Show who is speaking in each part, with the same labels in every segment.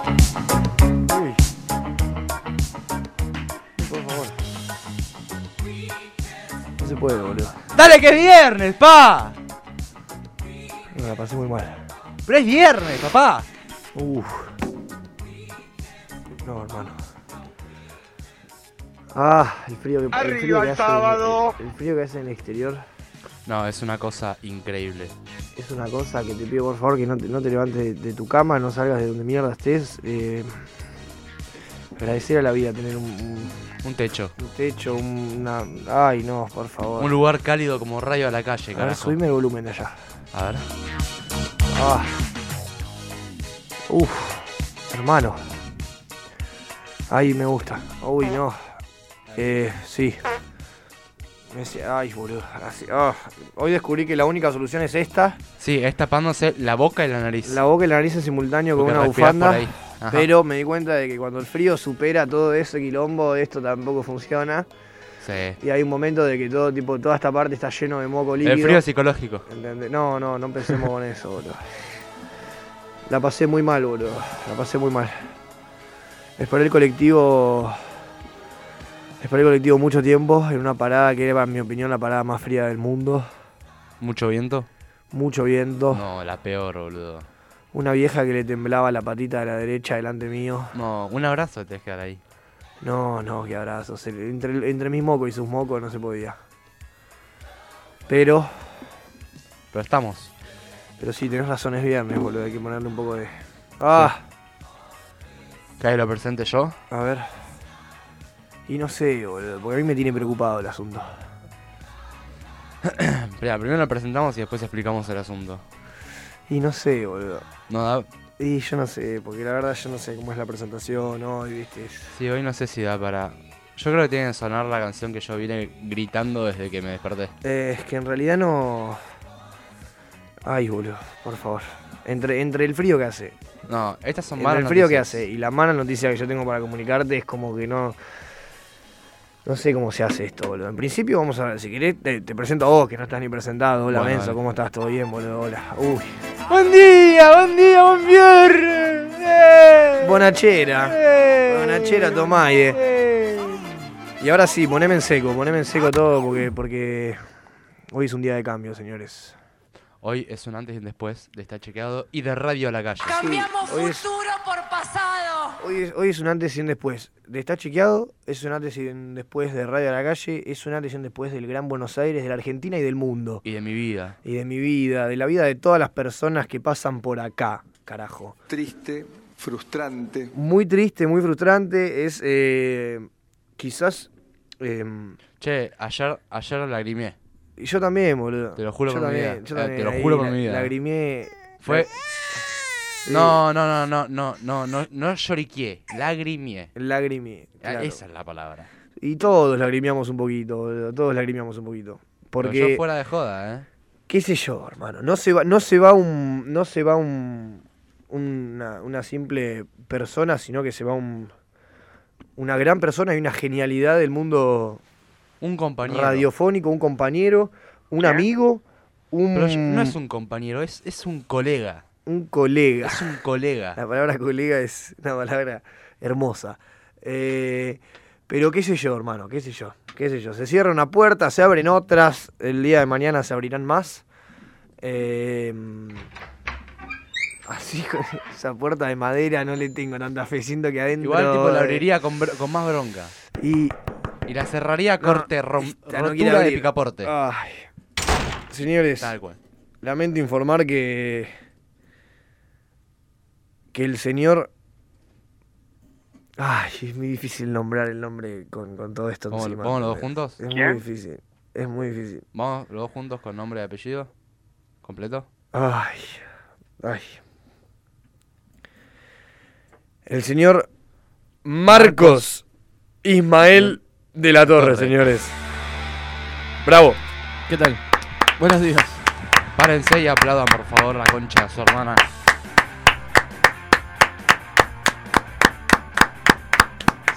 Speaker 1: Uy. Por favor. No se puede, boludo.
Speaker 2: Dale que es viernes, pa.
Speaker 1: No, la pasé muy mal.
Speaker 2: Pero es viernes, papá.
Speaker 1: Uf. No, hermano. Ah, el frío que, el
Speaker 3: Arriba
Speaker 1: frío que
Speaker 3: el
Speaker 1: hace en-
Speaker 3: sábado.
Speaker 1: el frío que hace en el exterior
Speaker 4: No, es una cosa increíble.
Speaker 1: es una cosa que te pido por favor que no te, no te levantes de, de tu cama, no salgas de donde mierda estés. eh, agradecer a la vida tener un, un-
Speaker 4: Un techo.
Speaker 1: un techo, un- una... Ay, no, por favor.
Speaker 4: Un lugar cálido como rayo a la calle,
Speaker 1: a ver,
Speaker 4: carajo.
Speaker 1: subime el volumen de allá.
Speaker 4: A ver.
Speaker 1: Ah. Uf, hermano. Ay, me gusta. Uy, no. Eh, sí. Me dice- ay, boludo. Así- ah. Hoy descubrí que la única solución es esta.
Speaker 4: Sí, es tapándose la boca y la nariz.
Speaker 1: La boca y la nariz en simultáneo con
Speaker 4: Porque
Speaker 1: una
Speaker 4: respirás por
Speaker 1: bufanda.
Speaker 4: ahí. Ajá.
Speaker 1: Pero me di cuenta de que cuando el frío supera todo ese quilombo, esto tampoco funciona.
Speaker 4: Sí.
Speaker 1: Y hay un momento de que todo, tipo, toda esta parte está lleno de moco líquido.
Speaker 4: El frío es psicológico.
Speaker 1: ¿Entendés? No, no, no empecemos con eso, boludo. La pasé muy mal, boludo. La pasé muy mal. Esperé el colectivo. Esperé el colectivo mucho tiempo en una parada que era, en mi opinión, la parada más fría del mundo.
Speaker 4: ¿Mucho viento?
Speaker 1: Mucho viento.
Speaker 4: No, la peor, boludo.
Speaker 1: Una vieja que le temblaba la patita de la derecha delante mío.
Speaker 4: No, un abrazo te quedar ahí.
Speaker 1: No, no, qué abrazo. Se- entre, entre mis mocos y sus mocos no se podía. Pero,
Speaker 4: Pero estamos.
Speaker 1: pero sí, tenés razón, es viernes, boludo. Hay que ponerle un poco de. ¡Ah!
Speaker 4: ¿Cae lo presente yo?
Speaker 1: A ver. Y no sé, boludo, porque a mí me tiene preocupado el asunto.
Speaker 4: Espera, primero lo presentamos y después explicamos el asunto.
Speaker 1: Y no sé, boludo.
Speaker 4: No, da...
Speaker 1: Y yo no sé, porque la verdad yo no sé cómo es la presentación hoy, viste.
Speaker 4: Sí, hoy no sé si da para... Yo creo que tiene que sonar la canción que yo vine gritando desde que me desperté.
Speaker 1: Eh, es que en realidad no. Ay, boludo, por favor. Entre, entre el frío que hace,
Speaker 4: No, estas son
Speaker 1: entre
Speaker 4: malas
Speaker 1: el frío que
Speaker 4: noticias.
Speaker 1: hace y la mala noticia que yo tengo para comunicarte es como que no. No sé cómo se hace esto, boludo. En principio vamos a ver, si querés, te, te presento a vos, que no estás ni presentado. Hola,
Speaker 4: Bueno,
Speaker 1: Menso,
Speaker 4: dale.
Speaker 1: ¿cómo estás? ¿Todo bien, boludo? Hola. Uy.
Speaker 2: Buen día, buen día, buen viernes. Eh.
Speaker 1: Bonachera.
Speaker 2: Eh.
Speaker 1: Bonachera Tomaye.
Speaker 2: Eh.
Speaker 1: Y ahora sí, poneme en seco, poneme en seco todo porque, porque hoy es un día de cambio, señores.
Speaker 4: Hoy es un antes y un después de estar chequeado y de radio a la calle.
Speaker 5: Cambiamos
Speaker 1: hoy es-
Speaker 5: futuro por pasado.
Speaker 1: Hoy es, hoy es un antes y un después. De estar chequeado, es un antes y un después de Radio a la Calle, es un antes y un después del Gran Buenos Aires, de la Argentina y del mundo.
Speaker 4: Y de mi vida.
Speaker 1: Y de mi vida, de la vida de todas las personas que pasan por acá, carajo.
Speaker 3: Triste, frustrante.
Speaker 1: Muy triste, muy frustrante, es eh, quizás... eh,
Speaker 4: Che, ayer, ayer lagrimé.
Speaker 1: y yo también, boludo.
Speaker 4: Te lo juro
Speaker 1: Yo
Speaker 4: por mi
Speaker 1: también,
Speaker 4: vida.
Speaker 1: yo
Speaker 4: Eh, te
Speaker 1: también,
Speaker 4: lo
Speaker 1: ahí
Speaker 4: juro por
Speaker 1: la-
Speaker 4: mi vida.
Speaker 1: Lagrimé...
Speaker 4: Fue... No, no, no, no, no, no, no, no lloriqué, lagrimié.
Speaker 1: Lagrimé.
Speaker 4: Ah,
Speaker 1: claro.
Speaker 4: Esa es la palabra.
Speaker 1: Y todos lagrimeamos un poquito, boludo, todos lagrimeamos un poquito.
Speaker 4: Pero
Speaker 1: Porque,
Speaker 4: yo fuera de joda, ¿eh?
Speaker 1: qué sé yo, hermano, no se va, no se va un. No se va un. Una, una simple persona, sino que se va un. Una gran persona y una genialidad del mundo
Speaker 4: Un compañero.
Speaker 1: radiofónico, un compañero, un amigo, un,
Speaker 4: Pero yo- no es un compañero, es, es un colega.
Speaker 1: un colega.
Speaker 4: Es un
Speaker 1: La
Speaker 4: colega.
Speaker 1: palabra colega es una palabra hermosa. Eh, pero qué sé yo, hermano, qué sé yo, qué sé yo. Se cierra una puerta, se abren otras, el día de mañana se abrirán más. Eh, así con esa puerta de madera no le tengo tanta fe, siento que adentro...
Speaker 4: Igual tipo la
Speaker 1: eh,
Speaker 4: abriría con, bro- con más bronca.
Speaker 1: Y...
Speaker 4: Y la cerraría a corte rom-
Speaker 1: esta no quiere
Speaker 4: rotura de
Speaker 1: abrir.
Speaker 4: picaporte.
Speaker 1: Ay. Señores,
Speaker 4: Tal cual.
Speaker 1: lamento informar que... que el señor... Ay, es muy difícil nombrar el nombre con, con todo esto
Speaker 4: ¿Vamos-
Speaker 1: encima.
Speaker 4: vamos los dos
Speaker 1: Es-
Speaker 4: juntos?
Speaker 1: Es
Speaker 3: ¿Quién?
Speaker 1: muy difícil, es muy difícil.
Speaker 4: Vamos los dos juntos con nombre y apellido. ¿Completo?
Speaker 1: Ay, ay. El señor Marcos Ismael de la Torre,
Speaker 4: Torre.
Speaker 1: señores. Bravo.
Speaker 6: ¿Qué tal? Buenos días.
Speaker 4: Párense y aplaudan por favor la concha de su hermana.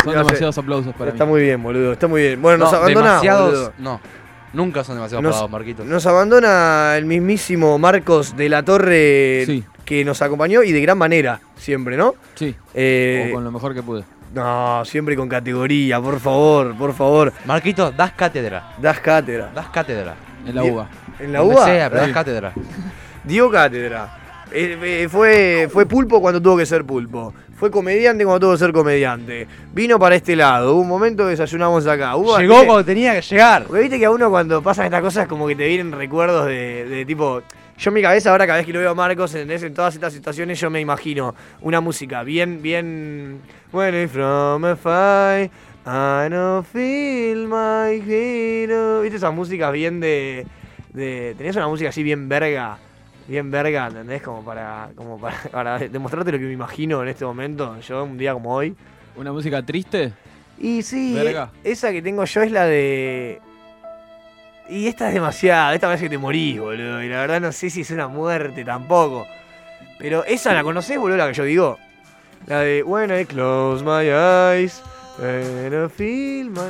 Speaker 6: Son
Speaker 1: Ya sé.
Speaker 6: demasiados aplausos para
Speaker 1: está
Speaker 6: mí.
Speaker 1: muy bien, boludo. Está muy bien. Bueno, nos abandona.
Speaker 4: demasiados.
Speaker 1: boludo.
Speaker 4: No, nunca son demasiados
Speaker 1: Nos-
Speaker 4: pagados, Marquitos.
Speaker 1: Nos abandona el mismísimo Marcos de la Torre
Speaker 6: Sí.
Speaker 1: que nos acompañó y de gran manera, siempre, ¿no?
Speaker 6: Sí,
Speaker 1: Eh,
Speaker 6: o con lo mejor que pude.
Speaker 1: No, siempre con categoría, por favor, por favor.
Speaker 4: Marquitos, das cátedra.
Speaker 1: Das cátedra.
Speaker 4: Das cátedra.
Speaker 6: En la
Speaker 1: Bien.
Speaker 6: uva.
Speaker 1: En la
Speaker 4: Donde
Speaker 1: UBA.
Speaker 4: sea, pero das cátedra.
Speaker 1: Dio cátedra. Eh, eh, fue, fue pulpo cuando tuvo que ser pulpo. Fue comediante cuando tuvo que ser comediante. Vino para este lado. Hubo un momento que desayunamos acá. Hubo-
Speaker 4: Llegó
Speaker 1: ¿viste?
Speaker 4: cuando tenía que llegar.
Speaker 1: Porque viste que a uno cuando pasan estas cosas como que te vienen recuerdos de, de tipo... Yo en mi cabeza ahora cada vez que lo veo a Marcos en, en todas estas situaciones yo me imagino una música bien, bien... When it's from a fire, I don't feel my hero. Viste esas músicas bien de, de... Tenés una música así bien verga. Bien verga, ¿entendés? Como para, como para, para demostrarte lo que me imagino en este momento. Yo un día como hoy.
Speaker 6: ¿Una música triste?
Speaker 1: Y sí,
Speaker 6: Verga.
Speaker 1: e- esa que tengo yo es la de. Y esta es demasiada, esta parece que te morís, boludo. Y la verdad no sé si es una muerte tampoco. Pero esa la conocés, boludo, la que yo digo. La de When I close my eyes, when I feel my.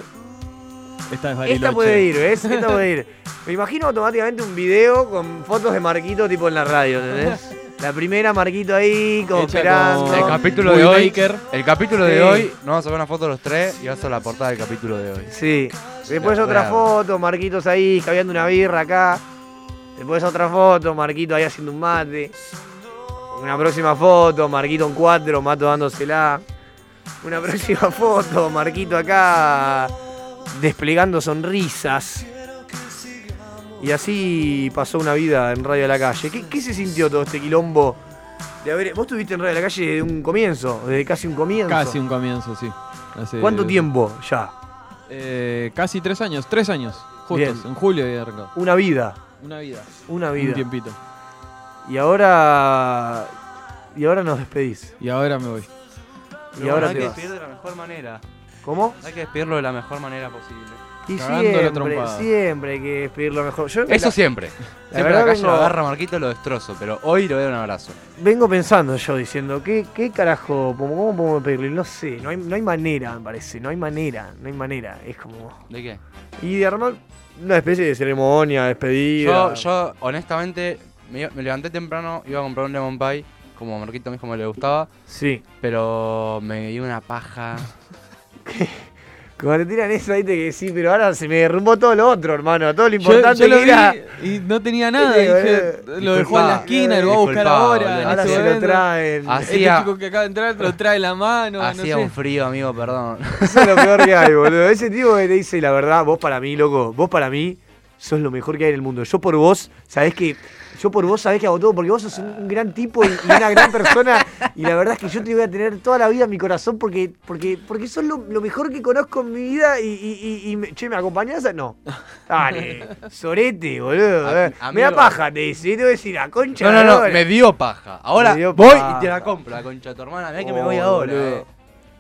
Speaker 6: Esta es Bariloche.
Speaker 1: Esta puede ir, ¿ves? Esta puede ir. Me imagino automáticamente un video con fotos de Marquito tipo en la radio, ¿entendés? La primera Marquito ahí, como
Speaker 6: Hecha
Speaker 1: esperando.
Speaker 6: con-
Speaker 4: El capítulo de hoy.
Speaker 6: Bootmaker.
Speaker 4: El capítulo de
Speaker 1: Sí.
Speaker 4: hoy. Nos vamos a sacar una foto de los tres y vas a hacer la portada del capítulo de hoy.
Speaker 1: Sí. Después
Speaker 4: La
Speaker 1: otra
Speaker 4: juega.
Speaker 1: foto, Marquitos ahí caviando una birra acá. Después otra foto, Marquito ahí haciendo un mate. Una próxima foto, Marquito en cuatro, Mato dándosela. Una próxima foto, Marquito acá desplegando sonrisas. Y así pasó una vida en Radio de la Calle. ¿Qué, qué se sintió todo este quilombo? De haber, vos estuviste en Radio de la Calle desde un comienzo, desde casi un comienzo.
Speaker 6: Casi un comienzo, sí. Hace-
Speaker 1: ¿Cuánto tiempo ya?
Speaker 6: Eh, casi tres años. Tres años. Justos.
Speaker 1: Bien.
Speaker 6: En julio había arrancado.
Speaker 1: Una vida,
Speaker 6: Una vida.
Speaker 1: una
Speaker 6: Un
Speaker 1: vida.
Speaker 6: tiempito.
Speaker 1: Y ahora. Y ahora nos despedís.
Speaker 6: Y ahora me voy.
Speaker 1: Y ahora te vas.
Speaker 4: de la mejor manera.
Speaker 1: ¿Cómo?
Speaker 4: Hay que despedirlo de la mejor manera posible.
Speaker 1: Y
Speaker 6: Cagándola
Speaker 1: siempre,
Speaker 6: trompada.
Speaker 1: siempre hay que despedirlo mejor. Yo
Speaker 4: Eso
Speaker 1: la-
Speaker 4: siempre. Siempre
Speaker 1: verdad
Speaker 4: la calle lo
Speaker 1: vengo-
Speaker 4: agarra Marquito lo destrozo, pero hoy le voy a dar un abrazo.
Speaker 1: vengo pensando yo diciendo, ¿qué, qué carajo? ¿Cómo, cómo podemos pedirle? No sé, no hay, no hay manera, me parece. No hay manera, no hay manera. Es como.
Speaker 4: ¿De qué?
Speaker 1: Y de armar una especie de ceremonia, despedida.
Speaker 4: Yo, yo honestamente, me, me levanté temprano, iba a comprar un lemon pie, como a Marquito me dijo que le gustaba,
Speaker 1: Sí.
Speaker 4: pero me dio una paja.
Speaker 1: Cuando te tiran eso, ahí te que sí, pero ahora se me derrumbó todo lo otro, hermano. Todo lo
Speaker 6: Yo,
Speaker 1: importante
Speaker 6: yo lo
Speaker 1: que era.
Speaker 6: vi y no tenía nada.
Speaker 1: Sí,
Speaker 6: dije, lo dejó
Speaker 1: boludo.
Speaker 6: en la
Speaker 4: Disculpa.
Speaker 6: esquina, lo va a buscar
Speaker 4: Disculpa,
Speaker 6: ahora. en
Speaker 4: boludo.
Speaker 1: Ahora
Speaker 6: este
Speaker 1: se lo
Speaker 6: momento.
Speaker 1: traen.
Speaker 4: Así
Speaker 6: Este
Speaker 4: Hacía-
Speaker 6: chico que acaba de entrar lo trae la mano. no
Speaker 4: Hacía
Speaker 6: sé.
Speaker 4: un frío, amigo, perdón.
Speaker 1: Eso es lo peor que hay, boludo. Ese tipo que te dice, la verdad, vos para mí, loco, vos para mí sos lo mejor que hay en el mundo. Yo por vos, sabés que. Yo por vos sabés que hago todo, porque vos sos un, un gran tipo y, y una gran persona. Y la verdad es que yo te voy a tener toda la vida en mi corazón porque, porque, porque sos lo, lo mejor que conozco en mi vida. Y, y- y- y me- che, ¿me acompañás? a- No. Dale, sorete, boludo.
Speaker 4: A-
Speaker 1: eh. me
Speaker 4: amigo.
Speaker 1: da paja, te dice. Y te voy a decir, la concha.
Speaker 4: No, no,
Speaker 1: de la
Speaker 4: no,
Speaker 1: lora".
Speaker 4: me dio paja. Ahora
Speaker 1: Me dio
Speaker 4: voy
Speaker 1: paja.
Speaker 4: y te la compro, la concha de tu hermana. Mirá que me
Speaker 1: Oh,
Speaker 4: voy ahora.
Speaker 1: boludo.
Speaker 4: eh.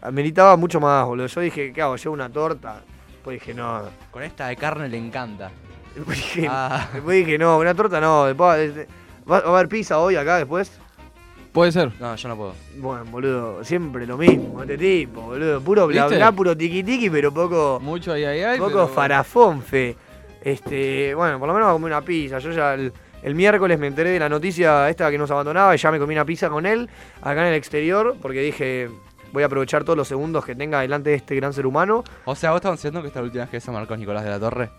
Speaker 1: Ameritaba mucho más, boludo. Yo dije, ¿qué hago? ¿Llevo una torta? Pues dije, no.
Speaker 4: Con esta de carne le encanta.
Speaker 1: Después dije,
Speaker 4: Ah.
Speaker 1: después dije, no, una torta no. Después, eh, ¿Va va a haber pizza hoy acá después?
Speaker 6: Puede ser.
Speaker 4: No, yo no puedo.
Speaker 1: Bueno, boludo, siempre lo mismo, este tipo, boludo. Puro bla
Speaker 6: ¿Viste?
Speaker 1: bla, puro tiki tiki, pero poco,
Speaker 6: Mucho ay, ay, ay.
Speaker 1: poco
Speaker 6: pero-
Speaker 1: farafonfe. Este, bueno, por lo menos me comí una pizza. Yo ya el, el miércoles me enteré de la noticia esta que nos abandonaba y ya me comí una pizza con él acá en el exterior porque dije, voy a aprovechar todos los segundos que tenga delante de este gran ser humano.
Speaker 4: O sea, vos estás diciendo que esta es la última vez que ves a Marcos Nicolás de la Torre.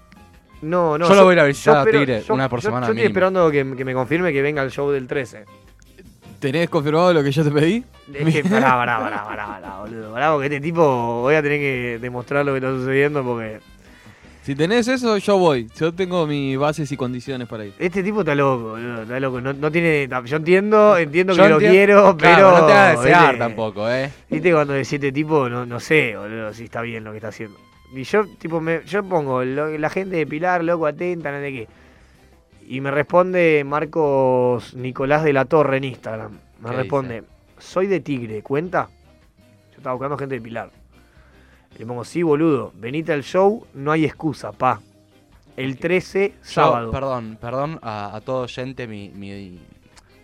Speaker 1: No, no.
Speaker 4: Yo lo voy a ir a visitar
Speaker 1: yo
Speaker 4: a
Speaker 1: espero-
Speaker 4: Tigre, una por semana
Speaker 1: Yo estoy
Speaker 4: mínimo.
Speaker 1: esperando que, que me confirme que venga el show del 13.
Speaker 6: ¿Tenés confirmado lo que yo te pedí?
Speaker 1: Es que pará, pará, pará, pará, pará, boludo. Pará, porque este tipo voy a tener que demostrar lo que está sucediendo porque
Speaker 6: Si tenés eso, yo voy. Yo tengo mis bases y condiciones para ir.
Speaker 1: este tipo está loco, boludo. Está loco. No, no tiene. Yo entiendo, entiendo que
Speaker 4: Yo
Speaker 1: lo
Speaker 4: enti-
Speaker 1: quiero,
Speaker 4: Claro,
Speaker 1: pero.
Speaker 4: no te va a desear
Speaker 1: viste,
Speaker 4: tampoco, eh.
Speaker 1: Viste cuando decís este tipo, no, no sé, boludo, si está bien lo que está haciendo. Y yo, tipo, me, yo pongo lo- la gente de Pilar, loco, atenta, no sé qué. Y me responde Marcos Nicolás de la Torre en Instagram. Me
Speaker 4: ¿Qué
Speaker 1: responde, soy de Tigre, ¿cuenta? Yo estaba buscando gente de Pilar. Le pongo, sí, boludo, venite al show, no hay excusa, pa. El 13,
Speaker 4: Yo,
Speaker 1: sábado.
Speaker 4: perdón, perdón a, a todo oyente mi, mi,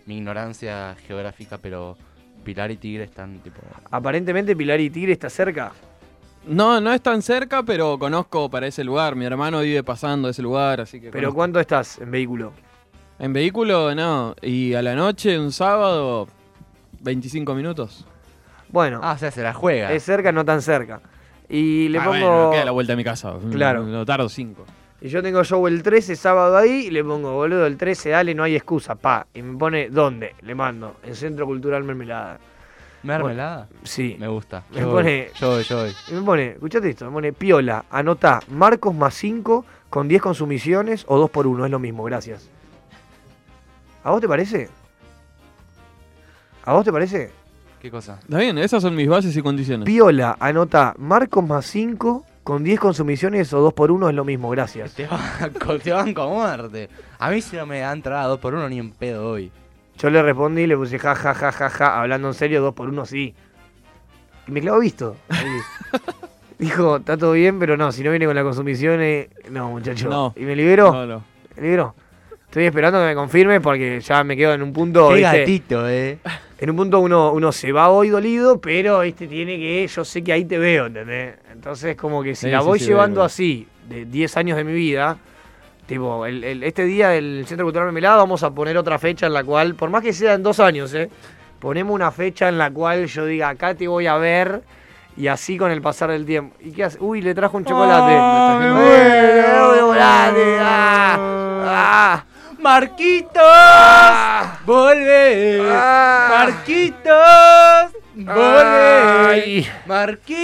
Speaker 4: mi ignorancia geográfica, pero Pilar y Tigre están tipo.
Speaker 1: Aparentemente Pilar y Tigre está cerca.
Speaker 6: No, no es tan cerca, pero conozco para ese lugar. Mi hermano vive pasando ese lugar, así que.
Speaker 1: Pero
Speaker 6: conozco.
Speaker 1: ¿cuánto estás en vehículo?
Speaker 6: En vehículo, no. Y a la noche, un sábado, 25 minutos.
Speaker 1: Bueno,
Speaker 4: Ah, o sea, se la juega.
Speaker 1: es cerca, no tan cerca. Y le
Speaker 6: Ah,
Speaker 1: pongo.
Speaker 6: bueno, queda la vuelta a mi casa.
Speaker 1: Claro.
Speaker 6: No tardo 5.
Speaker 1: Y yo tengo show el 13 sábado ahí y le pongo, boludo, el 13, dale, no hay excusa, pa. Y me pone, ¿dónde? Le mando, en Centro Cultural Mermelada.
Speaker 4: ¿Mermelada?
Speaker 1: Sí.
Speaker 4: Me gusta.
Speaker 1: Me
Speaker 4: Yo voy,
Speaker 1: pone-
Speaker 4: Yo voy, yo voy.
Speaker 1: Y me pone, escuchate esto, me pone, piola, anotá, Marcos más 5 con 10 consumiciones o 2 por 1, es lo mismo, gracias. ¿A vos te parece? ¿A vos te parece?
Speaker 4: ¿Qué cosa?
Speaker 6: Está bien, esas son mis bases y condiciones.
Speaker 1: Piola, anotá, Marcos más 5 con 10 consumiciones o 2 por 1 es lo mismo, gracias.
Speaker 4: Te banco, te banco a muerte. A mí si no me han tragado por uno ni en pedo hoy.
Speaker 1: Yo le respondí y le puse ja, ja, ja, ja, ja, hablando en serio, dos por uno sí. Y me clavó visto. Ahí. Dijo, está todo bien, pero no, si no viene con la consumición, eh, no, muchacho.
Speaker 6: No.
Speaker 1: Y me liberó,
Speaker 6: No, no.
Speaker 1: me liberó. Estoy esperando que me confirme porque ya me quedo en un punto,
Speaker 4: Qué
Speaker 1: ¿viste?
Speaker 4: gatito, eh.
Speaker 1: En un punto uno, uno se va hoy dolido, pero este tiene que, yo sé que ahí te veo, ¿entendés? Entonces como que si
Speaker 6: Sí,
Speaker 1: la
Speaker 6: sí,
Speaker 1: voy
Speaker 6: sí,
Speaker 1: llevando
Speaker 6: veo.
Speaker 1: así, de 10 años de mi vida, tipo, el- el- este día del Centro Cultural Mermelada vamos a poner otra fecha en la cual, por más que sea en dos años, ¿eh? Ponemos una fecha en la cual yo diga, acá te voy a ver, y así con el pasar del tiempo. ¿Y qué hace? Uy, le trajo un chocolate.
Speaker 4: Ah, me
Speaker 1: ¡Eh,
Speaker 4: muero!
Speaker 1: un chocolate! ¡Ah! ¡Ah!
Speaker 4: Marquitos, volvé.
Speaker 1: Ah.
Speaker 4: Marquitos, volvé.
Speaker 1: Ay.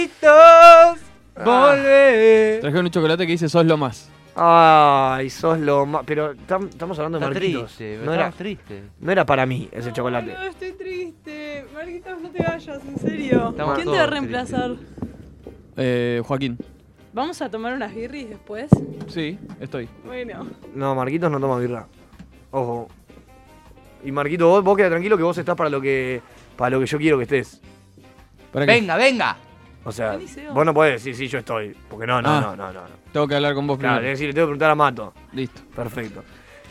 Speaker 4: Marquitos, volvé.
Speaker 6: Traje un chocolate que dice sos lo más.
Speaker 1: Ay, sos lo más. Pero tam- estamos hablando de
Speaker 4: Está
Speaker 1: Marquitos.
Speaker 4: triste,
Speaker 1: no, era,
Speaker 4: está triste.
Speaker 1: no era para mí ese chocolate.
Speaker 7: No, estoy triste. Marquitos, no te vayas, en serio.
Speaker 4: Estamos
Speaker 7: ¿Quién
Speaker 4: todos
Speaker 7: te va a reemplazar?
Speaker 6: Eh, Joaquín.
Speaker 7: ¿Vamos a tomar unas birris después?
Speaker 6: Sí, estoy.
Speaker 7: Bueno.
Speaker 1: No, Marquitos no toma birra. Ojo. Y Marquito, vos, vos queda tranquilo que vos estás para lo que para lo que yo quiero que estés.
Speaker 6: ¿Para qué?
Speaker 4: Venga, venga.
Speaker 1: O sea,
Speaker 7: Buenísimo.
Speaker 1: vos no podés decir, sí, yo estoy. Porque no, no,
Speaker 6: Ah.
Speaker 1: no, no, no. no.
Speaker 6: Tengo que hablar con vos
Speaker 1: Claro,
Speaker 6: primero.
Speaker 1: es decir, le tengo que preguntar a Mato.
Speaker 6: Listo.
Speaker 1: Perfecto.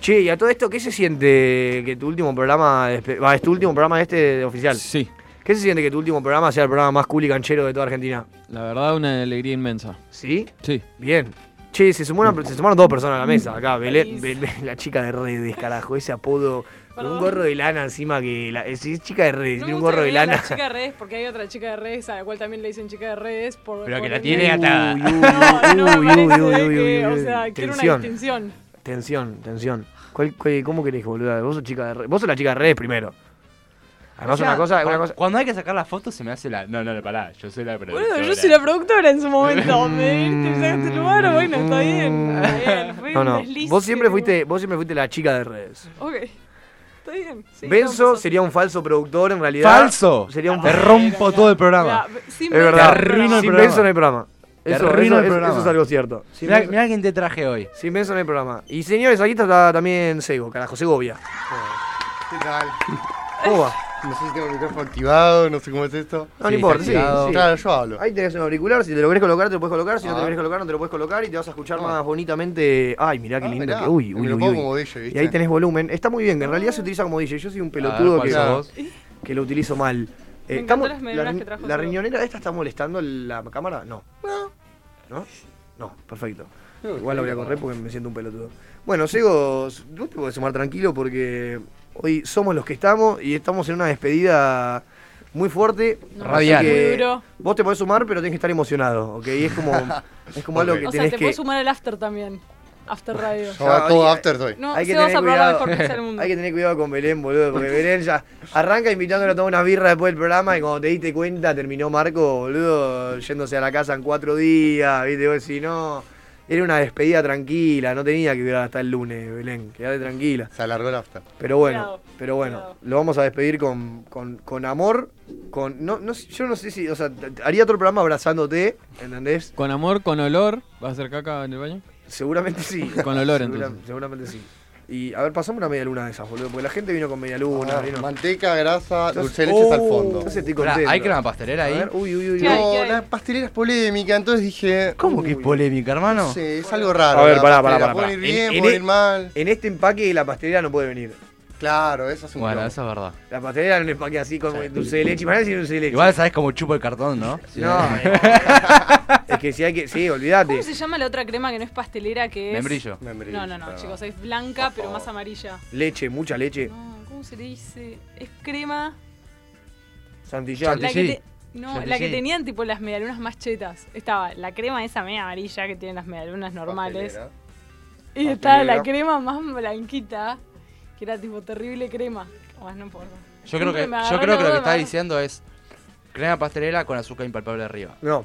Speaker 1: Che, y a todo esto, ¿qué se siente que tu último programa, despe- va, es tu último programa este de oficial?
Speaker 6: Sí,
Speaker 1: ¿Qué se siente que tu último programa sea el programa más cool y canchero de toda Argentina?
Speaker 6: la verdad una alegría inmensa.
Speaker 1: ¿Sí?
Speaker 6: Sí.
Speaker 1: Bien. Che, se sumaron, se sumaron dos personas a la mesa acá. Belén,
Speaker 7: Feliz.
Speaker 1: Belén, la chica de redes, carajo. Ese apodo con un gorro de lana encima que... La, es, es chica de redes,
Speaker 7: No me
Speaker 1: tiene un
Speaker 7: gusta
Speaker 1: gorro
Speaker 7: que
Speaker 1: de
Speaker 7: me digan
Speaker 1: lana.
Speaker 7: la chica de redes porque hay otra chica de redes a la cual también le dicen chica de redes. Por,
Speaker 4: Pero que
Speaker 7: por
Speaker 4: la
Speaker 7: el
Speaker 4: tiene
Speaker 7: medio.
Speaker 4: atada.
Speaker 1: Uy, uy,
Speaker 7: No, no,
Speaker 1: uy,
Speaker 7: me parece
Speaker 1: uy, uy, uy,
Speaker 7: que,
Speaker 1: uy,
Speaker 7: o
Speaker 1: uy.
Speaker 7: sea, quiero una
Speaker 1: Tensión,
Speaker 7: distinción.
Speaker 1: Tensión, tensión. ¿Cuál- cuál- ¿Cómo querés, boluda? Vos sos chica de redes. Vos sos la chica de redes primero. Además,
Speaker 4: O sea,
Speaker 1: una cosa,
Speaker 4: cuando,
Speaker 1: una cosa.
Speaker 4: cuando hay que sacar la foto se me hace la. No, no, no, pará. Yo soy la productora.
Speaker 7: Bueno, yo soy la productora en su momento. Me viste, me sacaste el lugar, bueno, está bien. Está bien. Fue
Speaker 1: No,
Speaker 7: un
Speaker 1: no.
Speaker 7: desliz
Speaker 1: Vos
Speaker 7: que
Speaker 1: siempre
Speaker 7: tuvo.
Speaker 1: fuiste, vos siempre fuiste la chica de redes.
Speaker 7: Ok. Está bien. sí, no,
Speaker 1: Benzo
Speaker 7: pasó.
Speaker 1: sería un falso productor en realidad.
Speaker 4: ¡Falso!
Speaker 1: Sería un
Speaker 4: Te rompo todo el programa.
Speaker 7: Mira, sin
Speaker 1: Es
Speaker 7: Benzo,
Speaker 1: verdad.
Speaker 7: no,
Speaker 4: arruino
Speaker 7: no.
Speaker 4: el
Speaker 1: Sin
Speaker 4: programa.
Speaker 1: Benzo no hay programa.
Speaker 4: Te
Speaker 1: Eso,
Speaker 4: arruino el
Speaker 1: eso- eso- eso
Speaker 4: programa.
Speaker 1: es algo cierto. Sin
Speaker 4: Mirá,
Speaker 1: Benzo-
Speaker 4: mirá quién te traje hoy.
Speaker 1: Sin Benzo no hay programa. Y señores, aquí está también Sego, carajo, Segovia.
Speaker 8: ¿Qué tal?
Speaker 1: ¿Cómo va?
Speaker 8: No sé si tengo el micrófono activado, no sé cómo es esto.
Speaker 1: No,
Speaker 4: Sí,
Speaker 1: no importa, sí,
Speaker 4: está activado.
Speaker 1: sí.
Speaker 8: Claro, yo hablo.
Speaker 1: Ahí tenés un auricular, si te lo querés colocar, te lo puedes colocar, si no te
Speaker 8: Ah.
Speaker 1: lo querés colocar, no te lo puedes colocar y te vas a escuchar
Speaker 8: Ah.
Speaker 1: más bonitamente. Ay, mirá qué
Speaker 8: Ah,
Speaker 1: lindo
Speaker 8: mirá,
Speaker 1: que. Uy,
Speaker 8: me
Speaker 1: uy,
Speaker 8: lo
Speaker 1: uy,
Speaker 8: pongo
Speaker 1: uy.
Speaker 8: como DJ, ¿viste?
Speaker 1: Y ahí tenés volumen. Está muy bien, que en realidad se utiliza como DJ. Yo soy un pelotudo que,
Speaker 8: sos
Speaker 6: vos?
Speaker 1: que lo utilizo mal. Eh,
Speaker 7: Me
Speaker 1: estamos-
Speaker 7: encantan las
Speaker 1: la,
Speaker 7: medialunas que trajo
Speaker 1: la
Speaker 7: Sego.
Speaker 1: riñonera esta está molestando la cámara? No. No. ¿No? No, perfecto. Igual la voy a correr porque me siento un pelotudo. Bueno, Sego, vos te podés sumar tranquilo porque hoy somos los que estamos y estamos en una despedida muy fuerte.
Speaker 7: No,
Speaker 1: así
Speaker 4: Radial.
Speaker 1: que
Speaker 7: Muy duro.
Speaker 1: Vos te podés sumar, pero tenés que estar emocionado, ¿ok? Es como, es como algo que
Speaker 7: O sea,
Speaker 1: tenés
Speaker 7: te
Speaker 1: que...
Speaker 7: puedes sumar al after también. After radio.
Speaker 8: Yo a todo
Speaker 1: Hay-
Speaker 8: after soy.
Speaker 7: No,
Speaker 1: hay
Speaker 7: si
Speaker 1: que
Speaker 7: vas
Speaker 1: tener
Speaker 7: a probar la
Speaker 1: cuidado.
Speaker 7: mejor pizza del mundo.
Speaker 1: Hay que tener cuidado con Belén, boludo, porque Belén ya arranca invitándola a tomar una birra después del programa y cuando te diste cuenta terminó Marco, boludo, yéndose a la casa en cuatro días, viste, vos si no... Era una despedida tranquila, no tenía que durar hasta el lunes, Belén, quedate tranquila.
Speaker 8: Se alargó el after.
Speaker 1: Pero bueno,
Speaker 7: Cuidado,
Speaker 1: pero bueno,
Speaker 7: cuidado.
Speaker 1: lo vamos a despedir con, con, con amor, con... No, no, sé- yo no sé si, o sea, t- haría otro programa abrazándote, ¿entendés?
Speaker 6: Con amor, con olor. ¿Vas a hacer caca en el baño?
Speaker 1: Seguramente sí.
Speaker 6: Con olor,
Speaker 1: Segura-
Speaker 6: entonces.
Speaker 1: Seguramente sí. Y a ver, pasame una media luna de esas, boludo, porque la gente vino con media luna.
Speaker 8: Ah,
Speaker 1: vino-
Speaker 8: manteca, grasa,
Speaker 1: Entonces-
Speaker 8: dulce de leche al
Speaker 1: Oh,
Speaker 8: fondo.
Speaker 1: Entonces estoy
Speaker 4: Pará,
Speaker 1: contento.
Speaker 4: ¿Hay crema pastelera
Speaker 1: A
Speaker 4: ahí?
Speaker 1: ver, uy, uy, uy.
Speaker 7: ¿Qué hay?
Speaker 1: uy.
Speaker 8: No,
Speaker 7: hay?
Speaker 8: la pastelera es polémica, entonces dije.
Speaker 4: ¿Cómo que es polémica, hermano?
Speaker 8: No sé, es algo raro.
Speaker 1: A ver,
Speaker 8: la
Speaker 1: pará, pará,
Speaker 8: pastelera.
Speaker 1: pará,
Speaker 8: Puede
Speaker 1: pará.
Speaker 8: ir bien,
Speaker 1: En- en
Speaker 8: puede
Speaker 1: e-
Speaker 8: ir mal.
Speaker 1: En este empaque la pastelera no puede venir.
Speaker 8: Claro, eso es un
Speaker 4: Bueno,
Speaker 8: quilombo.
Speaker 4: eso es verdad.
Speaker 1: La pastelera en un empaque así con dulce de leche. Imagínate sin dulce de leche.
Speaker 4: Igual sabes cómo chupo el cartón, ¿no?
Speaker 1: No, es que si hay que. Sí, olvídate.
Speaker 7: ¿Cómo se llama la otra crema que no es pastelera que es?
Speaker 4: Membrillo.
Speaker 8: Membrillo,
Speaker 7: No, no, no,
Speaker 8: claro.
Speaker 7: chicos, es blanca pero más amarilla.
Speaker 1: Leche, mucha leche.
Speaker 7: No, ¿cómo se le dice? Es crema.
Speaker 1: Santillán.
Speaker 7: La que,
Speaker 4: sí.
Speaker 7: te- no,
Speaker 4: Ya
Speaker 7: la
Speaker 4: te
Speaker 7: que
Speaker 4: sí.
Speaker 7: tenían tipo las medialunas más chetas. Estaba la crema esa media amarilla que tienen las medialunas normales.
Speaker 8: Pastelera.
Speaker 7: Y estaba
Speaker 8: Pastelera.
Speaker 7: la crema más blanquita, que era tipo terrible crema. Más no importa.
Speaker 4: Yo creo que,
Speaker 7: Siempre me
Speaker 4: yo
Speaker 7: agarró
Speaker 4: creo
Speaker 7: la
Speaker 4: que
Speaker 7: duda,
Speaker 4: lo que
Speaker 7: me
Speaker 4: está
Speaker 7: agarró.
Speaker 4: diciendo es crema pastelera con azúcar impalpable arriba.
Speaker 1: No.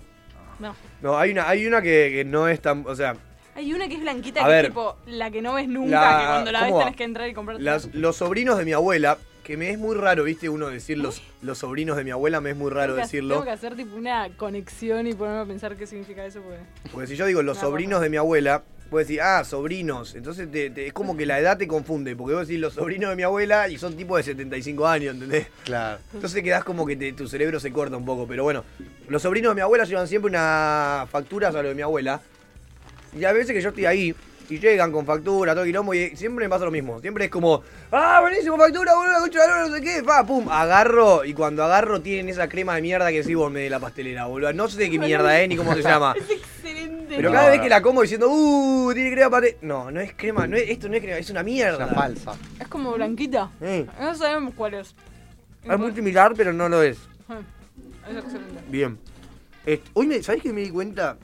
Speaker 7: No.
Speaker 1: No, hay una, hay una que, que no es tan. O sea,
Speaker 7: Hay una que es blanquita,
Speaker 1: A
Speaker 7: que
Speaker 1: ver.
Speaker 7: es tipo la que no ves nunca,
Speaker 1: La-
Speaker 7: que cuando la
Speaker 1: ¿cómo
Speaker 7: ves
Speaker 1: va?
Speaker 7: tenés que entrar y comprar.
Speaker 1: las- los sobrinos de mi abuela, que me es muy raro, viste, uno decir los, los sobrinos de mi abuela, me es muy raro
Speaker 7: Tengo que-
Speaker 1: decirlo.
Speaker 7: Tengo que hacer tipo una conexión y ponerme a pensar qué significa eso. Porque...
Speaker 1: Porque si yo digo los
Speaker 7: No, bueno.
Speaker 1: sobrinos de mi abuela, puedes decir, ah, sobrinos. Entonces te- te- es como que la edad te confunde, porque vos decís los sobrinos de mi abuela y son tipo de 75 años, ¿entendés?
Speaker 8: Claro.
Speaker 1: Entonces quedás como que te- tu cerebro se corta un poco, pero bueno. Los sobrinos de mi abuela llevan siempre una factura a lo de mi abuela. Y a veces que yo estoy ahí y llegan con factura, todo quilombo, y siempre me pasa lo mismo. Siempre es como, ah, buenísimo, factura, boludo, la concha de la lora, no sé qué, pa, pum, agarro. Y cuando agarro tienen esa crema de mierda que decís vos, me de la pastelera, boludo. No sé qué mierda es ni cómo se llama.
Speaker 7: Es excelente.
Speaker 1: Pero
Speaker 8: No,
Speaker 1: cada vez
Speaker 8: no.
Speaker 1: que la como diciendo, uh, tiene crema pate. No, no es crema, no es- esto no es crema, es una mierda.
Speaker 8: Una falsa.
Speaker 7: Es como blanquita.
Speaker 1: Eh,
Speaker 7: No sabemos cuál es.
Speaker 1: es muy similar, pero no lo es.
Speaker 7: Hm, Es excelente.
Speaker 1: Bien. Est- hoy me, ¿sabés que me di cuenta?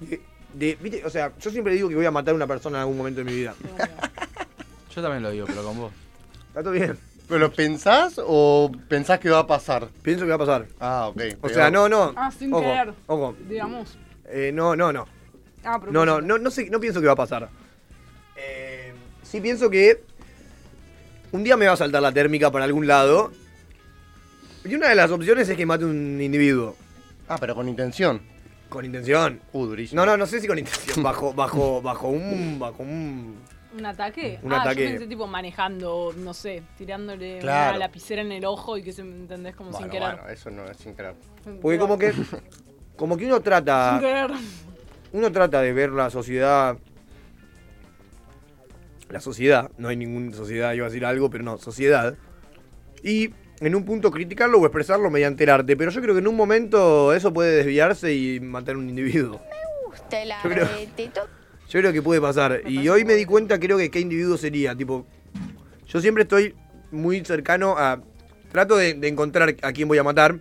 Speaker 1: De, de- viste, o sea, yo siempre digo que voy a matar a una persona en algún momento de mi vida.
Speaker 4: Yo también lo digo, pero con vos.
Speaker 1: Está todo bien.
Speaker 8: ¿Pero lo pensás o pensás que va a pasar?
Speaker 1: Pienso que va a pasar.
Speaker 8: Ah, ok.
Speaker 1: O sea, no, no.
Speaker 7: Ah, sin
Speaker 1: ojo,
Speaker 7: querer.
Speaker 1: Ojo.
Speaker 7: Digamos.
Speaker 1: Eh, no, no, no.
Speaker 7: Ah,
Speaker 1: No, no, no, no, sé, no pienso que va a pasar. Eh, sí pienso que un día me va a saltar la térmica para algún lado. Y una de las opciones es que mate un individuo.
Speaker 8: Ah, pero con intención.
Speaker 1: Con intención.
Speaker 8: Uh, durísimo.
Speaker 1: No, no, no sé si con intención. Bajo, bajo, bajo un. Bajo un.
Speaker 7: ¿Un ataque?
Speaker 1: Un
Speaker 7: ah,
Speaker 1: ataque.
Speaker 7: yo pensé tipo manejando, no sé, tirándole
Speaker 8: Claro.
Speaker 7: una lapicera en el ojo y que se entendés como
Speaker 8: Bueno,
Speaker 7: sin querer.
Speaker 8: bueno, eso no es sin querer.
Speaker 1: Porque como que. Como que uno
Speaker 7: Sin
Speaker 1: trata.
Speaker 7: querer.
Speaker 1: Uno trata de ver la sociedad. La sociedad. No hay ninguna sociedad, iba a decir algo, pero no, sociedad. Y en un punto criticarlo o expresarlo mediante el arte. Pero yo creo que en un momento eso puede desviarse y matar a un individuo.
Speaker 5: la
Speaker 1: Yo creo- Yo creo que puede pasar. Y hoy me di cuenta, creo que qué individuo sería. Tipo, yo siempre estoy muy cercano a. Trato de, de encontrar a quién voy a matar.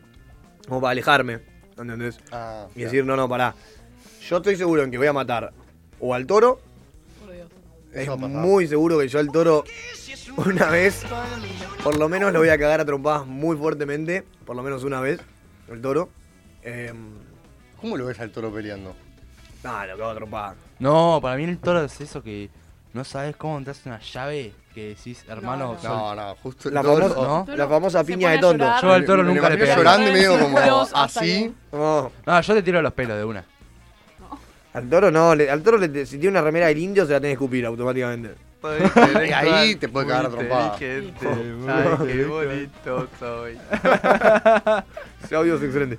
Speaker 1: Como para alejarme. ¿Entendés?
Speaker 8: Ah,
Speaker 1: Y decir, no, no, pará. Yo estoy seguro en que voy a matar o al toro.
Speaker 7: Por Dios.
Speaker 1: Es
Speaker 8: Eso va a pasar.
Speaker 1: muy seguro que yo al toro una vez, por lo menos lo voy a cagar a trompadas muy fuertemente. Por lo menos una vez, el toro. Eh,
Speaker 8: ¿Cómo lo ves al toro peleando?
Speaker 1: nada, lo cago a trompadas.
Speaker 4: No, para mí el toro es eso que no sabes cómo te hace una llave que decís, hermano,
Speaker 7: no.
Speaker 4: soy-
Speaker 8: No, no, justo el
Speaker 1: La,
Speaker 8: toro-
Speaker 1: famosa-
Speaker 4: ¿no?
Speaker 1: la famosa
Speaker 7: Se
Speaker 1: piña
Speaker 7: pone
Speaker 1: de
Speaker 7: a
Speaker 1: tonto.
Speaker 7: llorar.
Speaker 4: yo al toro
Speaker 8: Me lo
Speaker 4: nunca le
Speaker 8: imagino
Speaker 4: pegaría.
Speaker 8: llorando y medio como
Speaker 7: Círculos hasta
Speaker 8: así.
Speaker 7: que-
Speaker 1: No,
Speaker 4: No, yo te tiro los pelos de una.
Speaker 1: al toro no. le- al toro, le- si tiene una remera del indio, se la tiene que escupir automáticamente.
Speaker 8: Y ahí te puede cagar a trompada.
Speaker 6: qué bonito soy.
Speaker 1: Ese audio es excelente.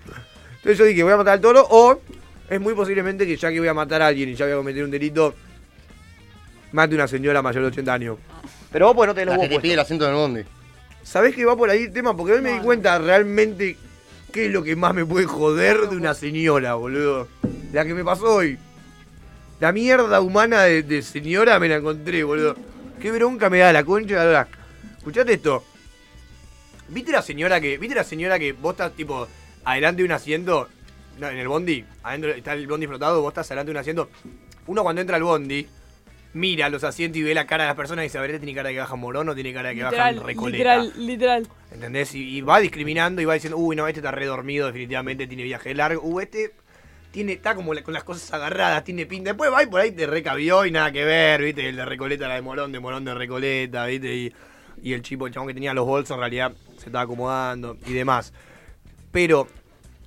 Speaker 1: Entonces yo dije, voy a matar al toro o es muy posiblemente que ya que voy a matar a alguien y ya voy a cometer un delito, mate una señora mayor de 80 años. Pero vos pues no tenés
Speaker 8: La
Speaker 1: los
Speaker 8: que te
Speaker 1: huevos
Speaker 8: pide
Speaker 1: puestos.
Speaker 8: el asiento del bondi.
Speaker 1: ¿Sabés que va por ahí el tema? Porque hoy me di
Speaker 7: No,
Speaker 1: cuenta realmente qué es lo que más me puede joder de una señora, boludo. La que me pasó hoy. La mierda humana de, de señora me la encontré, boludo. Qué bronca me da la concha de la lora. Escuchate esto. ¿Viste la señora que. ¿Viste la señora que vos estás tipo adelante de un asiento? No, en el bondi, adentro está el bondi flotado, vos estás adelante de un asiento. Uno cuando entra al bondi, mira los asientos y ve la cara de las personas y sabe, ¿este tiene cara de que baja morón o tiene cara de que baja
Speaker 7: Literal,
Speaker 1: recoleta?
Speaker 7: literal, literal.
Speaker 1: ¿Entendés? Y, y va discriminando y va diciendo, uy, no, este está redormido, definitivamente tiene viaje largo. Uh, este tiene, está como la- con las cosas agarradas, tiene pinta. Después va y por ahí te recabió y nada que ver, ¿viste? El de Recoleta, la de Morón, de Morón de Recoleta, ¿viste? Y, y el chico, el chabón que tenía los bolsos, en realidad se estaba acomodando y demás. Pero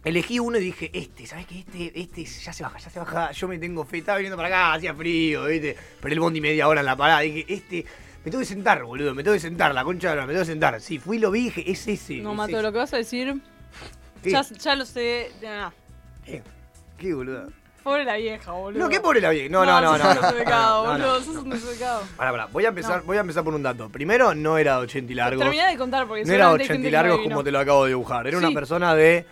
Speaker 1: elegí uno y dije, este, ¿sabes qué? Este, este ya se baja, ya se baja. Yo me tengo fe, estaba viniendo para acá, hacía frío, ¿viste? Pero el bondi media hora en la parada. Dije, este, me tengo que sentar, boludo, me tengo que sentar, la concha de la, lora, me tengo que sentar. Sí, fui y lo vi, dije, es ese.
Speaker 7: No,
Speaker 1: es
Speaker 7: Mato,
Speaker 1: ese.
Speaker 7: lo que vas a decir,
Speaker 1: ¿Qué?
Speaker 7: ya, ya lo sé. ya.
Speaker 1: Eh, ¿Qué? ¿Qué, boludo?
Speaker 7: Pobre la vieja, boludo.
Speaker 1: No, ¿qué pobre la vieja? No, no, no,
Speaker 7: Sos
Speaker 1: no. no,
Speaker 7: un
Speaker 1: no,
Speaker 7: desubicado,
Speaker 1: no, no.
Speaker 7: boludo. Sos un desubicado.
Speaker 1: Pará, pará, voy a empezar, voy a empezar por un dato. Primero, no era 80 y largos.
Speaker 7: Terminá de contar porque
Speaker 1: No era
Speaker 7: seguramente hay
Speaker 1: 80
Speaker 7: gente
Speaker 1: y
Speaker 7: que no
Speaker 1: largos
Speaker 7: adivinó.
Speaker 1: como te lo acabo de dibujar. Era una
Speaker 7: Sí.
Speaker 1: persona de.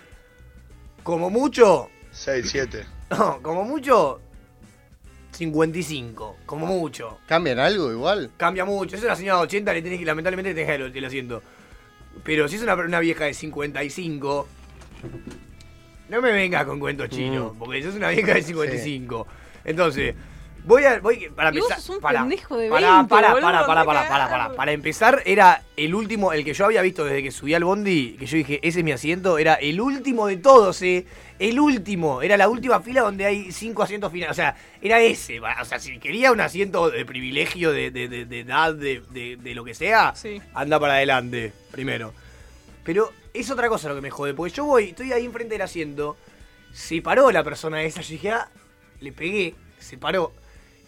Speaker 1: Como mucho.
Speaker 9: 6, 7.
Speaker 1: No, como mucho. 55. Como mucho.
Speaker 8: ¿Cambian algo igual?
Speaker 1: Cambia mucho. Es una señora de 80, le tenés que, lamentablemente te dejar el, el asiento. Pero si es una, una vieja de 55. No me vengas con cuentos chinos,
Speaker 8: Mm.
Speaker 1: porque sos una vieja de 55. Entonces, voy a. Voy, para
Speaker 7: Y vos
Speaker 1: empezar.
Speaker 7: sos un
Speaker 1: para,
Speaker 7: pendejo de
Speaker 1: para,
Speaker 7: 20,
Speaker 1: para,
Speaker 7: boludo,
Speaker 1: para, para,
Speaker 7: andá a
Speaker 1: para, para,
Speaker 7: cagar.
Speaker 1: para. Para empezar, era el último, el que yo había visto desde que subí al bondi, que yo dije, ese es mi asiento, era el último de todos, ¿eh? El último. Era la última fila donde hay cinco asientos finales. O sea, era ese. va. O sea, si quería un asiento de privilegio, de, de- de- de edad, de, de- de lo que sea,
Speaker 7: Sí.
Speaker 1: anda para adelante, primero. Pero es otra cosa lo que me jode, porque yo voy, estoy ahí enfrente del asiento, se paró la persona esa, yo dije, ah, le pegué, se paró.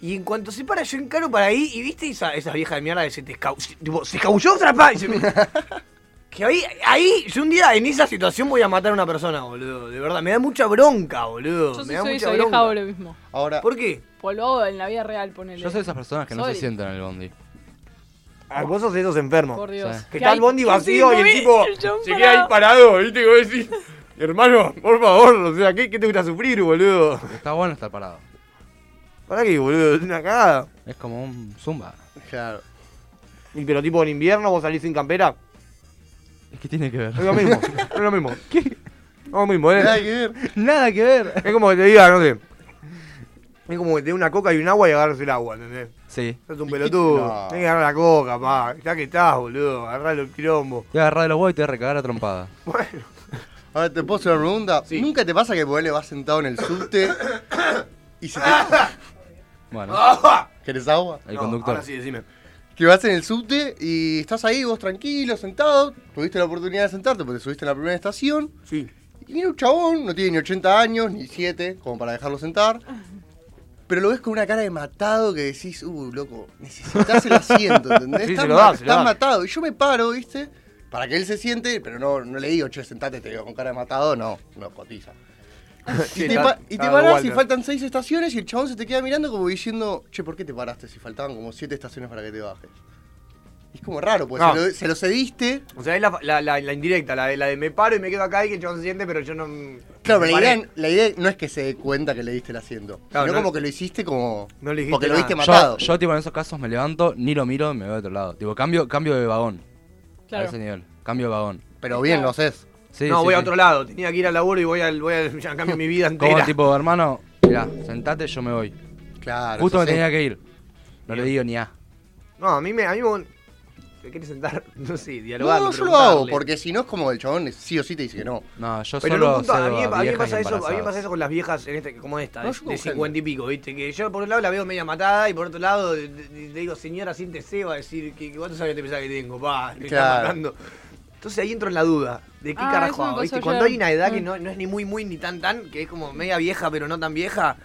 Speaker 1: Y en cuanto se para, yo encaro para ahí y viste esa, esa vieja de mierda que se te escau- se- tipo, se escabulló otra pa- y se me- Que ahí, ahí, yo un día en esa situación voy a matar a una persona, boludo. De verdad, me da mucha bronca, boludo.
Speaker 7: Yo
Speaker 1: me
Speaker 7: sí
Speaker 1: da
Speaker 7: soy
Speaker 1: mucha
Speaker 7: esa vieja
Speaker 1: bronca.
Speaker 7: ahora mismo.
Speaker 8: Ahora,
Speaker 1: ¿Por qué?
Speaker 7: O lo hago en la vida real, ponele.
Speaker 4: Yo soy de esas personas que no se
Speaker 7: Sorry.
Speaker 4: sientan en el bondi.
Speaker 1: Ah, vos sos de esos enfermos.
Speaker 7: Por Dios.
Speaker 4: Sí.
Speaker 1: Que está el bondi
Speaker 7: que
Speaker 1: vacío
Speaker 7: sí,
Speaker 1: y el
Speaker 7: muy-
Speaker 1: tipo
Speaker 7: el chabón
Speaker 1: se queda ahí parado, ¿viste? Y vos decís, hermano, por favor, o sea, ¿qué, qué te gusta sufrir, boludo?
Speaker 4: Está bueno estar parado.
Speaker 1: ¿Para qué, boludo? Es una cagada.
Speaker 4: Es como un zumba.
Speaker 8: um, claro.
Speaker 1: Y pero tipo en invierno vos salís sin campera,
Speaker 4: Es que tiene que ver.
Speaker 1: es lo mismo, es lo mismo. ¿Qué? Es lo mismo, ¿eh?
Speaker 8: Nada que ver.
Speaker 4: Nada que ver.
Speaker 1: Es como que te diga, no sé. Es como que te dé una coca y un agua y agarras el agua, ¿entendés?
Speaker 4: Sí.
Speaker 1: Sos un pelotudo.
Speaker 8: No.
Speaker 1: Tenés que agarrar la coca, pa. Ya que estás, boludo. Agarralo el quilombo.
Speaker 4: Te voy a agarrar de los huevos y te voy a recagar a trompada.
Speaker 1: Bueno.
Speaker 8: Ahora, ¿te puedo hacer una pregunta? ¿Nunca te pasa que por le vas sentado en el subte y se te...
Speaker 4: Bueno,
Speaker 8: ¿Querés agua?
Speaker 4: el
Speaker 1: No,
Speaker 4: conductor.
Speaker 1: Ahora sí, decime.
Speaker 8: Que vas en el subte y estás ahí vos tranquilo, sentado. Tuviste la oportunidad de sentarte porque te subiste en la primera estación.
Speaker 1: Sí.
Speaker 8: Y viene un chabón, no tiene ni 80 años, ni 7, como para dejarlo sentar. Pero lo ves con una cara de matado que decís, uh, loco, necesitas el asiento, ¿entendés?
Speaker 1: Sí,
Speaker 8: Estás
Speaker 1: se lo
Speaker 8: ma-
Speaker 1: da, se lo
Speaker 8: estás
Speaker 1: da.
Speaker 8: matado. Y yo me paro, ¿viste? Para que él se siente, pero no, no le digo, che, sentate, te digo, con cara de matado, no, no cotiza. Y te, pa- y te parás y faltan seis estaciones y el chabón se te queda mirando como diciendo, che, ¿por qué te paraste si faltaban como siete estaciones para que te bajes? Y es como raro, porque
Speaker 1: No.
Speaker 8: se, lo, se lo cediste.
Speaker 1: O sea, es la, la, la, la indirecta, la, de- la de me paro y me quedo acá y que el chabón se siente, pero yo no.
Speaker 8: Claro, pero
Speaker 1: me
Speaker 8: la
Speaker 1: paré.
Speaker 8: idea, la idea no es que se dé cuenta que le diste el asiento,
Speaker 1: Claro,
Speaker 8: sino
Speaker 1: no-
Speaker 8: como que lo hiciste como...
Speaker 1: No le dijiste
Speaker 8: porque lo
Speaker 1: nada.
Speaker 8: viste matado.
Speaker 4: Yo, yo, tipo, en esos casos me levanto, ni lo miro y me voy a otro lado. Tipo, cambio, cambio de vagón. A
Speaker 7: Claro.
Speaker 4: ese nivel. Cambio de vagón.
Speaker 8: Pero bien, lo haces.
Speaker 4: Sí,
Speaker 1: no,
Speaker 4: sí,
Speaker 1: voy a
Speaker 4: sí.
Speaker 1: otro lado. Tenía que ir al laburo y voy al. Voy al ya cambio mi vida
Speaker 4: Como
Speaker 1: entera.
Speaker 4: tipo, hermano, mirá, sentate, yo me voy.
Speaker 8: Claro.
Speaker 4: Justo me
Speaker 8: eso sí.
Speaker 4: tenía que ir. No le digo ni a.
Speaker 1: No, a mí me. A mí me... ¿Te quieres sentar? No sé, dialogar.
Speaker 8: No, no, yo lo hago, porque si no es como el chabón sí o sí te dice que no.
Speaker 4: No, yo
Speaker 1: Pero en
Speaker 4: solo
Speaker 1: un punto, a
Speaker 4: cedo
Speaker 1: mí, a mí me
Speaker 4: viejas
Speaker 1: pasa eso, a mí me
Speaker 4: embarazadas.
Speaker 1: pasa eso con las viejas en este, como esta,
Speaker 8: No,
Speaker 1: de-
Speaker 8: yo
Speaker 1: de
Speaker 8: con
Speaker 1: cincuenta y pico, ¿viste? Que yo por un lado la veo media matada y por otro lado le le digo, señora, siéntese, va a decir, que, que ¿cuántos años te pensás que tengo? Pa, me está
Speaker 8: Claro.
Speaker 1: matando. Entonces ahí entro en la duda, de qué
Speaker 7: Ah,
Speaker 1: carajo
Speaker 7: eso me
Speaker 1: hago,
Speaker 7: pasó
Speaker 1: ¿viste?
Speaker 7: ayer.
Speaker 1: Cuando hay una edad que
Speaker 7: Mm.
Speaker 1: no, no es ni muy, muy, ni tan, tan, que es como media vieja, pero no tan vieja.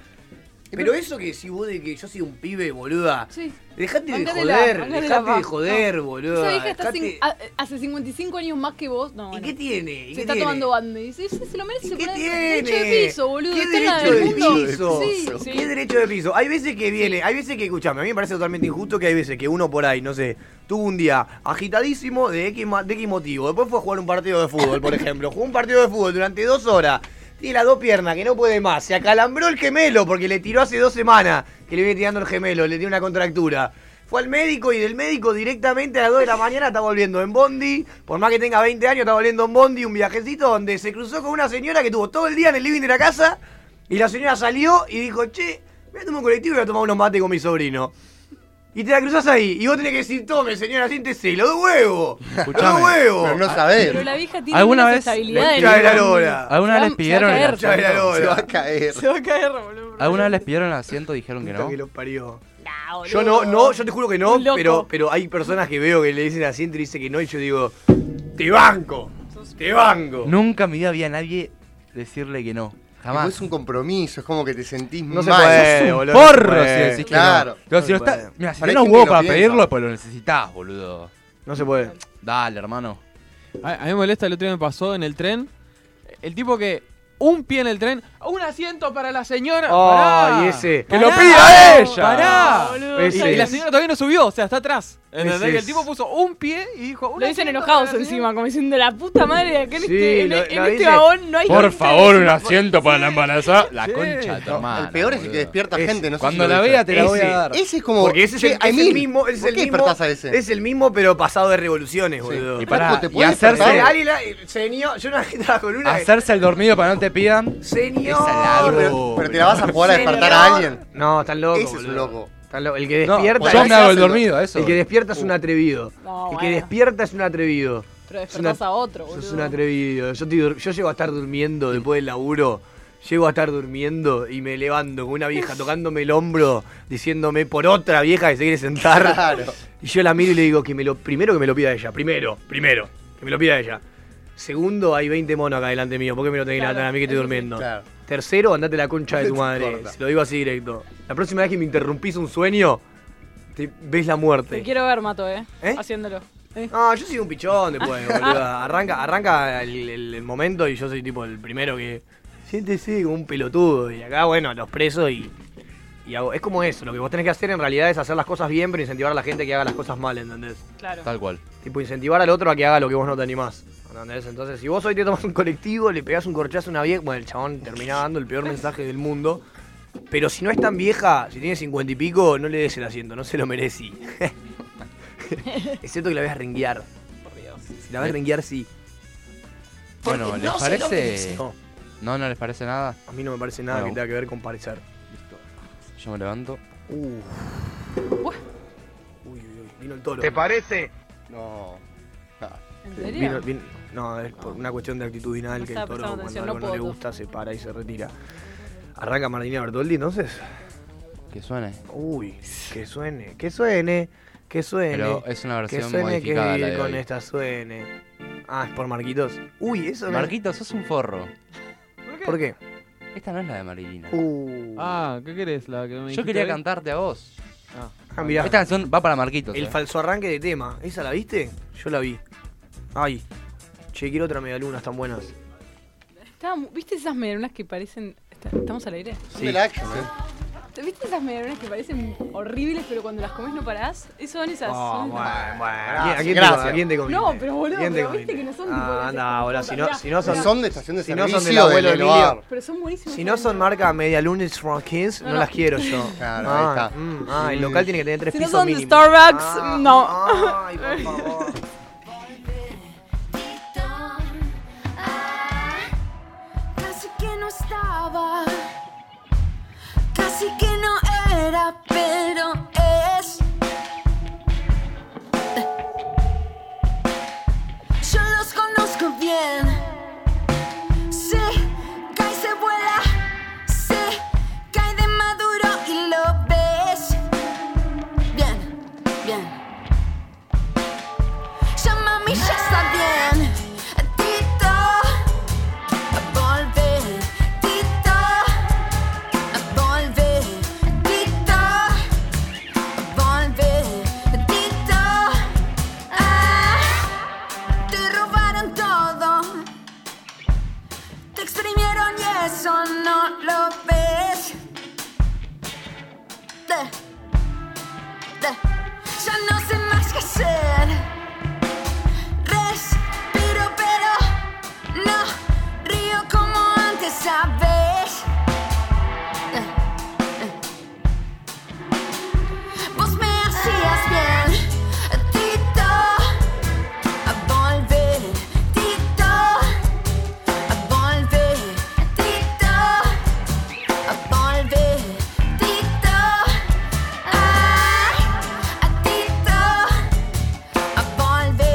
Speaker 1: Pero eso que si vos de que yo soy un pibe, boluda,
Speaker 7: Sí.
Speaker 1: dejate de
Speaker 7: Bancátela,
Speaker 1: joder,
Speaker 7: bancátela,
Speaker 1: dejate
Speaker 7: pa.
Speaker 1: de joder,
Speaker 7: No.
Speaker 1: boluda.
Speaker 7: Esa vieja está
Speaker 1: dejate-
Speaker 7: cin- a- eh, hace 55 años más que vos. No,
Speaker 1: ¿Y
Speaker 7: bueno.
Speaker 1: qué tiene? ¿Y
Speaker 7: Se
Speaker 1: qué
Speaker 7: está
Speaker 1: tiene?
Speaker 7: tomando Bandi. Se, se, se lo merece.
Speaker 1: ¿Y
Speaker 7: se
Speaker 1: qué
Speaker 7: pone
Speaker 1: tiene?
Speaker 7: Derecho de piso, boludo.
Speaker 1: ¿Qué
Speaker 7: está en la
Speaker 1: derecho
Speaker 7: del
Speaker 1: de
Speaker 7: mundo.
Speaker 1: piso?
Speaker 7: Sí, sí.
Speaker 1: ¿Qué derecho de piso? Hay veces que viene, hay veces que, escuchame, a mí me parece totalmente injusto que hay veces que uno por ahí, no sé, tuvo un día agitadísimo de X, ma- de X motivo, después fue a jugar un partido de fútbol, por ejemplo, jugó un partido de fútbol durante dos horas, tiene las dos piernas que no puede más, se acalambró el gemelo porque le tiró hace dos semanas que le viene tirando el gemelo, le dio una contractura. Fue al médico y del médico directamente a las 2 de la mañana está volviendo en Bondi. Por más que tenga 20 años, está volviendo en Bondi. Un viajecito donde se cruzó con una señora que tuvo todo el día en el living de la casa. Y la señora salió y dijo, che, voy a tomar un colectivo y voy a tomar unos mates con mi sobrino. Y te la cruzás ahí. Y vos tenés que decir, tome, señora, siéntese. Lo doy huevo. Lo
Speaker 4: Escuchame,
Speaker 1: doy huevo.
Speaker 8: Pero no sabés.
Speaker 7: Pero la vieja tiene
Speaker 4: ¿Alguna
Speaker 7: menos
Speaker 4: vez
Speaker 7: estabilidad en
Speaker 1: Ya
Speaker 7: el
Speaker 1: era la
Speaker 7: mundo.
Speaker 1: hora.
Speaker 4: ¿Alguna
Speaker 7: Se
Speaker 4: vez
Speaker 7: va-
Speaker 4: pidieron
Speaker 7: se va a
Speaker 4: el
Speaker 7: caer.
Speaker 1: Ya era la
Speaker 4: asiento?
Speaker 8: Se va
Speaker 1: hora.
Speaker 8: a caer.
Speaker 7: Se va a caer, boludo.
Speaker 4: ¿Alguna vez les pidieron el asiento y dijeron que
Speaker 1: Puta
Speaker 4: no?
Speaker 1: que los parió.
Speaker 7: Nah,
Speaker 1: Yo
Speaker 7: boludo.
Speaker 1: no, no, yo te juro que no,
Speaker 7: Un loco.
Speaker 1: pero, pero hay personas que veo que le dicen así y dice que no y yo digo, te banco, te banco.
Speaker 4: Nunca en mi vida había nadie decirle que no.
Speaker 8: Tipo,
Speaker 4: Jamás.
Speaker 8: Es un compromiso, es como que te sentís
Speaker 1: No se
Speaker 8: mal.
Speaker 1: puede.
Speaker 8: Sos un-
Speaker 1: boludo,
Speaker 4: Porro si
Speaker 1: eh,
Speaker 4: decís que
Speaker 8: claro.
Speaker 4: no. Pero si
Speaker 1: No
Speaker 4: lo
Speaker 1: se
Speaker 4: está-
Speaker 1: puede.
Speaker 4: Mira, si
Speaker 8: Pero hay
Speaker 4: tenés
Speaker 8: gente
Speaker 4: huevos
Speaker 8: que lo
Speaker 4: para
Speaker 8: piensa.
Speaker 4: pedirlo, pues lo necesitas, boludo.
Speaker 1: No se puede.
Speaker 4: Dale, hermano.
Speaker 6: A, a mí me molesta, el otro día me pasó en el tren. El tipo que un pie en el tren, un asiento para la señora.
Speaker 2: Oh,
Speaker 6: Pará.
Speaker 2: y ese.
Speaker 6: Pará.
Speaker 2: ¡Que lo pida ella!
Speaker 6: Pará.
Speaker 7: boludo.
Speaker 6: Y,
Speaker 2: Ese
Speaker 6: y la
Speaker 2: es.
Speaker 6: señora todavía no subió, o sea, está atrás. ¿Entendés?
Speaker 2: Ese
Speaker 6: Que
Speaker 2: es.
Speaker 6: el tipo puso un pie y dijo. "Un
Speaker 7: Lo dicen
Speaker 6: asiento
Speaker 7: enojados
Speaker 6: para la señora".
Speaker 7: encima, como diciendo la puta madre, acá en
Speaker 2: Sí,
Speaker 7: este, en,
Speaker 2: lo-
Speaker 7: en
Speaker 2: lo
Speaker 7: este
Speaker 2: dice.
Speaker 7: vagón no hay
Speaker 4: Por
Speaker 7: gente".
Speaker 4: favor, un asiento para la embarazada. La
Speaker 2: Sí.
Speaker 4: concha de tu
Speaker 8: No,
Speaker 4: hermana,
Speaker 8: el peor es el
Speaker 4: boludo.
Speaker 8: que despierta
Speaker 2: Ese.
Speaker 8: gente, no sé
Speaker 4: Cuando
Speaker 8: si lo
Speaker 4: la
Speaker 8: viste.
Speaker 4: vea te la voy
Speaker 2: Ese.
Speaker 4: a dar.
Speaker 8: Ese es como.
Speaker 1: Porque ese es
Speaker 8: che,
Speaker 1: el, es el
Speaker 8: Aymil,
Speaker 1: mismo, es
Speaker 8: ¿por
Speaker 1: el
Speaker 8: qué
Speaker 1: mismo,
Speaker 8: despertás a ese?
Speaker 1: es el mismo pero pasado de revoluciones, boludo.
Speaker 4: Y pará,
Speaker 8: Flaco, ¿te
Speaker 4: y
Speaker 8: podés
Speaker 4: hacerse-
Speaker 1: Pero
Speaker 8: despertar?
Speaker 1: alguien la- señor, yo una vez estaba con una.
Speaker 2: Hacerse el dormido para no te pidan.
Speaker 1: Señor.
Speaker 8: Sí, Pero, pero te la vas a jugar a despertar a alguien.
Speaker 1: No, están locos.
Speaker 8: Ese es un loco.
Speaker 1: El que
Speaker 2: No,
Speaker 1: despierta.
Speaker 2: yo
Speaker 1: es-
Speaker 2: me hago el
Speaker 8: Hacelo.
Speaker 2: dormido, eso.
Speaker 1: El que despierta
Speaker 8: Uh.
Speaker 1: es un atrevido.
Speaker 7: No,
Speaker 1: el que
Speaker 7: bueno.
Speaker 1: despierta es un atrevido.
Speaker 7: Pero
Speaker 1: Es una-
Speaker 7: despertás a otro, boludo.
Speaker 1: Sos un atrevido. Yo, te dur- yo llego a estar durmiendo después del laburo. Llego a estar durmiendo y me levanto con una vieja tocándome el hombro, diciéndome por otra vieja que se quiere sentar.
Speaker 8: Claro.
Speaker 1: Y yo la miro y le digo que me lo, primero que me lo pida ella. Primero, primero, que me lo pida ella. Segundo, hay 20 monos acá delante mío. ¿Por qué me lo tenés que
Speaker 7: Claro,
Speaker 1: levantar a mí que estoy
Speaker 7: eso sí.
Speaker 1: durmiendo?
Speaker 8: Claro.
Speaker 1: Tercero, andate la concha de tu madre.
Speaker 8: Corta.
Speaker 1: Se lo digo así directo. La próxima vez que me interrumpís un sueño, te ves la
Speaker 7: Te
Speaker 1: muerte.
Speaker 7: quiero ver, Mato, eh.
Speaker 1: ¿Eh?
Speaker 7: Haciéndolo.
Speaker 1: No, yo soy un pichón después, pues, boludo. Arranca, arranca el, el- el momento y yo soy tipo el primero que. Siéntese como un pelotudo. Y acá, bueno, los presos y. y hago- es como eso, lo que vos tenés que hacer en realidad es hacer las cosas bien, pero incentivar a la gente que haga las cosas mal, ¿entendés?
Speaker 7: Claro.
Speaker 4: Tal cual.
Speaker 1: Tipo, incentivar al otro a que haga lo que vos no te animás. ¿Entendés? Entonces, si vos hoy te tomas un colectivo, le pegás un corchazo a una vieja, bueno, el chabón terminaba dando el peor mensaje del mundo. Pero si no es tan vieja, si tiene cincuenta y pico, no le des el asiento, no se lo merece. Excepto que la veas renguear. Si la ves renguear, sí.
Speaker 4: Eh. Bueno, ¿les parece?
Speaker 1: No,
Speaker 4: No, no les parece nada.
Speaker 1: a mí no me parece nada
Speaker 4: No.
Speaker 1: que tenga que ver con parecer.
Speaker 4: Yo me levanto.
Speaker 1: Uy, uy, uy, vino el toro.
Speaker 2: parece?
Speaker 8: No.
Speaker 4: Ah.
Speaker 7: ¿En serio?
Speaker 1: Vino- vino- no, es por una cuestión de actitudinal
Speaker 7: No
Speaker 1: que el
Speaker 7: estaba
Speaker 1: toro
Speaker 7: prestando
Speaker 1: cuando
Speaker 7: atención,
Speaker 1: algo
Speaker 7: no
Speaker 1: no,
Speaker 7: puedo.
Speaker 1: le gusta se para y se retira. Arranca Martina Bertoldi entonces.
Speaker 4: Que suene.
Speaker 1: Uy, que suene, que suene, que suene.
Speaker 4: Pero es una
Speaker 1: que
Speaker 4: versión
Speaker 1: suene que
Speaker 4: modificada la
Speaker 1: vivir
Speaker 4: de
Speaker 1: con
Speaker 4: hoy.
Speaker 1: esta suene. Ah, es por Marquitos. Uy, eso no-
Speaker 4: Marquito, sos un forro.
Speaker 1: ¿Por qué?
Speaker 4: Esta no es la de Marilina.
Speaker 1: Uh. Ah,
Speaker 6: Ah, ¿qué querés? La que me
Speaker 4: Yo
Speaker 6: dijiste
Speaker 4: quería
Speaker 6: hoy?
Speaker 4: cantarte a vos.
Speaker 1: Ah, mirá.
Speaker 4: Esta canción va para Marquitos.
Speaker 1: El
Speaker 4: eh.
Speaker 1: falso arranque de tema. ¿Esa la viste? Yo la vi. Ay. Che, quiero otra medialuna, están buenas.
Speaker 7: Estábamos- ¿Viste esas medialunas que parecen. está- ¿Estamos al aire?
Speaker 8: Son de la
Speaker 1: Ah,
Speaker 8: action, ¿eh?
Speaker 7: ¿Viste esas medialunas que parecen horribles, pero cuando las comes no parás? Eso son esas.
Speaker 1: Oh,
Speaker 7: son-
Speaker 1: bueno, bueno. ¿A quién- ¿A quién,
Speaker 8: Ah, Gracias.
Speaker 1: te, ¿A quién te comiste?
Speaker 7: No, pero boludo,
Speaker 1: ¿A quién te
Speaker 7: pero viste
Speaker 1: comiste?
Speaker 7: que no son tipo
Speaker 1: Ah,
Speaker 7: las-
Speaker 1: anda, boludo, si no,
Speaker 7: Mirá,
Speaker 1: si no son...
Speaker 7: mirá.
Speaker 8: Son de estación de
Speaker 1: Si no son
Speaker 8: servicio.
Speaker 1: del abuelo
Speaker 8: del
Speaker 1: Emilio.
Speaker 8: hogar.
Speaker 7: Pero son buenísimas.
Speaker 1: Si no son marca medialunes from Kings, no,
Speaker 7: No, no.
Speaker 1: las quiero yo.
Speaker 8: Claro,
Speaker 1: ah,
Speaker 8: ahí está.
Speaker 1: mm, ah, el local tiene que tener tres
Speaker 7: Si no
Speaker 1: pisos
Speaker 7: son de
Speaker 1: mínimo.
Speaker 7: Starbucks, no.
Speaker 1: Ah, Ay, por favor.
Speaker 5: Casi que no estaba, casi que no era, pero es. Yo los conozco bien. Se cae, se vuela, se cae de maduro y lo ves. Bien, bien. Ya mami, ya está bien. Tito, volver. Tito, volver. Tito, volver. Tito, ah, te robaron todo. Te exprimieron y eso no lo ves. Te- te- Ya no sé más qué hacer. Respiro, pero no río como antes, ¿sabes? Eh, eh. Vos me hacías bien, Tito, a volver, Tito, a volver, Tito, a volver, Tito, ay, a Tito. Ah, eh.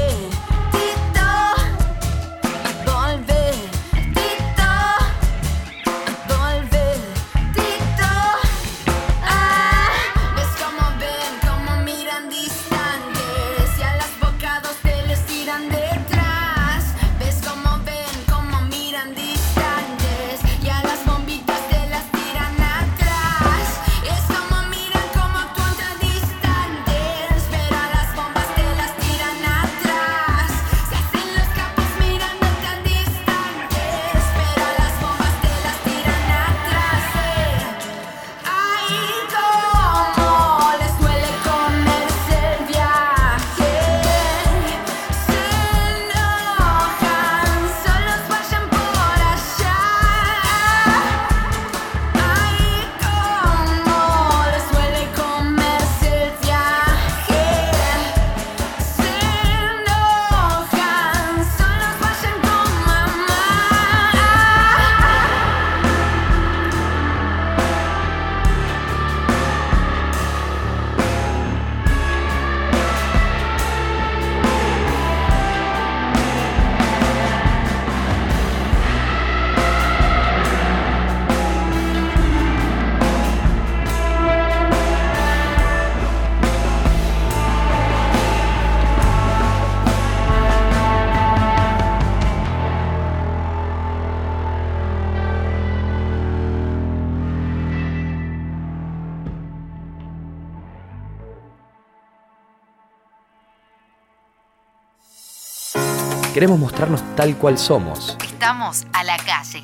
Speaker 9: Queremos mostrarnos tal cual somos.
Speaker 10: Estamos a la calle.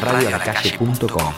Speaker 9: Radioalacalle.com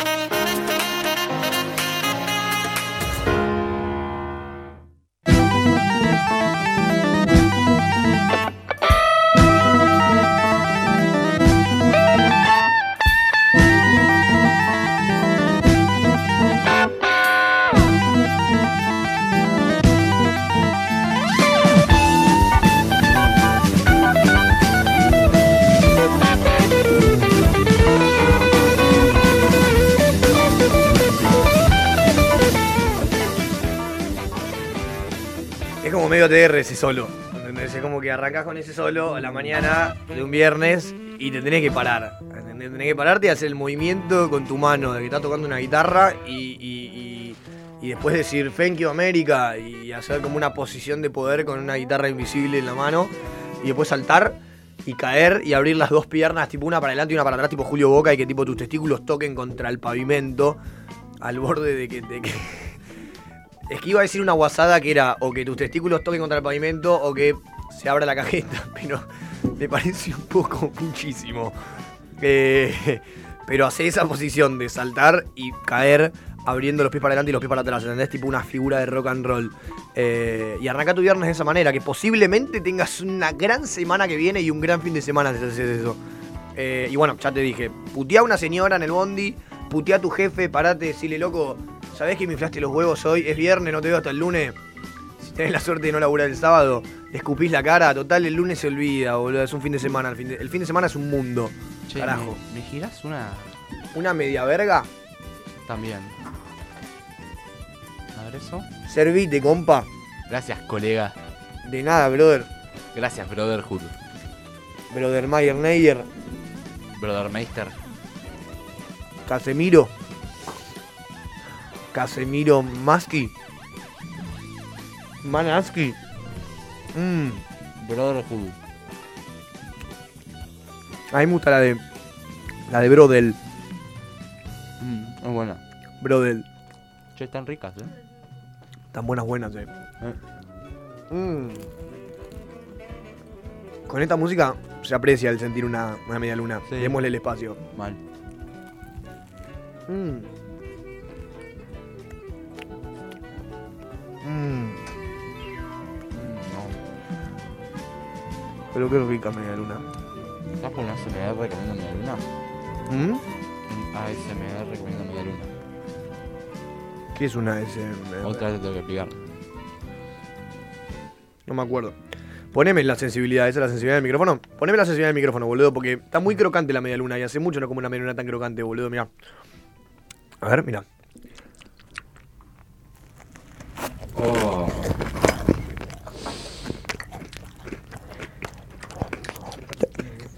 Speaker 1: Es como medio TR ese solo. ¿Entendés? Es como que arrancás con ese solo a la mañana de un viernes y te tenés que parar. ¿entendés? Tenés que pararte y hacer el movimiento con tu mano de que estás tocando una guitarra y, y- y- y después decir Thank you America y hacer como una posición de poder con una guitarra invisible en la mano y después saltar y caer y abrir las dos piernas, tipo una para adelante y una para atrás, tipo Julio Boca y que tipo tus testículos toquen contra el pavimento al borde de que- de que es que iba a decir una guasada que era o que tus testículos toquen contra el pavimento o que se abra la cajeta, pero me parece un poco muchísimo. Eh, pero hace esa posición de saltar y caer abriendo los pies para adelante y los pies para atrás, ¿entendés? Tipo una figura de rock and roll. Eh, y arranca tu viernes de esa manera, que posiblemente tengas una gran semana que viene y un gran fin de semana si haces eso. Eh, y bueno, ya te dije, putea a una señora en el bondi, putea a tu jefe, parate, decirle, loco, ¿sabés que me inflaste los huevos hoy? Es viernes, no te veo hasta el lunes. Si tenés la suerte de no laburar el sábado, le escupís la cara, total, el lunes se olvida, boludo, es un fin de semana. El fin de, el fin de semana es un mundo.
Speaker 4: Che,
Speaker 1: Carajo.
Speaker 4: ¿Me, me girás una
Speaker 1: Una media verga,
Speaker 4: también? A ver eso.
Speaker 1: servite, compa.
Speaker 4: Gracias, colega.
Speaker 1: De nada, brother.
Speaker 4: Gracias, Brotherhood.
Speaker 1: Brother Mayer Neyer,
Speaker 4: Brothermeister.
Speaker 1: Casemiro. Casemiro Maski. Manaski. Mmm.
Speaker 4: Brotherhood.
Speaker 1: A mí me gusta la de. La de Brodel.
Speaker 4: Mm, es buena.
Speaker 1: Brodel.
Speaker 4: Che, están ricas, ¿eh?
Speaker 1: Tan buenas, buenas, eh. Mm. Con esta música se aprecia el sentir una, una media luna.
Speaker 4: Sí.
Speaker 1: Démosle el espacio.
Speaker 4: Mal.
Speaker 1: Mm. Mm.
Speaker 4: No.
Speaker 1: Pero qué rica media luna.
Speaker 4: ¿Estás por una ASMR recomiendo media luna? Ah,
Speaker 1: ¿Mm?
Speaker 4: Un ASMR recomiendo media luna.
Speaker 1: ¿Qué es una S?
Speaker 4: Otra vez te tengo que explicar.
Speaker 1: No me acuerdo. Poneme la sensibilidad, esa es la sensibilidad del micrófono. Poneme la sensibilidad del micrófono, boludo, porque está muy crocante la media luna y hace mucho no como una media luna tan crocante, boludo, mira. A ver, mira.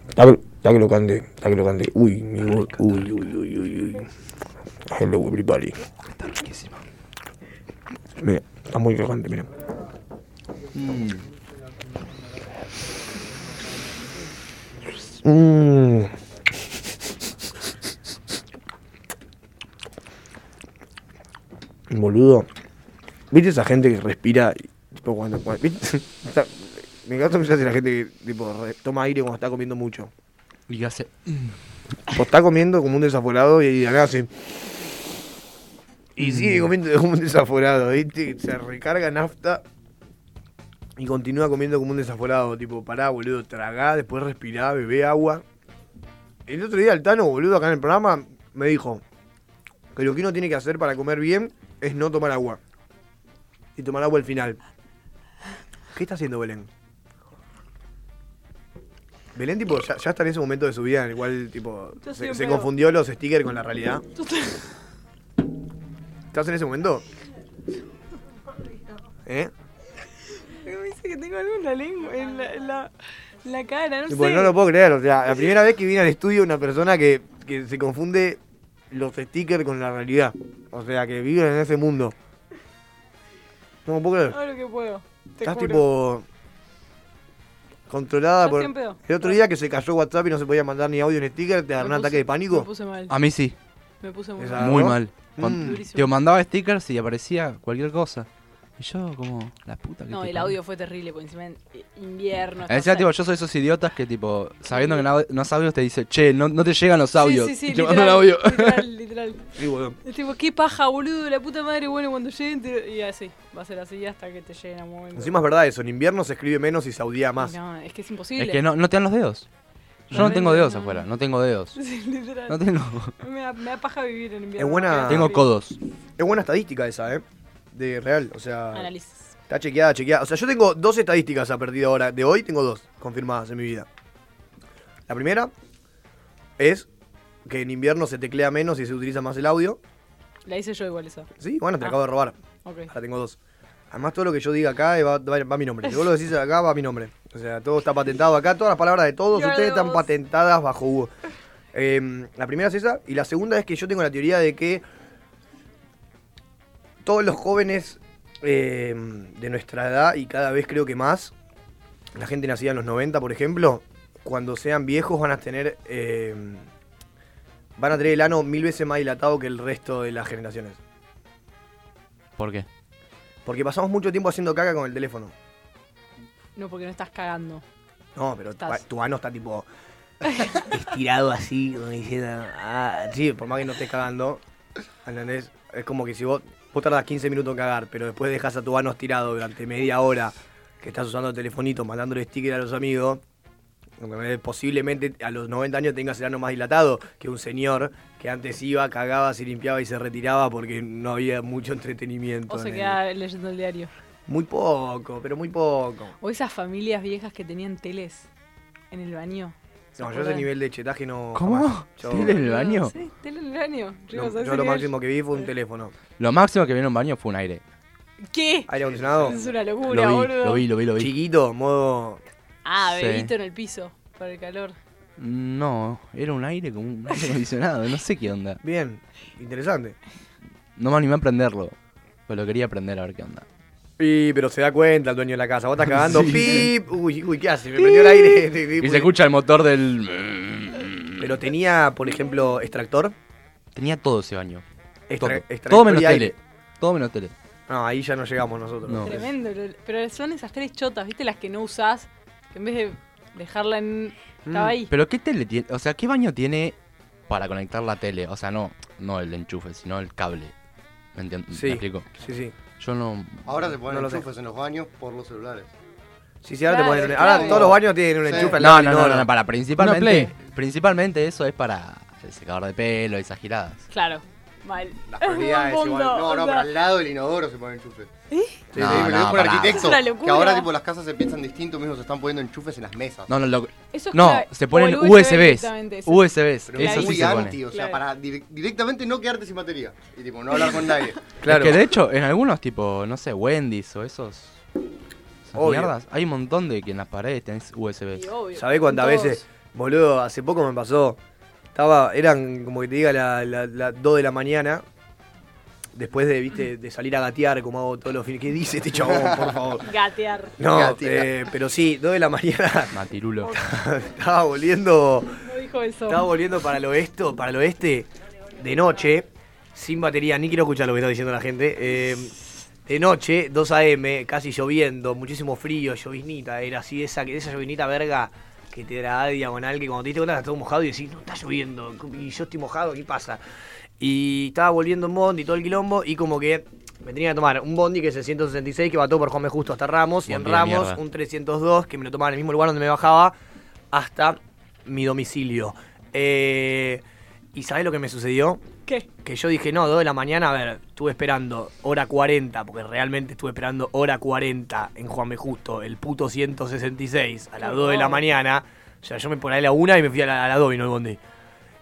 Speaker 1: Está, está crocante, está crocante. Uy, mi voz. Uy, uy, uy, uy, uy. Hello, everybody. Mira, está muy crocante, mira. Mm. Boludo. ¿Viste esa gente que respira? y, Tipo, cuando, cuando- ¿viste? O sea, me encanta mucho la gente que tipo, re- toma aire cuando está comiendo mucho. Mm.
Speaker 4: Y hace.
Speaker 1: O está comiendo como un desaforado y acá hace. Y
Speaker 4: Mm.
Speaker 1: sigue comiendo como un desaforado, ¿viste? Se recarga nafta y continúa comiendo como un desaforado. Tipo, pará, boludo, tragá, después respirá, bebé agua. El otro día, el Tano, boludo, acá en el programa, me dijo que lo que uno tiene que hacer para comer bien es no tomar agua. Y tomar agua al final. ¿Qué está haciendo Belén? Belén, tipo, ya, ya está en ese momento de su vida en el cual, tipo,
Speaker 7: Yo
Speaker 1: se,
Speaker 7: siempre
Speaker 1: se
Speaker 7: hago-
Speaker 1: confundió los stickers con la realidad. ¿Estás en ese momento? ¿Eh?
Speaker 7: Me dice que tengo algo en la lengua, en la, en la, en la cara, no
Speaker 1: Tipo,
Speaker 7: sé.
Speaker 1: no lo puedo creer, o sea, la primera vez que viene al estudio una persona que, que se confunde los stickers con la realidad. O sea, que vive en ese mundo. No lo puedo creer.
Speaker 7: Hago lo que puedo. Te
Speaker 1: Estás
Speaker 7: juro.
Speaker 1: tipo. Controlada
Speaker 7: Yo
Speaker 1: por.
Speaker 7: siempre doy.
Speaker 1: El otro día que se cayó WhatsApp y no se podía mandar ni audio ni sticker, te
Speaker 7: Me
Speaker 1: agarró un
Speaker 7: puse-
Speaker 1: ataque de
Speaker 7: Me
Speaker 1: pánico.
Speaker 7: puse mal.
Speaker 4: A mí sí.
Speaker 7: Me puse muy
Speaker 1: Esa-
Speaker 7: mal.
Speaker 4: Muy
Speaker 1: ¿no?
Speaker 4: mal.
Speaker 1: Mm.
Speaker 4: Cuando
Speaker 7: Durísimo.
Speaker 4: Te mandaba stickers y aparecía cualquier cosa. Y yo como, la puta que
Speaker 7: No,
Speaker 4: te
Speaker 7: el
Speaker 4: parió.
Speaker 7: audio fue terrible, porque encima en invierno.
Speaker 4: Encima,
Speaker 7: estás
Speaker 4: tipo, yo soy esos idiotas que, tipo, sabiendo que no, no es audio, te dice, che, no, no te llegan los audios.
Speaker 7: Sí, sí, sí,
Speaker 4: y te mandan
Speaker 7: literal,
Speaker 4: audio.
Speaker 7: Literal, literal.
Speaker 1: Y bueno,
Speaker 7: Es tipo, qué paja, boludo, la puta madre, bueno, cuando lleguen te- Y así, va a ser así hasta que te lleguen a un momento.
Speaker 1: encima es verdad eso, en invierno se escribe menos y se audía más.
Speaker 7: No, es que es imposible.
Speaker 4: Es que no, no te dan los dedos. Yo no
Speaker 7: Realmente
Speaker 4: tengo dedos
Speaker 7: no.
Speaker 4: afuera, no tengo dedos.
Speaker 7: Sí, literal.
Speaker 4: No tengo.
Speaker 7: Me, da, me da paja vivir en invierno.
Speaker 1: Es buena-
Speaker 7: no quiero
Speaker 4: Tengo
Speaker 7: vivir.
Speaker 4: codos.
Speaker 1: Es buena estadística esa, ¿eh? De real, o sea...
Speaker 7: Análisis.
Speaker 1: Está chequeada, chequeada. O sea, yo tengo dos estadísticas a partir de ahora. De hoy tengo dos confirmadas en mi vida. La primera es que en invierno se teclea menos y se utiliza más el audio.
Speaker 7: La hice yo igual esa.
Speaker 1: Sí, bueno, te la
Speaker 7: Ah.
Speaker 1: acabo de robar.
Speaker 7: Ok.
Speaker 1: Ahora tengo dos. Además, todo lo que yo diga acá eh, va, va- va a mi nombre. Si vos lo decís acá, va a mi nombre. O sea, todo está patentado acá. Todas las palabras de todos
Speaker 7: Yo
Speaker 1: ustedes
Speaker 7: de
Speaker 1: están
Speaker 7: vos.
Speaker 1: patentadas bajo Hugo. Eh, la primera es esa. Y la segunda es que yo tengo la teoría de que todos los jóvenes eh, de nuestra edad, y cada vez creo que más, la gente nacida en los 90, por ejemplo, cuando sean viejos van a tener... eh, van a tener el ano mil veces más dilatado que el resto de las generaciones.
Speaker 4: ¿Por qué?
Speaker 1: Porque pasamos mucho tiempo haciendo caca con el teléfono.
Speaker 7: No, porque no estás cagando.
Speaker 1: No, pero tu,
Speaker 7: Estás-
Speaker 1: tu ano está tipo estirado así, como diciendo, ah, sí, por más que no estés cagando, ¿entendés? Es como que si vos, vos tardás 15 minutos en cagar, pero después dejas a tu ano estirado durante media hora que estás usando el telefonito, mandándole sticker a los amigos, ¿entendés? posiblemente a los 90 años tengas el ano más dilatado que un señor que antes iba, cagaba, se limpiaba y se retiraba porque no había mucho entretenimiento.
Speaker 7: O se
Speaker 1: en él.
Speaker 7: queda leyendo el diario.
Speaker 1: Muy poco, pero muy poco.
Speaker 7: O esas familias viejas que tenían teles en el baño. ¿Se
Speaker 1: No, yo ese
Speaker 7: acuerdan?
Speaker 1: nivel de chetaje no.
Speaker 4: ¿Cómo?
Speaker 1: jamás. Yo,
Speaker 4: ¿Tele en el baño?
Speaker 7: Sí, tele en el baño.
Speaker 1: no,
Speaker 7: Llegamos a
Speaker 1: yo
Speaker 7: ese
Speaker 1: lo
Speaker 7: nivel.
Speaker 1: máximo que vi fue un teléfono.
Speaker 4: Lo máximo que viene un baño fue un aire.
Speaker 7: ¿Qué?
Speaker 1: Aire acondicionado.
Speaker 7: Es una
Speaker 4: Lo
Speaker 7: locura,
Speaker 4: vi,
Speaker 7: boludo.
Speaker 4: lo vi, lo vi, lo vi.
Speaker 1: Chiquito, modo.
Speaker 7: Ah,
Speaker 4: Sí.
Speaker 7: bebito en el piso, para el calor.
Speaker 4: No, era un aire como un aire acondicionado, no sé qué onda.
Speaker 1: Bien, interesante.
Speaker 4: No me animé a prenderlo, pero lo quería aprender a ver qué onda.
Speaker 1: Y, pero se da cuenta el dueño de la casa. Vos estás cagando.
Speaker 4: Sí.
Speaker 1: ¡Pip! Uy, uy, ¿qué hace? Me prendió el aire.
Speaker 4: Y se escucha el motor del...
Speaker 1: Pero tenía, por ejemplo, extractor.
Speaker 4: Tenía todo ese baño. Todo,
Speaker 1: Extra- Eh. extractor
Speaker 4: Todo menos
Speaker 1: y aire.
Speaker 4: tele. Todo menos tele.
Speaker 1: No, ahí ya no llegamos nosotros.
Speaker 4: No.
Speaker 7: Tremendo. lo- Pero son esas tres chotas, ¿viste? Las que no usás, que en vez de dejarla en... Estaba ahí.
Speaker 4: Mm, Pero qué tele tiene, o sea, qué baño tiene para conectar la tele, o sea, no, no el enchufe, sino el cable. ¿Me entiendes?
Speaker 1: Sí.
Speaker 4: ¿Me explico?
Speaker 1: Sí, sí.
Speaker 4: Yo no.
Speaker 8: Ahora se ponen
Speaker 1: No lo sé.
Speaker 8: enchufes en los baños por los celulares.
Speaker 1: Sí, sí, ahora te
Speaker 7: Claro,
Speaker 1: pones-
Speaker 7: claro.
Speaker 1: Ahora todos los baños tienen un
Speaker 8: Sí.
Speaker 1: enchufe al
Speaker 4: No, no,
Speaker 1: lado del
Speaker 4: no, no,
Speaker 1: inodoro.
Speaker 4: no, para principalmente,
Speaker 6: Play.
Speaker 4: principalmente eso es para el secador de pelo, esas giradas.
Speaker 7: Claro. Mal.
Speaker 8: Las
Speaker 7: Buen
Speaker 8: prioridades igual.
Speaker 7: punto,
Speaker 8: No,
Speaker 7: o sea,
Speaker 8: no,
Speaker 7: ¿Eh?
Speaker 8: para al lado del inodoro se ponen enchufes. Sí,
Speaker 4: No,
Speaker 8: sí, pero
Speaker 4: no,
Speaker 8: es por
Speaker 4: pará.
Speaker 8: arquitecto.
Speaker 7: Es una locura.
Speaker 8: Que ahora tipo las casas se piensan distinto, mismo se están poniendo enchufes en las mesas.
Speaker 4: No, no, lo-
Speaker 7: Eso es
Speaker 4: no,
Speaker 7: clave.
Speaker 4: se
Speaker 7: O
Speaker 4: ponen
Speaker 7: el
Speaker 4: USBs.
Speaker 7: directamente, eso.
Speaker 4: USBs,
Speaker 8: Pero es
Speaker 4: eso sí
Speaker 8: muy
Speaker 4: se
Speaker 8: anti,
Speaker 4: pone.
Speaker 8: o sea,
Speaker 7: Claro.
Speaker 8: para direc- directamente no quedarte sin batería. Y tipo, no hablar con nadie.
Speaker 1: Claro.
Speaker 4: Es que de hecho, en algunos tipo, no sé, Wendy's o esos. esas
Speaker 1: Obvio.
Speaker 4: mierdas, hay un montón de que en las paredes tenés USBs.
Speaker 7: Y obvio,
Speaker 1: ¿Sabés cuántas
Speaker 7: todos.
Speaker 1: veces? Boludo, hace poco me pasó. Estaba, Ah, eran como que te diga las la, 2 de la mañana. Después de, viste, de salir a gatear como hago todos los fines. ¿Qué dice este chabón, por favor?
Speaker 7: Gatear.
Speaker 1: No,
Speaker 8: Gatear.
Speaker 1: eh, pero sí, 2 de la mañana
Speaker 4: Matirulo.
Speaker 1: estaba volviendo.
Speaker 7: No dijo eso.
Speaker 1: Estaba volviendo para el oeste, para el oeste de noche, sin batería, ni quiero escuchar lo que está diciendo la gente. eh, de noche, 2 a.m., casi lloviendo, muchísimo frío, lloviznita, era así, esa, que- esa lloviznita verga que te da diagonal, que cuando te diste cuenta estás todo mojado y decís, no, está lloviendo, y yo estoy mojado, ¿qué pasa? Y estaba volviendo en bondi, todo el quilombo, y como que me tenía que tomar un bondi que es el 166, que va todo por Juan B. Justo hasta Ramos, y en
Speaker 4: Bondi de
Speaker 1: Ramos
Speaker 4: mierda.
Speaker 1: un 302, que me lo tomaba en el mismo lugar donde me bajaba, hasta mi domicilio. Eh, ¿Y sabes lo que me sucedió?
Speaker 7: ¿Qué?
Speaker 1: Que yo dije, no, 2 de la mañana, a ver, estuve esperando hora 40, porque realmente estuve esperando hora 40 en Juan B. Justo, el puto 166, a las 2 de la mañana. O sea, yo me ponía a la 1 y me fui a la, a la 2 y no el bondi.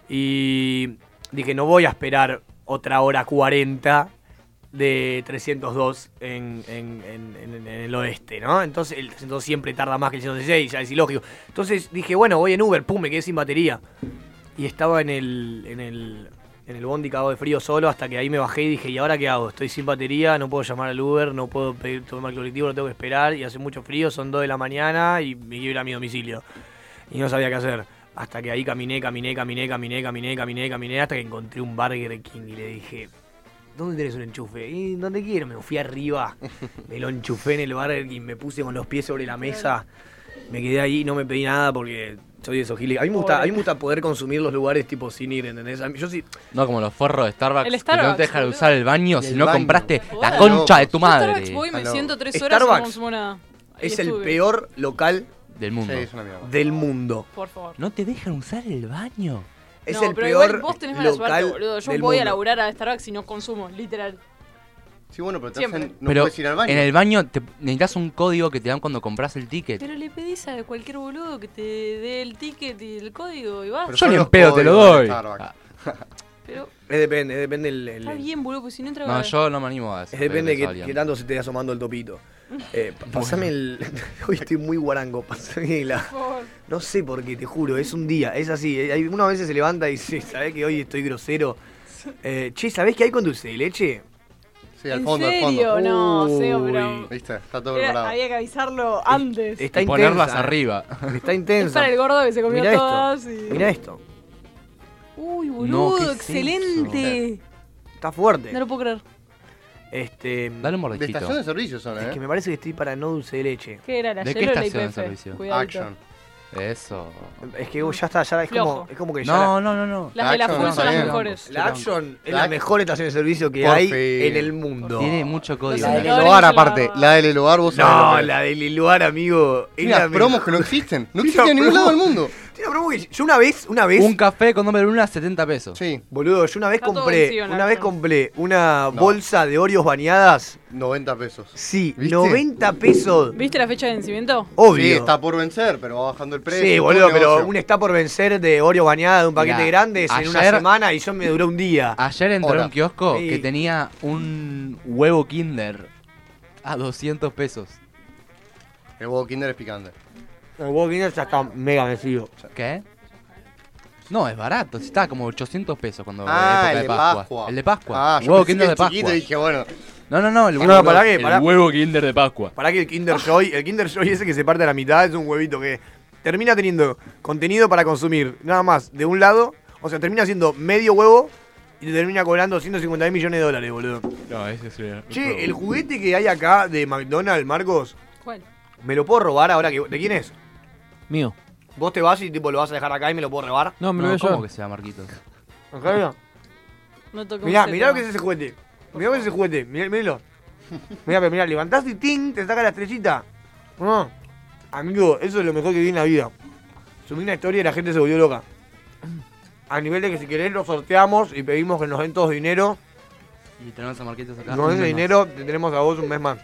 Speaker 1: Y dije, no voy a esperar otra hora 40 de 302 en, en- en- en- en el oeste, ¿no? Entonces el 302 siempre tarda más que el 116, ya es ilógico. Entonces dije, bueno, voy en Uber, pum, me quedé sin batería. Y estaba en el, en el, en el bondi cagado de frío solo hasta que ahí me bajé y dije, ¿y ahora qué hago? Estoy sin batería, no puedo llamar al Uber, no puedo pedir, tomar el colectivo, lo tengo que esperar y hace mucho frío, son 2 de la mañana y me quiero ir a mi domicilio. Y no sabía qué hacer. Hasta que ahí caminé, caminé, caminé, caminé, caminé, caminé, caminé, hasta que encontré un Burger King y le dije, ¿dónde tenés un enchufe? Y donde quiero, me fui arriba, me lo enchufé en el bar y me puse con los pies sobre la mesa. Me quedé ahí, no me pedí nada porque soy de esos giles. A mí me gusta, a mí me gusta poder consumir los lugares tipo sin ir, ¿entendés? A mí- Yo sí,
Speaker 4: No, como los forros de Starbucks,
Speaker 1: El
Speaker 4: que no
Speaker 1: Starbucks,
Speaker 4: te dejan
Speaker 1: boludo.
Speaker 4: usar el baño
Speaker 1: El
Speaker 4: si no
Speaker 1: baño.
Speaker 4: compraste la
Speaker 1: Joder.
Speaker 4: concha de tu
Speaker 1: Yo Starbucks
Speaker 4: madre.
Speaker 7: Voy, me
Speaker 1: Aló.
Speaker 7: siento tres horas y no
Speaker 1: Starbucks
Speaker 7: consumo nada. Ahí
Speaker 1: es el
Speaker 7: estuve.
Speaker 1: peor local
Speaker 4: Del mundo.
Speaker 8: Sí, es una mierda.
Speaker 1: Del mundo.
Speaker 7: Por favor.
Speaker 4: ¿No te dejan usar el baño?
Speaker 1: Es
Speaker 7: no,
Speaker 1: el
Speaker 7: pero
Speaker 1: peor
Speaker 7: igual vos tenés mala
Speaker 1: local
Speaker 7: suerte, boludo. Yo voy
Speaker 1: del
Speaker 7: a
Speaker 1: mundo.
Speaker 7: laburar a Starbucks y no consumo, literal.
Speaker 8: Sí, bueno, pero te
Speaker 7: Siempre.
Speaker 8: hacen- no
Speaker 4: Pero
Speaker 8: puedes ir al baño.
Speaker 4: en el baño te- necesitas un código que te dan cuando compras el ticket.
Speaker 7: Pero le pedís a cualquier boludo que te dé el ticket y el código y vas.
Speaker 4: Yo ni en pedo te lo doy. Ah,
Speaker 7: Pero
Speaker 1: Es depende, es depende el, el-
Speaker 7: está bien, boludo, porque si no entra.
Speaker 4: No, yo no me animo a eso.
Speaker 1: es depende
Speaker 4: pero
Speaker 1: que,
Speaker 4: sabían.
Speaker 1: que tanto se te esté asomando el topito. Eh, pa- pasame el. Hoy estoy muy guarango. Pasame la. No sé por qué, te juro, es un día, es así. eh, hay- Uno a veces se levanta y dice, ¿sabés que hoy estoy grosero? Eh, che, ¿sabés que hay con dulce de leche?
Speaker 8: Sí,
Speaker 7: al ¿En fondo, al serio? fondo. No, Seo, pero-
Speaker 8: ¿Viste? Está todo
Speaker 7: Era-
Speaker 8: preparado.
Speaker 7: había que avisarlo antes.
Speaker 1: Está
Speaker 4: Y ponerlas
Speaker 1: intensa, eh.
Speaker 4: arriba.
Speaker 1: Está
Speaker 7: Es
Speaker 1: intensa.
Speaker 7: para el gordo que se comió
Speaker 1: Mirá esto,
Speaker 7: todas. y-
Speaker 1: Mirá esto,
Speaker 7: Uy,
Speaker 4: No,
Speaker 7: boludo,
Speaker 4: ¿qué es
Speaker 7: excelente.
Speaker 1: está fuerte.
Speaker 7: No lo puedo creer.
Speaker 1: Este,
Speaker 4: Dale un
Speaker 8: De
Speaker 4: mordisquito.
Speaker 8: estación de servicio son,
Speaker 1: es
Speaker 8: ¿eh?
Speaker 1: que me parece que estoy para no dulce de leche.
Speaker 7: ¿Qué era la
Speaker 4: ¿De qué
Speaker 7: Yellow o la
Speaker 4: estación de
Speaker 7: IPF?
Speaker 4: servicio?
Speaker 7: Cuidadito.
Speaker 8: Action.
Speaker 4: Eso.
Speaker 1: Es que ya está, ya es como,
Speaker 7: Flojo.
Speaker 1: es como que ya.
Speaker 4: No, no, no, no.
Speaker 7: Las de la
Speaker 8: Action,
Speaker 7: full
Speaker 8: está
Speaker 7: son las
Speaker 8: bien.
Speaker 7: mejores.
Speaker 1: La Action es
Speaker 8: La
Speaker 1: la
Speaker 8: Action.
Speaker 1: mejor estación de servicio que
Speaker 8: Por
Speaker 1: hay
Speaker 8: fin.
Speaker 1: en el mundo.
Speaker 4: Tiene mucho código.
Speaker 8: La
Speaker 7: Los
Speaker 8: del
Speaker 7: olores
Speaker 8: Elobar,
Speaker 7: la-
Speaker 8: aparte. La del Elobar, vos sabés lo
Speaker 1: No,
Speaker 8: que es.
Speaker 1: la del lugar, amigo. es
Speaker 8: Tiene
Speaker 1: la
Speaker 8: unas promos
Speaker 1: mejor.
Speaker 8: que no existen. No
Speaker 1: Mira,
Speaker 8: existen en ningún
Speaker 1: promo.
Speaker 8: lado del mundo.
Speaker 1: Tiene una promo que yo una vez, una vez,
Speaker 4: Un café con nombre de luna, 70 pesos.
Speaker 8: Sí,
Speaker 1: boludo, yo una vez
Speaker 7: Está todo
Speaker 1: compré,
Speaker 7: vencido en
Speaker 1: una vez
Speaker 7: Action.
Speaker 1: compré una
Speaker 8: No.
Speaker 1: bolsa de Oreos bañadas.
Speaker 8: 90 pesos.
Speaker 1: Sí,
Speaker 8: ¿Viste?
Speaker 1: 90 pesos.
Speaker 7: ¿Viste la fecha de vencimiento?
Speaker 1: Obvio.
Speaker 8: Sí, está por vencer, pero va bajando el precio.
Speaker 1: Sí,
Speaker 8: todo
Speaker 1: boludo,
Speaker 8: un
Speaker 1: pero
Speaker 8: negocio.
Speaker 1: un está por vencer de Oreo bañada de un paquete
Speaker 4: Mirá,
Speaker 1: grande es en una
Speaker 4: ayer-
Speaker 1: semana y yo me duró un día.
Speaker 4: Ayer entré a
Speaker 8: Hola.
Speaker 4: un kiosco
Speaker 1: Sí.
Speaker 4: que tenía un huevo Kinder a 200 pesos.
Speaker 8: El huevo Kinder es picante.
Speaker 1: El huevo Kinder ya está mega vencido.
Speaker 4: ¿Qué? No, es barato. sí, Estaba como 800 pesos cuando
Speaker 8: Ah,
Speaker 4: en
Speaker 8: el
Speaker 4: época
Speaker 8: de Pascua.
Speaker 4: El de Pascua.
Speaker 8: Ah, yo
Speaker 4: huevo
Speaker 8: pensé
Speaker 4: Kinder
Speaker 8: que
Speaker 4: de
Speaker 8: el chiquito
Speaker 4: Pascua.
Speaker 8: dije, bueno,
Speaker 4: No, no, no. El
Speaker 1: Ah,
Speaker 4: huevo,
Speaker 1: no, pará que- pará.
Speaker 4: el huevo Kinder de Pascua.
Speaker 1: Pará que el Kinder Joy, el Kinder Joy ese que se parte a la mitad es un huevito que termina teniendo contenido para consumir, nada más, de un lado, o sea, termina siendo medio huevo y te termina cobrando 150 mil millones de dólares, boludo.
Speaker 4: No, ese es el
Speaker 1: Che, el juguete que hay acá de McDonald's, Marcos,
Speaker 7: ¿Cuál?
Speaker 1: ¿me lo puedo robar ahora que... ¿De quién es?
Speaker 6: Mío.
Speaker 1: ¿Vos te vas y tipo lo vas a dejar acá y me lo puedo robar?
Speaker 6: No, me lo
Speaker 4: No,
Speaker 6: veo
Speaker 4: ¿cómo
Speaker 6: yo.
Speaker 4: que se llama Marquitos?
Speaker 1: ¿En serio?
Speaker 7: No toco
Speaker 1: Mirá,
Speaker 7: ese
Speaker 1: mirá lo
Speaker 7: tema.
Speaker 1: que es ese juguete. Mirá lo que es ese juguete. Mirá, mirá. Mirá, pero mirá, levantás y ting, te saca la estrellita. No. Amigo, eso es lo mejor que vi en la vida. Subí una historia y la gente se volvió loca. A nivel de que si querés lo sorteamos y pedimos que nos den todos dinero.
Speaker 4: Y tenemos a Marquitos acá.
Speaker 1: Nos den
Speaker 4: No, no.
Speaker 1: dinero, te tenemos a vos un mes más.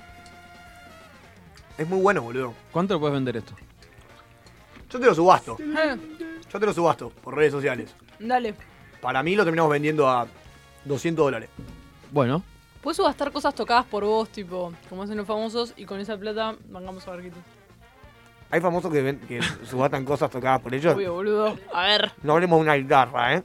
Speaker 1: Es muy bueno, boludo.
Speaker 6: ¿Cuánto puedes vender esto?
Speaker 1: Yo te lo subasto.
Speaker 7: Ah,
Speaker 1: Yo te lo subasto por redes sociales.
Speaker 7: dale.
Speaker 1: Para mí lo terminamos vendiendo a 200 dólares.
Speaker 6: Bueno.
Speaker 7: Puedes subastar cosas tocadas por vos, tipo, como hacen los famosos, y con esa plata bancamos a Barquito.
Speaker 1: Hay famosos que, ven- que subastan cosas tocadas por ellos.
Speaker 7: Obvio, boludo. A ver.
Speaker 1: No hablemos de una guitarra, ¿eh?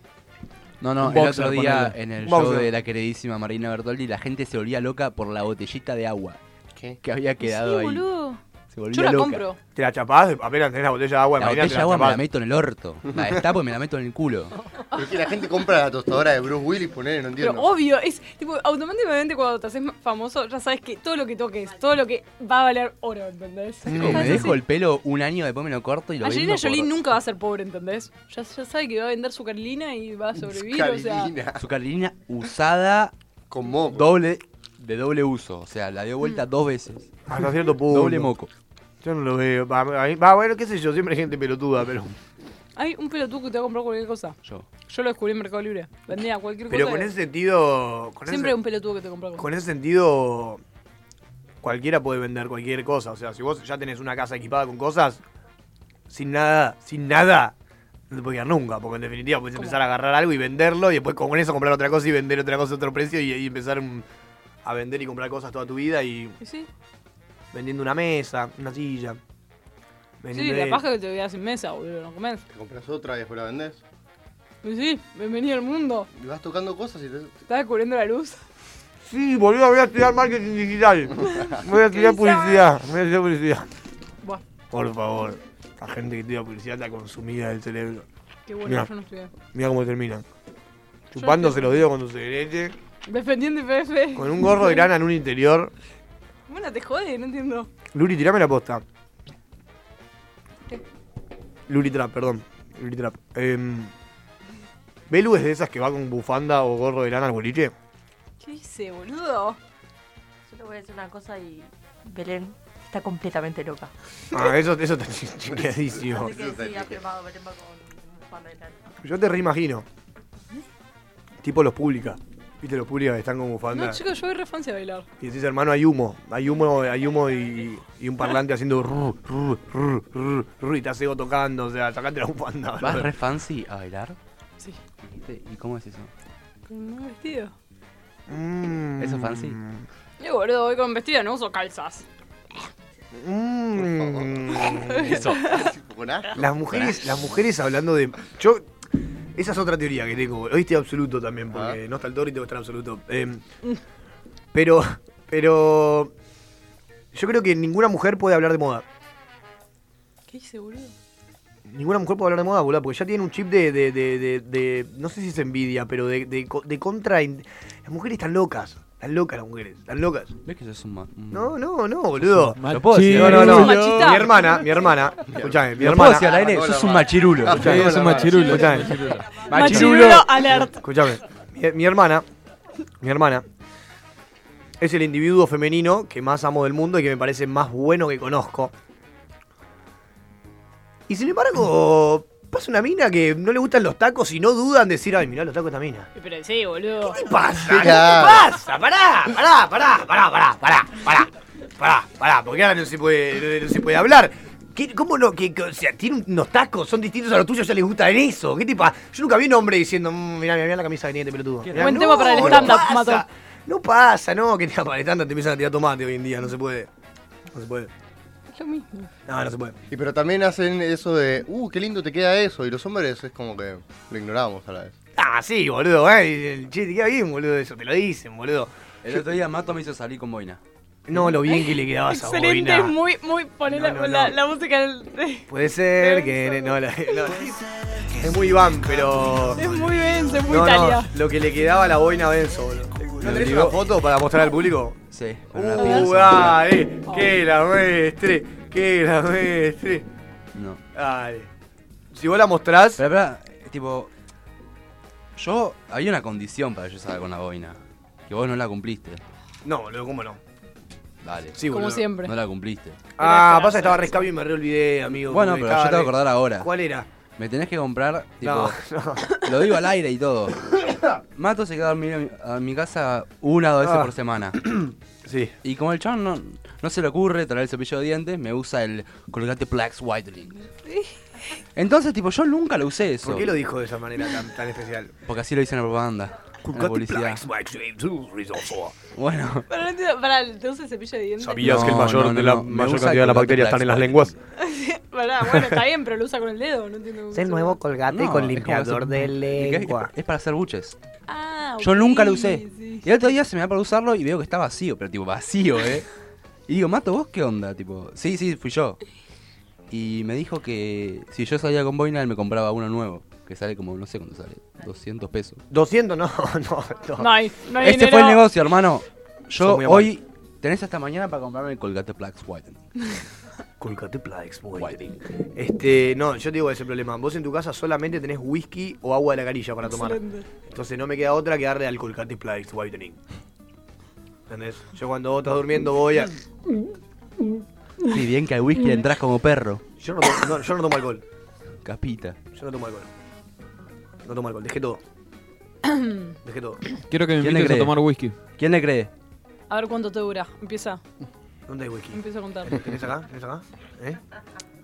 Speaker 4: No, no,
Speaker 6: Un
Speaker 4: el
Speaker 6: boxer,
Speaker 4: otro día
Speaker 6: ponele.
Speaker 4: en el
Speaker 1: Un
Speaker 4: show
Speaker 1: boxer.
Speaker 4: de la queridísima Marina Bertoldi la gente se volvía loca por la botellita de agua
Speaker 8: ¿Qué?
Speaker 4: que había
Speaker 7: sí,
Speaker 4: quedado ahí.
Speaker 7: boludo.
Speaker 4: Se volvía
Speaker 7: Yo la
Speaker 4: loca.
Speaker 7: compro.
Speaker 1: Te la chapás, apenas tenés la botella de agua,
Speaker 4: La
Speaker 1: Marina,
Speaker 4: botella
Speaker 1: te
Speaker 4: de agua me la
Speaker 1: chapás.
Speaker 4: meto en el orto. La destapo y me la meto en el culo.
Speaker 8: Es que la gente compra la tostadora de Bruce Willis, ponele, no
Speaker 7: Pero
Speaker 8: entiendo.
Speaker 7: obvio, es tipo, automáticamente cuando te haces famoso, ya sabes que todo lo que toques, todo lo que va a valer oro, ¿entendés?
Speaker 4: Como
Speaker 7: Estás
Speaker 4: me
Speaker 7: así.
Speaker 4: dejo el pelo un año, después me lo corto y lo
Speaker 7: Ah, Angelina
Speaker 4: vendo por-
Speaker 7: Jolie nunca va a ser pobre, ¿entendés? Ya, ya sabe que va a vender su Carolina y va a sobrevivir, o sea.
Speaker 8: Carolina.
Speaker 4: Su carlina usada
Speaker 8: Con moco.
Speaker 4: doble de doble uso. O sea, la dio
Speaker 7: Mm.
Speaker 4: vuelta dos veces.
Speaker 1: Hasta cierto punto.
Speaker 4: Doble moco.
Speaker 1: Yo no lo veo. Va, a mí- va, bueno, qué sé yo, siempre hay gente pelotuda, pero.
Speaker 7: Hay un pelotudo que te va a comprar cualquier cosa.
Speaker 4: Yo.
Speaker 7: Yo lo descubrí en Mercado Libre. Vendía cualquier
Speaker 1: Pero
Speaker 7: cosa.
Speaker 1: con ese sentido. Con
Speaker 7: Siempre hay
Speaker 1: ese,
Speaker 7: un pelotudo que te compra cosas.
Speaker 1: con ese sentido. Cualquiera puede vender cualquier cosa. O sea, si vos ya tenés una casa equipada con cosas, sin nada, sin nada, no te puede quedar nunca. Porque en definitiva puedes
Speaker 7: ¿Cómo?
Speaker 1: empezar a agarrar algo y venderlo, y después con eso comprar otra cosa y vender otra cosa a otro precio, y, ahí empezar mm, a vender y comprar cosas toda tu vida y
Speaker 7: Y Sí,
Speaker 1: vendiendo una mesa, una silla.
Speaker 7: sí,
Speaker 1: vendiendo
Speaker 7: la
Speaker 1: de-
Speaker 7: paja que te quedas sin mesa, boludo, no comés.
Speaker 8: Te compras otra y después la vendés.
Speaker 7: Y Pues sí, bienvenido al mundo.
Speaker 8: Y vas tocando cosas y te...
Speaker 7: Estás descubriendo la luz.
Speaker 1: Sí, boludo, voy a estudiar marketing digital. Voy a estudiar publicidad. Voy a estudiar publicidad.
Speaker 7: Buah,
Speaker 1: Por favor, la gente que estudia publicidad está consumida del cerebro.
Speaker 7: qué bueno,
Speaker 1: Mirá.
Speaker 7: yo no estudié.
Speaker 1: Mira cómo terminan. Chupándose los dedos con dulce de leche.
Speaker 7: Defendiendo IPF.
Speaker 1: Con un gorro de lana en un interior.
Speaker 7: Bueno, te jode, no entiendo.
Speaker 1: Luri, tirame la posta.
Speaker 7: ¿Qué?
Speaker 1: Luri Trap, perdón. Luri Trap. Em, ¿Belu es de esas que va con bufanda o gorro de lana al boliche?
Speaker 7: ¿Qué hice, boludo?
Speaker 11: Yo te voy a decir una cosa y Belén está completamente loca.
Speaker 1: Ah, eso, eso está chi- chiqueadísimo.
Speaker 11: Así que sí, ha firmado Belén va con Juan de Lana.
Speaker 1: Yo te reimagino.
Speaker 7: ¿Eh?
Speaker 1: Tipo los pública. ¿Viste los públicas que están con bufanda?
Speaker 7: No, chicos, yo voy re fancy a bailar.
Speaker 1: Y decís, hermano, hay humo. Hay humo, hay humo y, y un parlante haciendo ru, ru, ru, ru, ru, y te hace go tocando. O sea, sacate la bufanda.
Speaker 4: ¿Vas
Speaker 1: bro.
Speaker 4: re fancy a bailar?
Speaker 7: Sí.
Speaker 4: ¿Y cómo es eso?
Speaker 7: Con un nuevo vestido.
Speaker 1: Mm.
Speaker 4: ¿Eso es fancy?
Speaker 7: Yo, Eh, boludo, voy con vestido, no uso calzas.
Speaker 1: Eso. Mm. Las mujeres, las mujeres hablando de. Yo. Esa es otra teoría que tengo. Oíste absoluto
Speaker 4: Ah.
Speaker 1: también, porque no está el toro y tengo que estar absoluto. Eh, pero. Pero. Yo creo que ninguna mujer puede hablar de moda.
Speaker 7: ¿Qué hice, boludo?
Speaker 1: Ninguna mujer puede hablar de moda, boludo, porque ya tiene un chip de. de, de, de- de- no sé si es envidia, pero de, de, co- de contra. Las mujeres están locas. Están locas las mujeres. Están locas.
Speaker 4: ¿Ves que eso es un ma- un-
Speaker 1: No, no, no, boludo.
Speaker 4: Mal- Lo puedo decir.
Speaker 1: No, no,
Speaker 4: Sos
Speaker 1: no.
Speaker 4: un machista.
Speaker 1: Mi hermana, mi hermana. Escuchame, mi
Speaker 4: Lo
Speaker 1: hermana.
Speaker 4: puedo decir al aire, sos un machirulo.
Speaker 1: Ah,
Speaker 4: Escuchame.
Speaker 1: sí,
Speaker 4: Es un machirulo.
Speaker 1: Escuchame.
Speaker 4: Machirulo.
Speaker 7: Machirulo alert.
Speaker 1: Escuchame. Mi, mi hermana, mi hermana, es el individuo femenino que más amo del mundo y que me parece más bueno que conozco. Y sin embargo, pasa una mina que no le gustan los tacos y no dudan decir, ay, mirá los tacos de esta mina.
Speaker 7: Eh, Pero sí, boludo. ¿Qué te
Speaker 1: pasa? ¿Qué te pasa? Pará, pará, pará, pará, pará, pará, pará, pará, pará, porque ahora no se puede, no se puede hablar. ¿Qué- ¿Cómo no? Que, que- o sea, tiene unos tacos, son distintos a los tuyos, ya les gusta en eso. ¿Qué te pasa? Yo nunca vi un hombre diciendo, mmm, mirá, mirá, mirá la camisa que tiene este pelotudo. Mirá,
Speaker 7: Buen
Speaker 1: no,
Speaker 7: tema para el
Speaker 1: no
Speaker 7: stand-up,
Speaker 1: pasa.
Speaker 7: Mato.
Speaker 1: No pasa, no, que te para el stand-up te empiezan a tirar tomate hoy en día, no se puede. No se puede.
Speaker 7: Es lo mismo.
Speaker 1: No, no se puede.
Speaker 8: Y pero también hacen eso de, uh, qué lindo te queda eso. Y los hombres es como que lo ignoramos a la vez.
Speaker 1: Ah, sí, boludo, eh. El che, te queda bien, boludo, eso, te lo dicen, boludo.
Speaker 4: El otro día Mato me hizo salir con boina.
Speaker 1: No, lo bien que le quedaba esa
Speaker 7: Excelente,
Speaker 1: boina.
Speaker 7: es muy, muy. Poné la, la- la música. del-
Speaker 1: Puede ser que. No, la- no. es muy Iván, pero.
Speaker 7: Es muy Benz, es muy
Speaker 1: No, no,
Speaker 7: Italia.
Speaker 1: lo que le quedaba a la boina a Benzo, boludo. ¿No tenés una foto para mostrar al público?
Speaker 4: Sí.
Speaker 1: ¡Uh, dale! ¡Que la muestre! ¡Que la muestre!
Speaker 4: No.
Speaker 1: Dale. Si vos la mostrás.
Speaker 4: Pero, pero, eh, tipo. Yo. Había una condición para que yo salga con la boina. Que vos no la cumpliste.
Speaker 1: No, boludo, ¿cómo no?
Speaker 4: Dale.
Speaker 1: Sí, Como boludo. siempre.
Speaker 4: No la cumpliste.
Speaker 1: Ah, pasa que estaba rescabio y me re olvidé, amigo.
Speaker 4: Bueno,
Speaker 1: porque
Speaker 4: pero yo te voy a
Speaker 1: estaba
Speaker 4: acordar
Speaker 1: re-
Speaker 4: ahora.
Speaker 1: ¿Cuál era?
Speaker 4: Me tenés que comprar, tipo.
Speaker 1: No, no.
Speaker 4: Lo digo al aire y todo. Mato se queda a dormir a mi, a mi casa una o dos veces
Speaker 1: Ah.
Speaker 4: por semana.
Speaker 1: sí.
Speaker 4: Y como el chabón no, no se le ocurre traer el cepillo de dientes, me usa el colgate Plax Whitening. Entonces, tipo, yo nunca lo usé eso.
Speaker 1: ¿Por qué lo dijo de esa manera tan, tan especial?
Speaker 4: Porque así lo hice en la propaganda. En la publicidad. Bueno.
Speaker 7: Pero no entiendo. Pará, ¿te usa el cepillo de dientes?
Speaker 4: No, no, no, no. Me usa el colgate Plax Whitening.
Speaker 7: Pará, bueno, está bien, pero lo usa con el dedo, no entiendo.
Speaker 4: el nuevo colgate
Speaker 1: con limpiador de lengua.
Speaker 4: Es para hacer buches.
Speaker 7: Ah,
Speaker 4: Yo
Speaker 7: ok,
Speaker 4: nunca lo usé.
Speaker 7: sí.
Speaker 4: Y el otro día se me da por usarlo y veo que está vacío, pero tipo vacío, ¿eh? Y digo, Mato, ¿vos qué onda? Tipo, sí, sí, fui yo. Y me dijo que si yo salía con Boina, él me compraba uno nuevo. Que sale como, no sé cuánto sale, 200 pesos.
Speaker 1: 200, no, no, no.
Speaker 7: No hay- no hay
Speaker 4: Ese
Speaker 7: dinero.
Speaker 4: fue el negocio, hermano. Yo
Speaker 1: Sos muy amable.
Speaker 4: hoy, tenés hasta mañana para comprarme el Colgate Plax White.
Speaker 1: Colgate Plax White. Este, no, yo te digo ese problema. Vos en tu casa solamente tenés whisky o agua de la carilla para tomar.
Speaker 12: Excelente.
Speaker 1: Entonces no me queda otra que darle al Colgate Plax Whitening. ¿Entendés? Yo cuando vos estás durmiendo voy a.
Speaker 4: Y bien que al whisky entras como perro.
Speaker 1: Yo no, tomo, no, yo no tomo alcohol.
Speaker 4: Capita.
Speaker 1: Yo no tomo alcohol. No tomo alcohol. Dejé todo. Dejé todo.
Speaker 6: Quiero que me
Speaker 4: ¿Quién le
Speaker 6: invites a
Speaker 4: cree?
Speaker 6: tomar whisky.
Speaker 4: ¿Quién le cree?
Speaker 7: A ver cuánto te dura. Empieza.
Speaker 1: ¿Dónde hay whisky?
Speaker 7: Empiezo a contar.
Speaker 1: ¿Tenés acá? ¿Tenés acá? ¿Eh?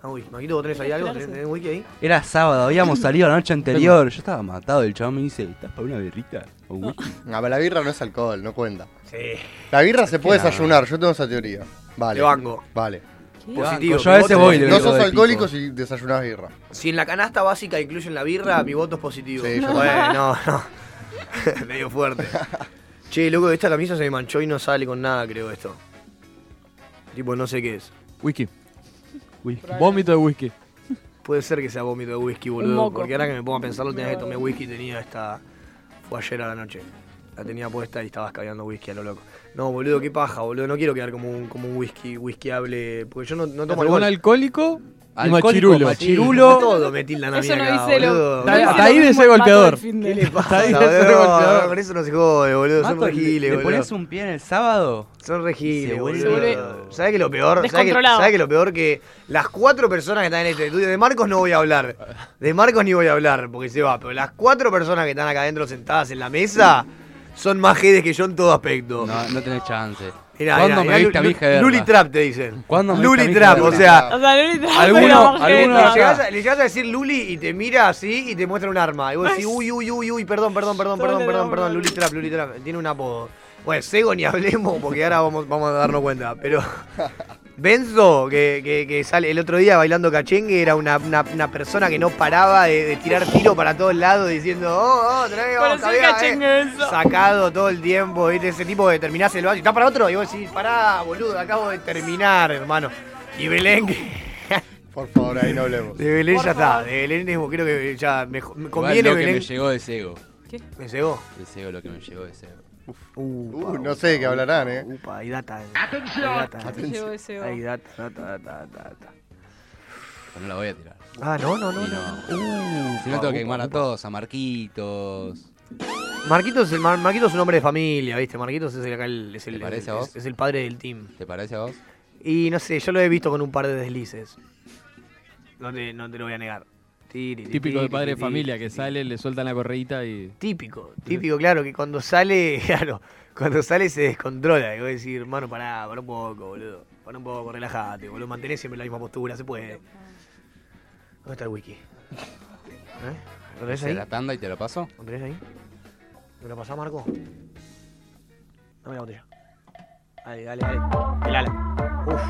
Speaker 1: Ah, uy, Maquito, ¿vos tenés ahí algo? ¿Tenés, tenés whisky ahí?
Speaker 4: Era sábado, habíamos salido la noche anterior. Yo estaba matado. El chabón me dice, ¿estás para una birrita? ¿O un whisky?
Speaker 8: No, pero la birra no es alcohol, no cuenta.
Speaker 1: Sí.
Speaker 8: La birra se puede
Speaker 4: Claro.
Speaker 8: desayunar, yo tengo esa teoría. Vale.
Speaker 1: Te banco.
Speaker 8: Vale.
Speaker 1: Te Positivo, banco.
Speaker 8: Yo a veces voy.
Speaker 1: le
Speaker 8: No
Speaker 1: digo
Speaker 8: sos
Speaker 1: de
Speaker 8: alcohólico
Speaker 1: pico.
Speaker 8: si desayunás birra.
Speaker 1: Si en la canasta básica incluyen la birra, mi voto es positivo.
Speaker 8: Sí, yo
Speaker 1: bueno,
Speaker 8: también.
Speaker 1: no, no. Medio fuerte. Che, loco, esta camisa se me manchó y no sale con nada, creo, esto. Tipo, no sé qué es.
Speaker 6: Whisky. Vómito de whisky.
Speaker 1: Puede ser que sea vómito de whisky,
Speaker 6: Un
Speaker 1: boludo.
Speaker 6: moco.
Speaker 1: Porque ahora que me pongo a pensarlo, tenía que tomar whisky y tenía esta... Fue ayer a la noche. La tenía puesta y estabas cagando whisky a lo loco. No, boludo, qué paja, boludo. No quiero quedar como un, como un whisky, whiskyable. Porque yo no, no tomo
Speaker 6: Pero un
Speaker 1: alcohol.
Speaker 6: alcohol alcohólico y
Speaker 1: Alcohólico,
Speaker 6: machirulo.
Speaker 1: machirulo. Todo metí en la Eso Navidad no acá, hice lo- boludo. no hice
Speaker 6: Hasta
Speaker 1: lo
Speaker 6: ahí de
Speaker 1: mismo
Speaker 6: ser
Speaker 1: el pato
Speaker 6: golpeador.
Speaker 1: del fin de- ¿Qué le pasa,
Speaker 6: Hasta ahí de
Speaker 1: boludo?
Speaker 6: ser golpeador.
Speaker 1: Con eso no se jode, boludo. Son
Speaker 4: Mato,
Speaker 1: regiles,
Speaker 4: ¿le- ¿Le
Speaker 1: boludo.
Speaker 4: pones un pie en el sábado?
Speaker 1: Son regiles,
Speaker 4: vuelve-
Speaker 1: boludo. ¿Sabes qué es lo peor? ¿Sabes qué,
Speaker 4: Descontrolado.
Speaker 1: sabés qué es lo peor? Que las cuatro personas que están en este estudio, de Marcos no voy a hablar. De Marcos ni voy a hablar, porque se va. Pero las cuatro personas que están acá adentro sentadas en la mesa son más jedes que yo en todo aspecto.
Speaker 4: No, no tenés chance.
Speaker 1: Mirá,
Speaker 4: ¿Cuándo
Speaker 1: mirá,
Speaker 4: me
Speaker 1: mirá,
Speaker 4: viste a
Speaker 1: Lu-
Speaker 4: mí, Gerda?
Speaker 1: Luli Trap te dicen.
Speaker 4: ¿Cuándo me
Speaker 1: Luli
Speaker 4: viste a mí,
Speaker 1: Trap, o
Speaker 4: Gerda?
Speaker 1: sea.
Speaker 7: O sea, Luli Trap es
Speaker 1: alguno-
Speaker 7: la más
Speaker 1: alguno-
Speaker 7: jeta.
Speaker 1: le llegás a- le llegas a decir Luli y te mira así y te muestra un arma. Y vos decís, uy, uy, uy, uy, perdón, perdón, perdón,
Speaker 11: Todo
Speaker 1: perdón,
Speaker 11: le
Speaker 1: perdón,
Speaker 11: damos
Speaker 1: perdón,
Speaker 11: la
Speaker 1: Luli Trap, Luli Trap. Tiene un apodo. Bueno, Sego ni hablemos porque ahora vamos, vamos a darnos cuenta. Pero Benzo, que, que- que sale el otro día bailando cachengue, era una, una- una persona que no paraba de, de tirar tiro para todos lados diciendo, oh, oh, trae, vamos,
Speaker 2: Conocí
Speaker 1: cabea, eh".
Speaker 2: cachengue Benzo.
Speaker 1: Sacado todo el tiempo, ¿viste? Ese tipo de terminás el baño, está para otro, y vos decís, pará, boludo, acabo de terminar, hermano. Y Belén, que-
Speaker 8: Por favor, ahí no hablemos.
Speaker 1: de Belén
Speaker 8: Por
Speaker 1: ya está,
Speaker 8: favor.
Speaker 1: de Belén es- creo que ya me, me
Speaker 4: Igual
Speaker 1: conviene
Speaker 4: lo que me
Speaker 1: Belén.
Speaker 4: llegó de Sego.
Speaker 7: ¿Qué?
Speaker 1: ¿Me llegó?
Speaker 4: De Sego lo que me llegó de Sego.
Speaker 1: Upa,
Speaker 8: Uh, no sé de qué hablarán, eh.
Speaker 1: Upa, hay data.
Speaker 8: Atención.
Speaker 7: Llegó ese
Speaker 1: Hay data, data, data, data.
Speaker 4: Pero no la voy a tirar.
Speaker 1: Ah, no, no, no, Uh,
Speaker 4: Y
Speaker 1: no.
Speaker 4: si no tengo que quemar a todos, a Marquitos.
Speaker 1: Marquitos es, el, Mar- Marquitos es un hombre de familia, ¿viste? Marquitos es el, acá el- es el,
Speaker 4: ¿Te parece a
Speaker 1: es-
Speaker 4: vos?
Speaker 1: es el padre del team.
Speaker 4: ¿Te parece a vos?
Speaker 1: Y no sé, yo lo he visto con un par de deslices. No te, no te lo voy a negar. Tiri, tiri,
Speaker 6: Típico de
Speaker 1: tiri,
Speaker 6: padre de
Speaker 1: tiri.
Speaker 6: familia que sale, le sueltan la correita y.
Speaker 1: Típico, Típico, claro, que cuando sale, claro, cuando sale se descontrola. Y voy a decir, hermano, pará, pará un poco, boludo. Pará un poco, relájate, boludo. Mantenés siempre la misma postura, se puede. ¿Dónde está el wiki? ¿Eh? ¿Lo tenés
Speaker 4: ¿Hice
Speaker 1: ahí?
Speaker 4: la tanda y te lo paso?
Speaker 1: ¿Lo tenés ahí? ¿Me lo pasás, Marco? Dame la botella. Dale, dale, dale. El ala. Uf.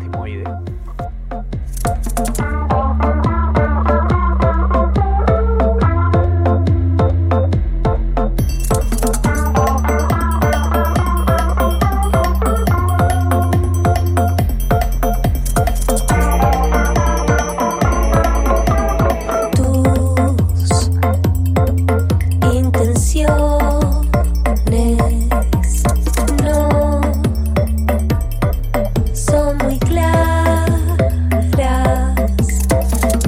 Speaker 1: Timoide.
Speaker 13: Intenciones no son muy claras.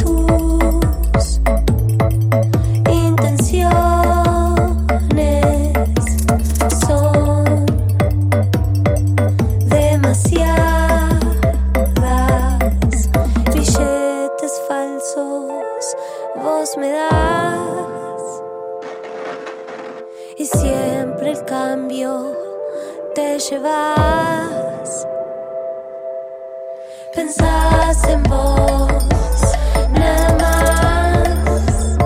Speaker 13: Tus intenciones son demasiadas. Billetes falsos, vos me das. Y siempre el cambio te llevas. Pensás en vos, nada más.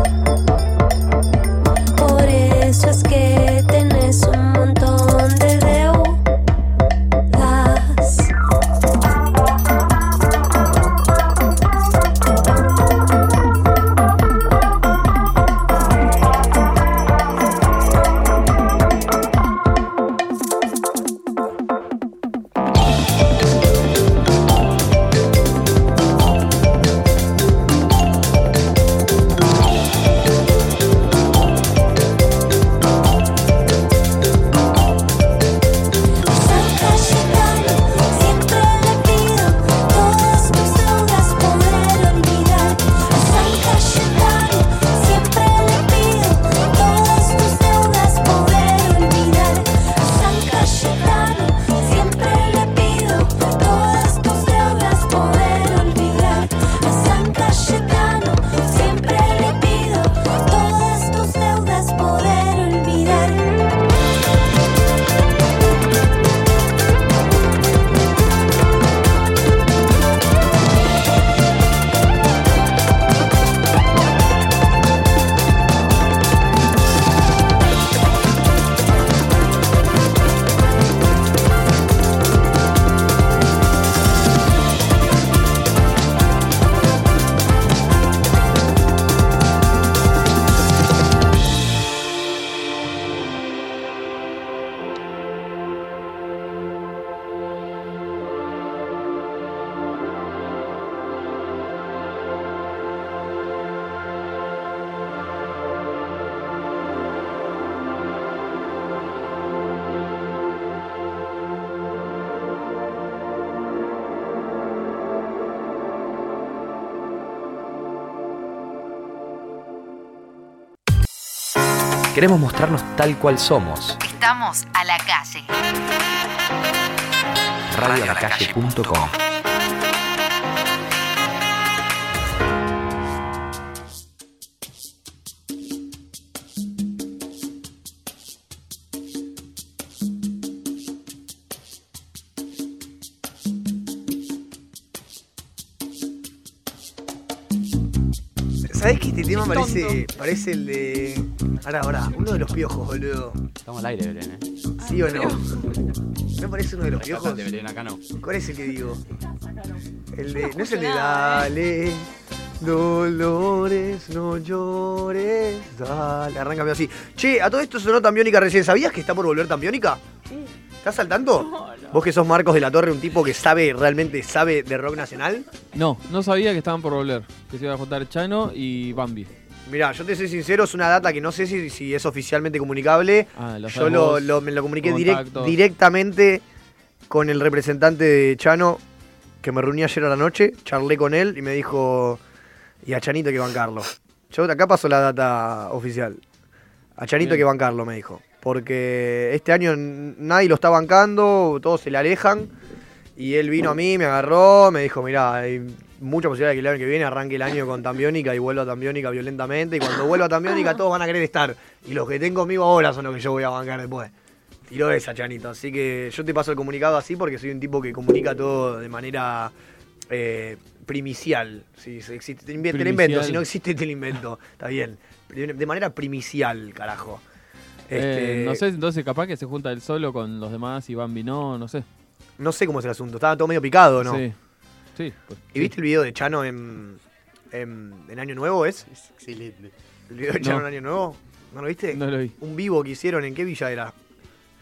Speaker 13: Por eso es que tenés un montón de deudas. Queremos mostrarnos tal cual somos.
Speaker 10: Estamos a la calle.
Speaker 13: Radioalacalle.com
Speaker 1: ¿Sabés que este tema parece, parece el de. Ahora, ahora, uno de los piojos, boludo.
Speaker 4: Estamos al aire, Belén, ¿eh?
Speaker 1: ¿Sí
Speaker 11: Ah,
Speaker 1: o no? ¿No parece uno de los
Speaker 4: Acá
Speaker 1: piojos?
Speaker 4: de Belén, acá no.
Speaker 1: ¿Cuál es el que digo? El de. No es el de Dale. Dolores, no llores. Dale. Arráncame así. Che, a todo esto sonó Tambiónica recién. ¿Sabías que está por volver Tambiónica?
Speaker 11: Sí.
Speaker 1: ¿Estás al tanto? Vos que sos Marcos de la Torre, un tipo que sabe, realmente sabe de rock nacional.
Speaker 6: No, no sabía que estaban por volver. Que se iba a juntar Chano y Bambi.
Speaker 1: Mirá, yo te soy sincero, es una data que no sé si, si es oficialmente comunicable.
Speaker 6: Ah, lo
Speaker 1: yo
Speaker 6: sabes
Speaker 1: lo,
Speaker 6: vos,
Speaker 1: lo- me lo comuniqué direct-
Speaker 6: contactos.
Speaker 1: directamente con el representante de Chano, que me reuní ayer a la noche, charlé con él y me dijo, y a Chanito hay que bancarlo. Yo acá paso la data oficial. A Chanito hay que
Speaker 14: Bien.
Speaker 1: bancarlo, me dijo. Porque este año n- nadie lo está bancando, todos se le alejan. Y él vino a mí, me agarró, me dijo, mirá, hay mucha posibilidad de que el año que viene arranque el año con Tambiónica y vuelva a Tambiónica violentamente. Y cuando vuelva a Tambiónica todos van a querer estar. Y los que tengo conmigo ahora son los que yo voy a bancar después. Tiró esa, Chanito. Así que yo te paso el comunicado así porque soy un tipo que comunica todo de manera eh, primicial. Si se- existe, te, inven- te lo invento,
Speaker 6: Primicial.
Speaker 1: si no existe te lo invento. Está bien. De de manera primicial, carajo.
Speaker 6: Eh,
Speaker 1: Este-
Speaker 6: no sé, entonces capaz que se junta él solo con los demás y Bambi no, no sé.
Speaker 1: No sé cómo es el asunto. Estaba todo medio picado, ¿no?
Speaker 6: Sí. Sí. pues,
Speaker 1: ¿Y viste el video de Chano en, en, en Año Nuevo, es?
Speaker 8: excelente.
Speaker 1: ¿El video de Chano
Speaker 8: No.
Speaker 1: en Año Nuevo? ¿No lo viste?
Speaker 6: No lo vi.
Speaker 1: Un vivo que hicieron, ¿en qué villa era?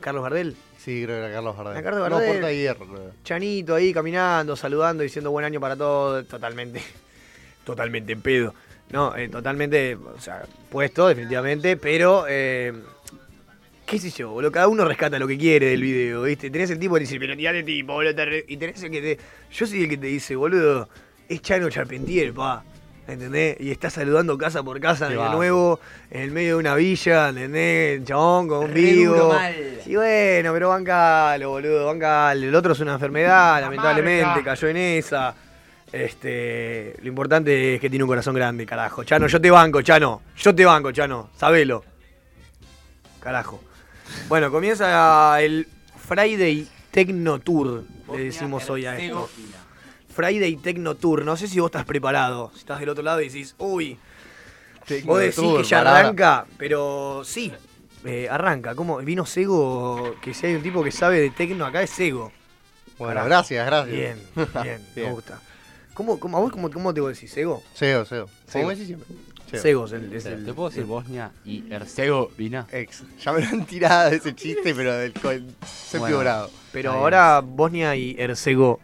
Speaker 1: ¿Carlos Gardel?
Speaker 8: Sí, creo que era Carlos Gardel.
Speaker 1: La Carlos
Speaker 8: No,
Speaker 1: Gardel.
Speaker 8: Puerta de Hierro. creo.
Speaker 1: Chanito ahí caminando, saludando, diciendo buen año para todos, totalmente. Totalmente en pedo. No, eh, totalmente, o sea, puesto, definitivamente, pero. eh, ¿Qué sé yo, boludo? Cada uno rescata lo que quiere del video, ¿viste? Tenés el tipo que dice, pero tirate tipo, boludo. te re-". Y tenés el que te. Yo soy el que te dice, boludo, es Chano Charpentier, pa. ¿Entendés? Y está saludando casa por casa
Speaker 8: Qué
Speaker 1: de
Speaker 8: bajo.
Speaker 1: nuevo, en el medio de una villa, ¿entendés? El Chabón con un
Speaker 8: Re duro,
Speaker 1: vivo.
Speaker 8: mal.
Speaker 1: Y bueno, pero bancalo, boludo, bancalo. El otro es una enfermedad, lamentablemente, cayó en esa. Este, lo importante es que tiene un corazón grande, carajo. Chano, yo te banco, Chano. Yo te banco, Chano. Sabelo. Carajo. Bueno, comienza el Friday Techno Tour, le decimos hoy a esto. Friday Techno Tour, no sé si vos estás preparado. Si estás del otro lado y decís, uy, vos decís que ya arranca, pero sí, eh, arranca. ¿Cómo? Vino Sego, que si hay un tipo que sabe de Tecno acá es Sego.
Speaker 8: Bueno,
Speaker 1: Carajo.
Speaker 8: gracias, gracias.
Speaker 1: Bien, bien, me
Speaker 8: Bien.
Speaker 1: gusta. ¿Cómo, cómo, ¿A vos cómo, cómo te voy a decir? ¿Sego?
Speaker 8: Sego, Sego.
Speaker 1: Sego.
Speaker 8: Como me decís siempre.
Speaker 1: Segos, el- es el-
Speaker 4: ¿Te puedo decir Bosnia y Herzegovina?
Speaker 8: Ex. Ya me lo han tirado de ese chiste, pero del co- el séptimo
Speaker 1: Bueno,
Speaker 8: grado.
Speaker 1: Pero
Speaker 8: Ahí.
Speaker 1: ahora Bosnia y Herzegovina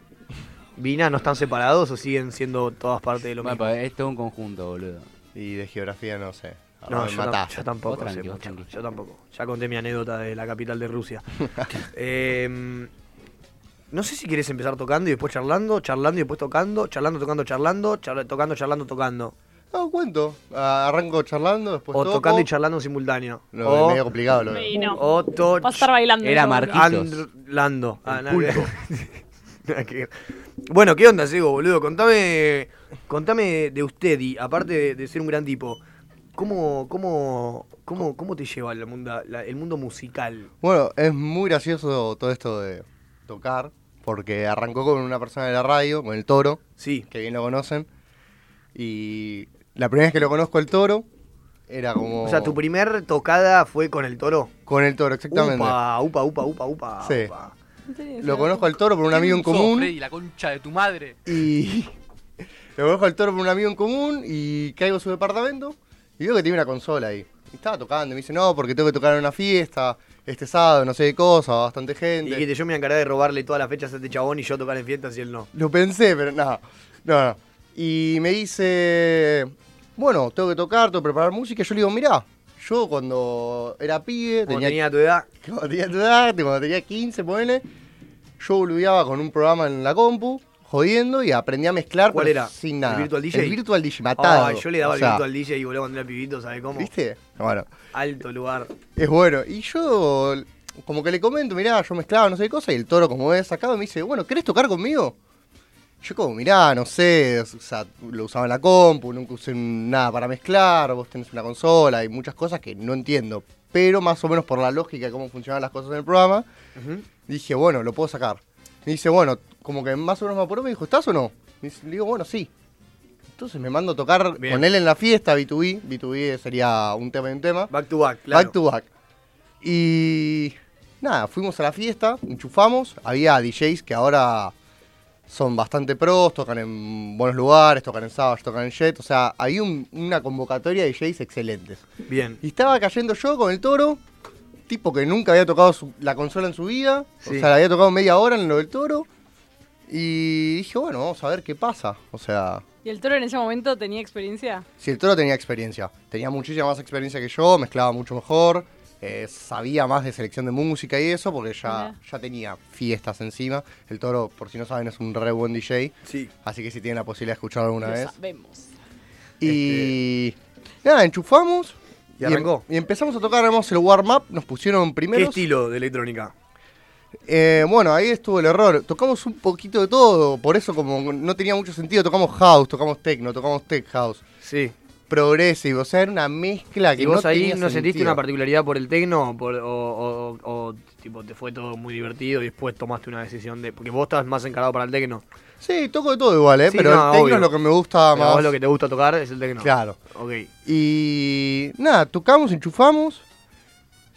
Speaker 1: no están separados o siguen siendo todas parte de lo
Speaker 4: Bueno,
Speaker 1: mismo.
Speaker 4: pero es todo un conjunto, boludo.
Speaker 8: Y de geografía no sé.
Speaker 1: No,
Speaker 8: me
Speaker 1: yo, tam-
Speaker 8: mataste.
Speaker 1: yo tampoco.
Speaker 8: Vos
Speaker 1: sé
Speaker 8: tranqui, vos
Speaker 1: mucho, yo tampoco. Ya conté mi anécdota de la capital de Rusia. Em, no sé si quieres empezar tocando y después charlando, charlando y después tocando, charlando, tocando, charlando, charla- tocando, charlando, tocando.
Speaker 8: No, cuento. Ah, Arranco charlando, después
Speaker 1: o
Speaker 8: toco.
Speaker 1: tocando y charlando en simultáneo.
Speaker 8: Lo
Speaker 1: o,
Speaker 8: veo medio complicado, lo veo.
Speaker 11: Y no.
Speaker 1: o touch-
Speaker 11: Vas a estar bailando.
Speaker 1: Era
Speaker 11: yo, boludo.
Speaker 1: Marquitos. Lando. Ah, nada que ver. Nada que ver. bueno, ¿qué onda, Sego, boludo? Contame, contame de usted y aparte de, de ser un gran tipo, ¿cómo, cómo, cómo, cómo te lleva el mundo, la- el mundo musical?
Speaker 8: Bueno, es muy gracioso todo esto de tocar, porque arrancó con una persona de la radio, con el toro,
Speaker 1: sí.
Speaker 8: que bien lo conocen. Y la primera vez que lo conozco el toro, era como...
Speaker 1: O sea, tu primer tocada fue con el toro.
Speaker 8: Con el toro, exactamente.
Speaker 1: Upa, upa, upa, upa, upa.
Speaker 8: Sí. Lo conozco al toro por un amigo en
Speaker 15: Sos,
Speaker 8: común.
Speaker 15: Freddy, la concha de tu madre.
Speaker 8: Y lo conozco al toro por un amigo en común y caigo a su departamento y veo que tiene una consola ahí. Y estaba tocando y me dice, no, porque tengo que tocar en una fiesta este sábado, no sé qué cosa, bastante gente.
Speaker 1: Y que te- yo me encargué de robarle todas las fechas a este chabón y yo tocar en fiestas y él no.
Speaker 8: Lo pensé, pero nada. No, no. Y me dice, bueno, tengo que tocar, tengo que preparar música. Yo le digo, mirá, yo cuando era pibe,
Speaker 1: Cuando tenía tu edad.
Speaker 8: cuando tenía tu edad, cuando tenía 15, ponele, yo boludeaba con un programa en la compu, jodiendo y aprendí a mezclar
Speaker 1: ¿Cuál
Speaker 8: pero
Speaker 1: era?
Speaker 8: sin nada.
Speaker 1: ¿El Virtual DJ?
Speaker 8: El Virtual DJ, matado.
Speaker 1: Ay, yo le daba
Speaker 8: O
Speaker 1: el
Speaker 8: sea,
Speaker 1: Virtual DJ y volaba a andar pibito, ¿sabes cómo?
Speaker 8: ¿Viste? Bueno.
Speaker 1: Alto lugar.
Speaker 8: Es bueno. Y yo, como que le comento, mirá, yo mezclaba no sé qué cosa, y el toro, como es sacado, me dice, bueno, ¿querés tocar conmigo? Yo, como, mirá, no sé, o sea, lo usaba en la compu, nunca usé nada para mezclar, vos tenés una consola y muchas cosas que no entiendo. Pero más o menos por la lógica de cómo funcionaban las cosas en el programa, dije, bueno, lo puedo sacar. Me dice, bueno, como que más o menos me apuró, me dijo, ¿estás o no? Me dice- le digo, bueno, sí. Entonces me mando a tocar
Speaker 1: Bien.
Speaker 8: con él en la fiesta, B2B. B2B sería un tema y un tema.
Speaker 1: Back to back, claro.
Speaker 8: Back to back. Y nada, fuimos a la fiesta, enchufamos. Había DJs que ahora son bastante pros, tocan en buenos lugares, tocan en Savage, tocan en Jet. O sea, hay un- una convocatoria de DJs excelentes.
Speaker 1: Bien.
Speaker 8: Y estaba cayendo yo con el toro, tipo que nunca había tocado su- la consola en su vida.
Speaker 1: Sí.
Speaker 8: O sea, la había tocado media hora en lo del toro. Y dije, bueno, vamos a ver qué pasa. O sea,
Speaker 7: ¿Y el toro en ese momento tenía experiencia?
Speaker 8: si el toro tenía experiencia, tenía muchísima más experiencia que yo, mezclaba mucho mejor, eh, sabía más de selección de música y eso, porque ya, ya tenía fiestas encima. El toro, por si no saben, es un re buen DJ.
Speaker 1: Sí.
Speaker 8: Así que si tienen la posibilidad de escucharlo alguna
Speaker 7: Lo
Speaker 8: vez.
Speaker 7: sabemos.
Speaker 8: Y
Speaker 11: Este-
Speaker 8: nada, enchufamos.
Speaker 1: Y arrancó.
Speaker 8: em- Y, empezamos a tocar, hagamos el warm-up, nos pusieron
Speaker 1: ¿Qué
Speaker 8: primeros.
Speaker 1: estilo de electrónica?
Speaker 8: Eh, bueno, ahí estuvo el error. Tocamos un poquito de todo, por eso como no tenía mucho sentido. Tocamos house, tocamos techno, tocamos tech house.
Speaker 1: Sí.
Speaker 8: Progressive, o sea, era una mezcla que
Speaker 11: ¿Y vos
Speaker 8: no
Speaker 11: ahí
Speaker 8: tenía
Speaker 11: no sentiste
Speaker 8: sentido.
Speaker 11: una particularidad por el tecno por- o, o- o- o, tipo te fue todo muy divertido y después tomaste una decisión de... Porque vos estabas más encargado para el tecno.
Speaker 8: Sí, toco de todo igual, ¿eh?
Speaker 11: Sí,
Speaker 8: pero
Speaker 11: no,
Speaker 8: el tecno
Speaker 11: obvio.
Speaker 8: es lo que me gusta
Speaker 11: Pero a
Speaker 8: más.
Speaker 11: vos lo que te gusta tocar es el tecno.
Speaker 8: Claro.
Speaker 11: Ok.
Speaker 8: Y nada, tocamos, enchufamos,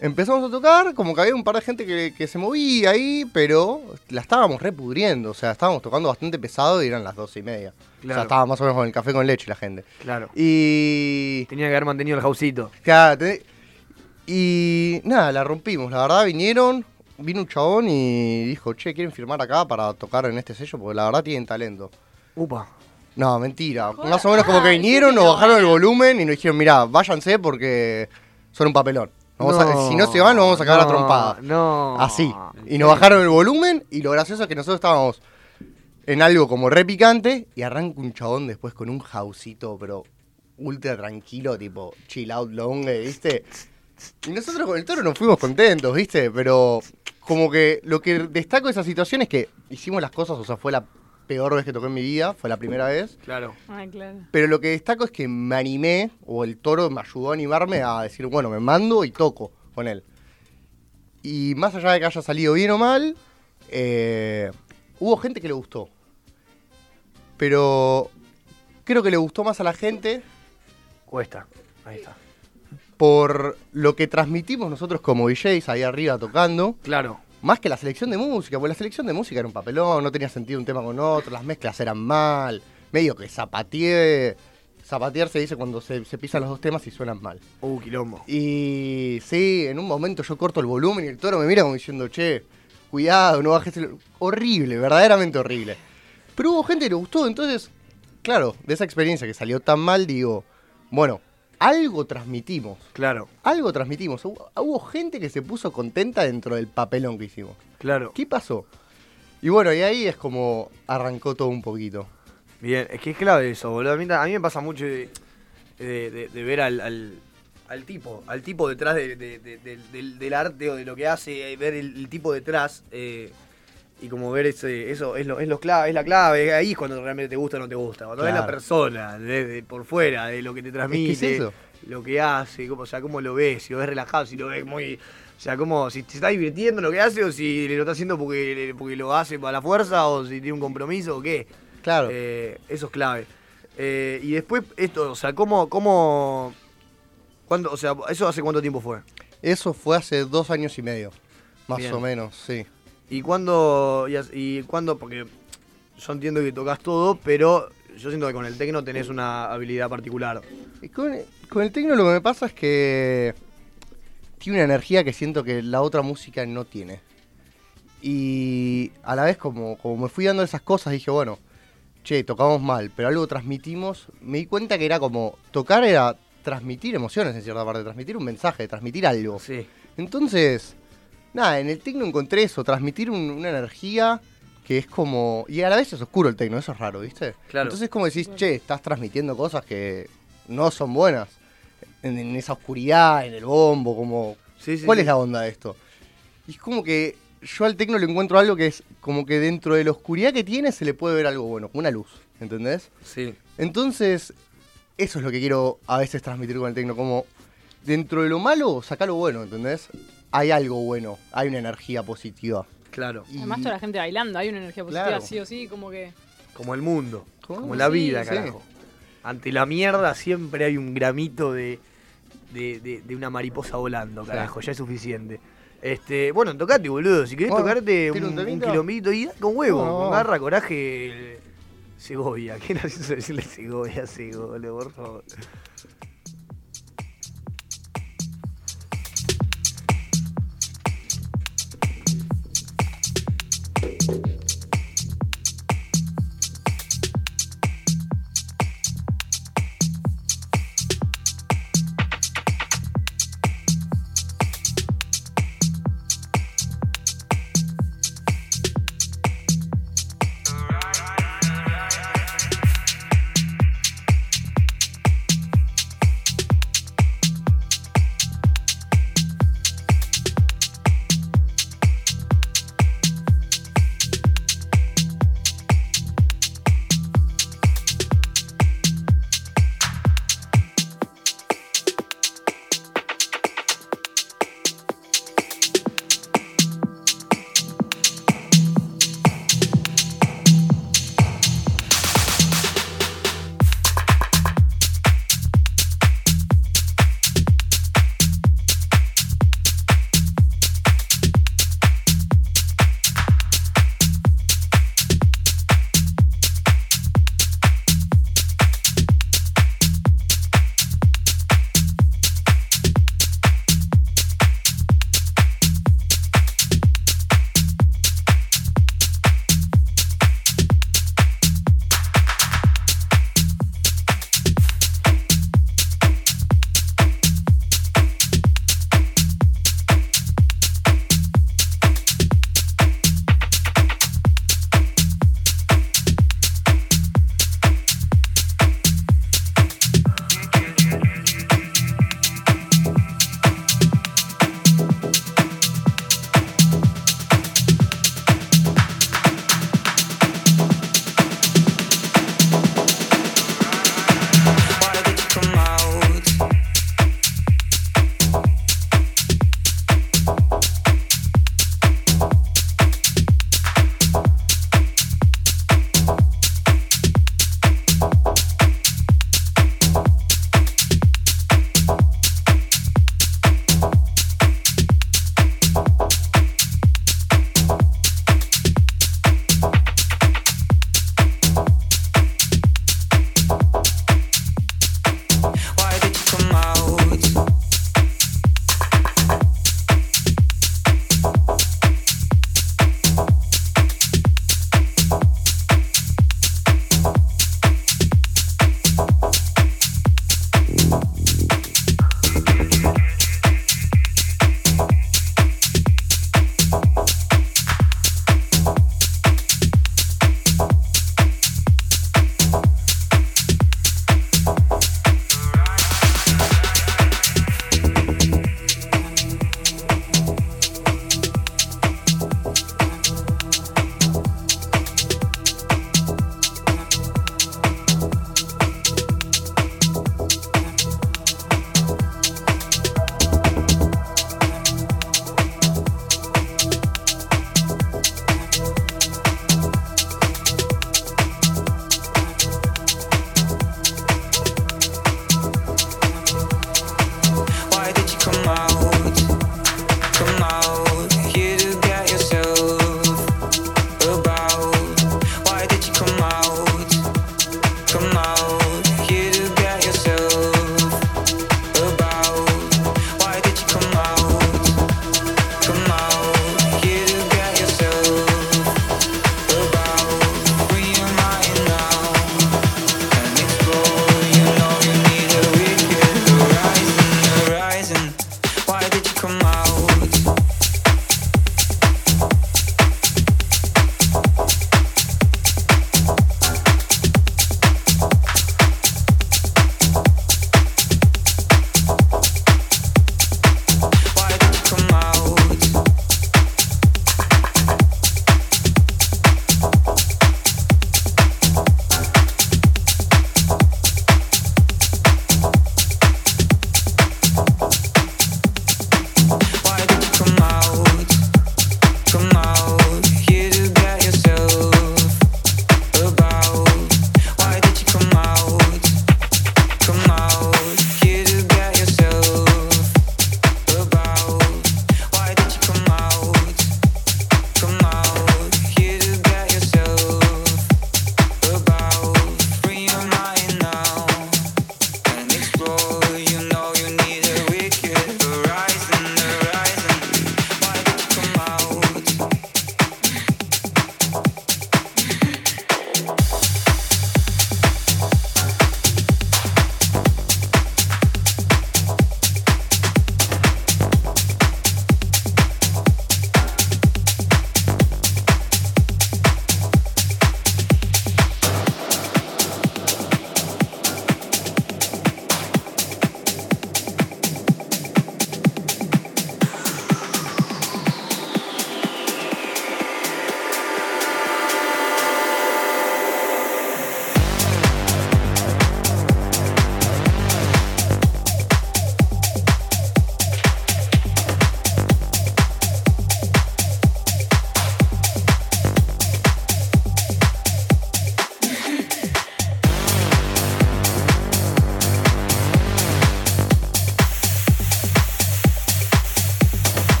Speaker 8: empezamos a tocar, como que había un par de gente que, que se movía ahí, pero la estábamos repudriendo, o sea, estábamos tocando bastante pesado y eran las doce y media. O
Speaker 11: Claro.
Speaker 8: sea, estaba más o menos con el café con leche la gente.
Speaker 11: Claro.
Speaker 8: Y...
Speaker 11: Tenía que haber mantenido el houseito.
Speaker 8: Claro, te- Y nada, la rompimos. La verdad, vinieron, vino un chabón y dijo, che, ¿quieren firmar acá para tocar en este sello? Porque la verdad tienen talento.
Speaker 11: Upa.
Speaker 8: No, mentira. Más o menos como que vinieron, nos bajaron el volumen y nos dijeron, mirá, váyanse porque son un papelón. Nos vamos a-
Speaker 11: No,
Speaker 8: si no se van, nos vamos a cagar a
Speaker 11: no,
Speaker 8: trompada.
Speaker 11: No.
Speaker 8: Así. Y nos bajaron el volumen y lo gracioso es que nosotros estábamos en algo como re picante y arranca un chabón después con un jausito, pero ultra tranquilo, tipo chill out long, eh, ¿viste? Y nosotros con el toro nos fuimos contentos, ¿viste? Pero como que lo que destaco de esa situación es que hicimos las cosas, o sea, fue la peor vez que toqué en mi vida, fue la primera vez.
Speaker 11: Claro.
Speaker 7: Ah, claro.
Speaker 8: Pero lo que destaco es que me animé, o el toro me ayudó a animarme a decir, bueno, me mando y toco con él. Y más allá de que haya salido bien o mal, eh, hubo gente que le gustó. Pero creo que le gustó más a la gente
Speaker 11: Cuesta. Ahí está.
Speaker 8: por lo que transmitimos nosotros como DJs ahí arriba tocando.
Speaker 11: Claro.
Speaker 8: Más que la selección de música, porque la selección de música era un papelón, no tenía sentido un tema con otro, las mezclas eran mal, medio que zapateé. Zapatear se dice cuando se, se pisan los dos temas y suenan mal.
Speaker 11: Uh, quilombo.
Speaker 8: Y sí, en un momento yo corto el volumen y el toro me mira como diciendo, che, cuidado, no bajes el... Horrible, verdaderamente horrible. Pero hubo gente que le gustó, entonces, claro, de esa experiencia que salió tan mal, digo, bueno, algo transmitimos.
Speaker 11: Claro.
Speaker 8: Algo transmitimos. Hubo, hubo gente que se puso contenta dentro del papelón que hicimos.
Speaker 11: Claro.
Speaker 8: ¿Qué pasó? Y bueno, y ahí es como arrancó todo un poquito.
Speaker 11: Bien, es que es clave eso, boludo. A mí, ta- a mí me pasa mucho de, de- de- de ver al, al-
Speaker 1: Al tipo, al tipo detrás de- de- de- del- del, del arte o de lo que hace, eh, ver el, el tipo detrás eh, y como ver ese, eso es, lo, es, los clave, es la clave, ahí es cuando realmente te gusta o no te gusta, cuando ves la
Speaker 11: Claro.
Speaker 1: persona, de- de por fuera, de lo que te transmite,
Speaker 11: eso.
Speaker 1: lo que hace, cómo, o sea, cómo lo ves, si lo ves relajado, si lo ves muy... O sea, como si se está divirtiendo en lo que hace o si lo está haciendo porque, porque lo hace para la fuerza o si tiene un compromiso o qué.
Speaker 8: Claro.
Speaker 1: eso es clave. Eh, y después esto, o sea, cómo... cómo ¿Cuándo, o sea, ¿eso hace cuánto tiempo fue?
Speaker 8: Eso fue hace dos años y medio, más
Speaker 1: Bien.
Speaker 8: o menos, sí.
Speaker 1: ¿Y cuándo, y, as- y cuándo, porque yo entiendo que tocas todo, pero yo siento que con el tecno tenés una habilidad particular.
Speaker 8: Y Con, con el tecno lo que me pasa es que tiene una energía que siento que la otra música no tiene. Y a la vez como, como me fui dando esas cosas, dije, bueno, che, tocamos mal, pero algo transmitimos, me di cuenta que era como, tocar era transmitir emociones en cierta parte, transmitir un mensaje, transmitir algo. Entonces, nada, en el tecno encontré eso, transmitir un- una energía que es como. Y a la vez es oscuro el tecno, eso es raro, ¿viste?
Speaker 16: Claro.
Speaker 8: Entonces, como decís, che, estás transmitiendo cosas que no son buenas. En, en esa oscuridad, en el bombo, como.
Speaker 11: sí,
Speaker 8: ¿Cuál
Speaker 11: sí.
Speaker 8: es la onda de esto? Y es como que yo al tecno le encuentro algo que es como que dentro de la oscuridad que tiene se le puede ver algo bueno, como una luz, ¿entendés?
Speaker 16: Sí.
Speaker 8: Entonces, eso es lo que quiero a veces transmitir con el tecno, como dentro de lo malo, saca lo bueno, ¿entendés? Hay algo bueno, hay una energía positiva.
Speaker 1: Claro.
Speaker 7: Además, toda la gente bailando, hay una energía positiva,
Speaker 1: Claro.
Speaker 7: sí o sí, como que.
Speaker 1: Como el mundo,
Speaker 7: ¿Cómo?
Speaker 1: como la
Speaker 7: Sí,
Speaker 1: vida,
Speaker 7: sí.
Speaker 1: carajo. Ante la mierda siempre hay un gramito de, de, de- de una mariposa volando, carajo. Ya es suficiente. Este, bueno, tocate, boludo. Si querés
Speaker 11: Bueno,
Speaker 1: tocarte un,
Speaker 11: ¿tira un
Speaker 1: un,
Speaker 11: temita?
Speaker 1: kilomito y con huevo,
Speaker 11: No.
Speaker 1: con garra, coraje, el- Segovia. ¿Quién hace decirle Segovia, Segovia, por favor?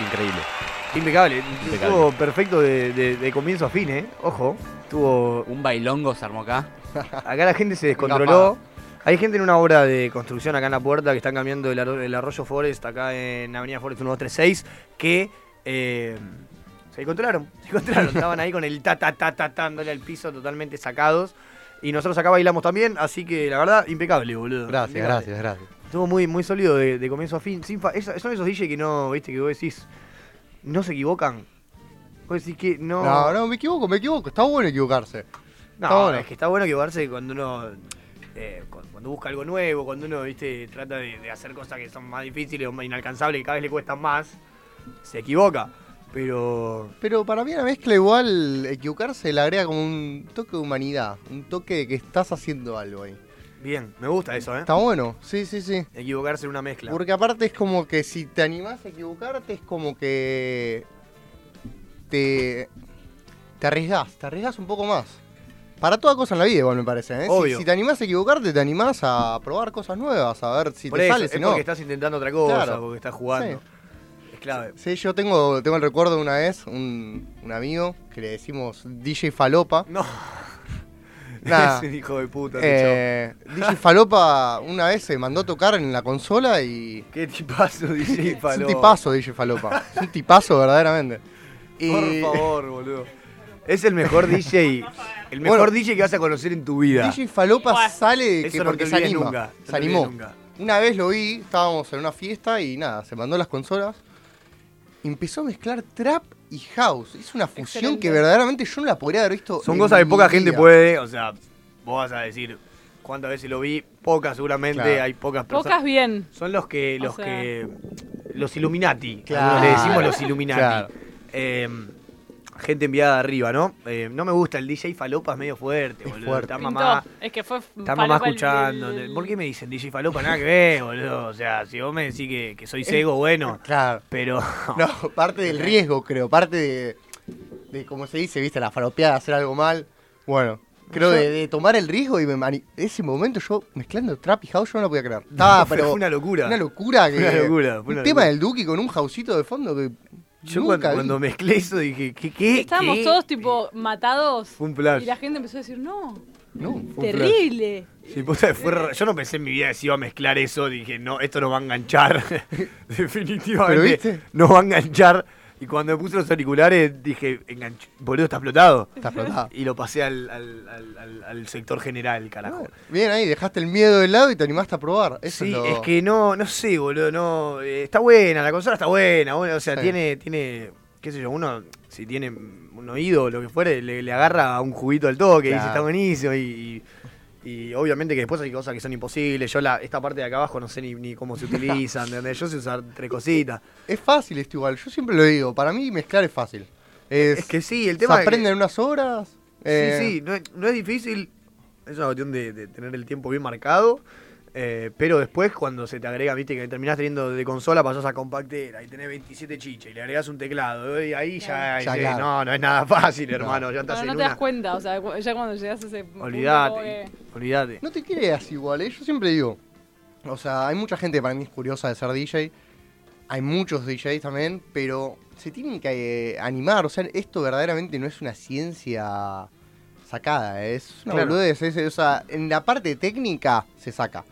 Speaker 4: Increíble.
Speaker 1: Impecable.
Speaker 4: Impecable.
Speaker 1: Estuvo perfecto de, de- de comienzo a fin, ¿eh? Ojo. Tuvo.
Speaker 4: Un bailongo se armó acá.
Speaker 1: Acá la gente se descontroló. Hay gente en una obra de construcción acá en la puerta que están cambiando el, arro- el arroyo Forest acá en Avenida Forest 1236 que eh, se encontraron. Se encontraron. Estaban ahí con el ta ta ta ta ta, dándole al piso totalmente sacados. Y nosotros acá bailamos también, así que la verdad, impecable, boludo.
Speaker 8: Gracias,
Speaker 1: Impecable.
Speaker 8: gracias, gracias.
Speaker 1: Estuvo muy, muy sólido de, de comienzo a fin. Sin fa- esa- son esos DJ que no, viste, que vos decís, no se equivocan. Vos decís que no.
Speaker 8: No, no, me equivoco, me equivoco. Está bueno equivocarse.
Speaker 1: No,
Speaker 8: Está bueno.
Speaker 1: es que está bueno equivocarse cuando uno. eh, cu- cuando busca algo nuevo, cuando uno, viste, trata de, de hacer cosas que son más difíciles o más inalcanzables, que cada vez le cuestan más, se equivoca. Pero.
Speaker 8: Pero para mí la mezcla igual, equivocarse le agrega como un toque de humanidad, un toque de que estás haciendo algo ahí.
Speaker 1: Bien, me gusta eso, ¿eh?
Speaker 8: Está bueno, sí, sí, sí.
Speaker 1: Equivocarse en una mezcla.
Speaker 8: Porque aparte es como que si te animás a equivocarte es como que te, te arriesgás, te arriesgás un poco más. Para toda cosa en la vida igual me parece, ¿eh? Si-
Speaker 1: Obvio.
Speaker 8: Si, te animás a equivocarte, te animás a probar cosas nuevas, a ver si
Speaker 1: Por
Speaker 8: te
Speaker 1: eso,
Speaker 8: sale,
Speaker 1: es
Speaker 8: si no.
Speaker 1: porque estás intentando otra cosa,
Speaker 8: Claro.
Speaker 1: porque estás jugando. Es clave.
Speaker 8: Sí, yo tengo, tengo el recuerdo de una vez, un, un amigo que le decimos DJ Falopa.
Speaker 1: No.
Speaker 8: Nada.
Speaker 1: Es un hijo de puta,
Speaker 8: Eh, DJ Falopa una vez se mandó a tocar en la consola y.
Speaker 1: Qué tipazo, DJ
Speaker 8: Es un
Speaker 1: Falopa.
Speaker 8: tipazo, DJ Falopa. Es un tipazo, verdaderamente. Y-
Speaker 1: Por favor, boludo. Es el mejor DJ. El mejor
Speaker 8: Bueno.
Speaker 1: DJ que vas a conocer en tu vida.
Speaker 8: DJ Falopa sale de
Speaker 1: Eso
Speaker 8: que
Speaker 1: no te
Speaker 8: porque se
Speaker 1: olvides
Speaker 8: anima.
Speaker 1: nunca, no
Speaker 8: se
Speaker 1: te
Speaker 8: animó.
Speaker 1: olvides nunca.
Speaker 8: Una vez lo vi, estábamos en una fiesta y nada, se mandó las consolas. Empezó a mezclar trap y house. Es una fusión
Speaker 1: Excelente.
Speaker 8: que verdaderamente yo no la podría haber visto.
Speaker 1: Son
Speaker 8: en
Speaker 1: cosas que
Speaker 8: mi
Speaker 1: poca gente
Speaker 8: vida.
Speaker 1: puede, o sea, vos vas a decir cuántas veces lo vi, pocas seguramente,
Speaker 8: Claro.
Speaker 1: hay pocas personas.
Speaker 7: Pocas bien.
Speaker 1: Son los que,
Speaker 7: O
Speaker 1: los
Speaker 7: sea.
Speaker 1: que, los Illuminati,
Speaker 8: Claro.
Speaker 1: algunos le decimos los Illuminati.
Speaker 8: Claro.
Speaker 1: Eh, gente enviada de arriba, ¿no? Eh, no me gusta el DJ Falopa, es medio fuerte, boludo.
Speaker 8: fuerte.
Speaker 1: Está
Speaker 7: Pintó.
Speaker 1: mamá,
Speaker 7: Es que fue.
Speaker 1: está mamá
Speaker 7: Falopa el-
Speaker 1: escuchando. ¿Por qué me dicen DJ Falopa? Nada que ver, boludo. O sea, si vos me decís que, que soy cego, bueno.
Speaker 8: Eh, Claro.
Speaker 1: Pero.
Speaker 8: No, parte del riesgo, creo. Parte de, de como se dice, viste, la falopeada, hacer algo mal. Bueno, creo
Speaker 1: Yo-
Speaker 8: de, de tomar el riesgo y me mani- ese momento yo mezclando trap y house yo no lo podía creer. Estaba,
Speaker 1: fue
Speaker 8: pero
Speaker 1: una locura.
Speaker 8: Una locura. Que,
Speaker 1: Una locura,
Speaker 8: un
Speaker 1: fue una
Speaker 8: tema
Speaker 1: locura.
Speaker 8: del Duki con un jausito de fondo que
Speaker 1: Yo
Speaker 8: nunca
Speaker 1: cuando,
Speaker 8: vi.
Speaker 1: cuando mezclé eso dije, ¿qué? qué
Speaker 7: Estábamos
Speaker 1: qué?
Speaker 7: todos tipo matados.
Speaker 1: Fue un flash.
Speaker 7: Y la gente empezó a decir, no,
Speaker 8: No,
Speaker 1: fue un flash.
Speaker 7: terrible.
Speaker 1: Sí, posta que fue raro. yo no pensé en mi vida que se iba a mezclar eso, dije, no, esto no va a enganchar. Definitivamente.
Speaker 8: ¿Pero viste?
Speaker 1: No va a enganchar. Y cuando me puse los auriculares dije, enganch... boludo, está explotado.
Speaker 8: Está explotado.
Speaker 1: Y lo pasé al, al- al- al- al sector general, carajo.
Speaker 8: Bien ahí, dejaste el miedo de lado y te animaste a probar. Eso
Speaker 1: Sí,
Speaker 8: es, lo-
Speaker 1: es que no, no sé, boludo, no. eh, está buena, la consola está buena, bueno, o sea,
Speaker 8: Sí.
Speaker 1: tiene, tiene, qué sé yo, uno, si tiene un oído o lo que fuere, le, le agarra un juguito al toque,
Speaker 8: Claro.
Speaker 1: dice está buenísimo y, y- y obviamente que después hay cosas que son imposibles. Yo la, esta parte de acá abajo no sé ni, ni cómo se utilizan, ¿entendés? Yo sé usar tres cositas.
Speaker 8: es fácil esto igual. Yo siempre lo digo, para mí mezclar es fácil. Es,
Speaker 1: Es que sí, el
Speaker 8: se
Speaker 1: tema es que-
Speaker 8: aprende en unas horas. eh,
Speaker 1: Sí, sí, no, es- no es difícil. Es una cuestión de, de tener el tiempo bien marcado. eh, pero después, cuando se te agrega, viste, que terminás teniendo de consola, pasás a compactera y tenés 27 chiches y le agregás un teclado. Y ahí ya,
Speaker 8: Ya,
Speaker 1: sí,
Speaker 8: claro.
Speaker 1: no, no es nada fácil,
Speaker 8: No.
Speaker 1: hermano. Ya estás
Speaker 7: Pero no
Speaker 1: en
Speaker 7: te das
Speaker 1: una.
Speaker 7: cuenta, o sea, cu- ya cuando llegas a ese. punto, como
Speaker 1: Olvídate,
Speaker 7: que-
Speaker 1: olvídate.
Speaker 8: No te creas igual, ¿eh? yo siempre digo. O sea, hay mucha gente que para mí es curiosa de ser DJ. Hay muchos DJs también, pero se tienen que eh, animar. O sea, esto verdaderamente no es una ciencia sacada, ¿eh? es una
Speaker 1: Claro.
Speaker 8: boludez. es- o sea, en la parte técnica se saca.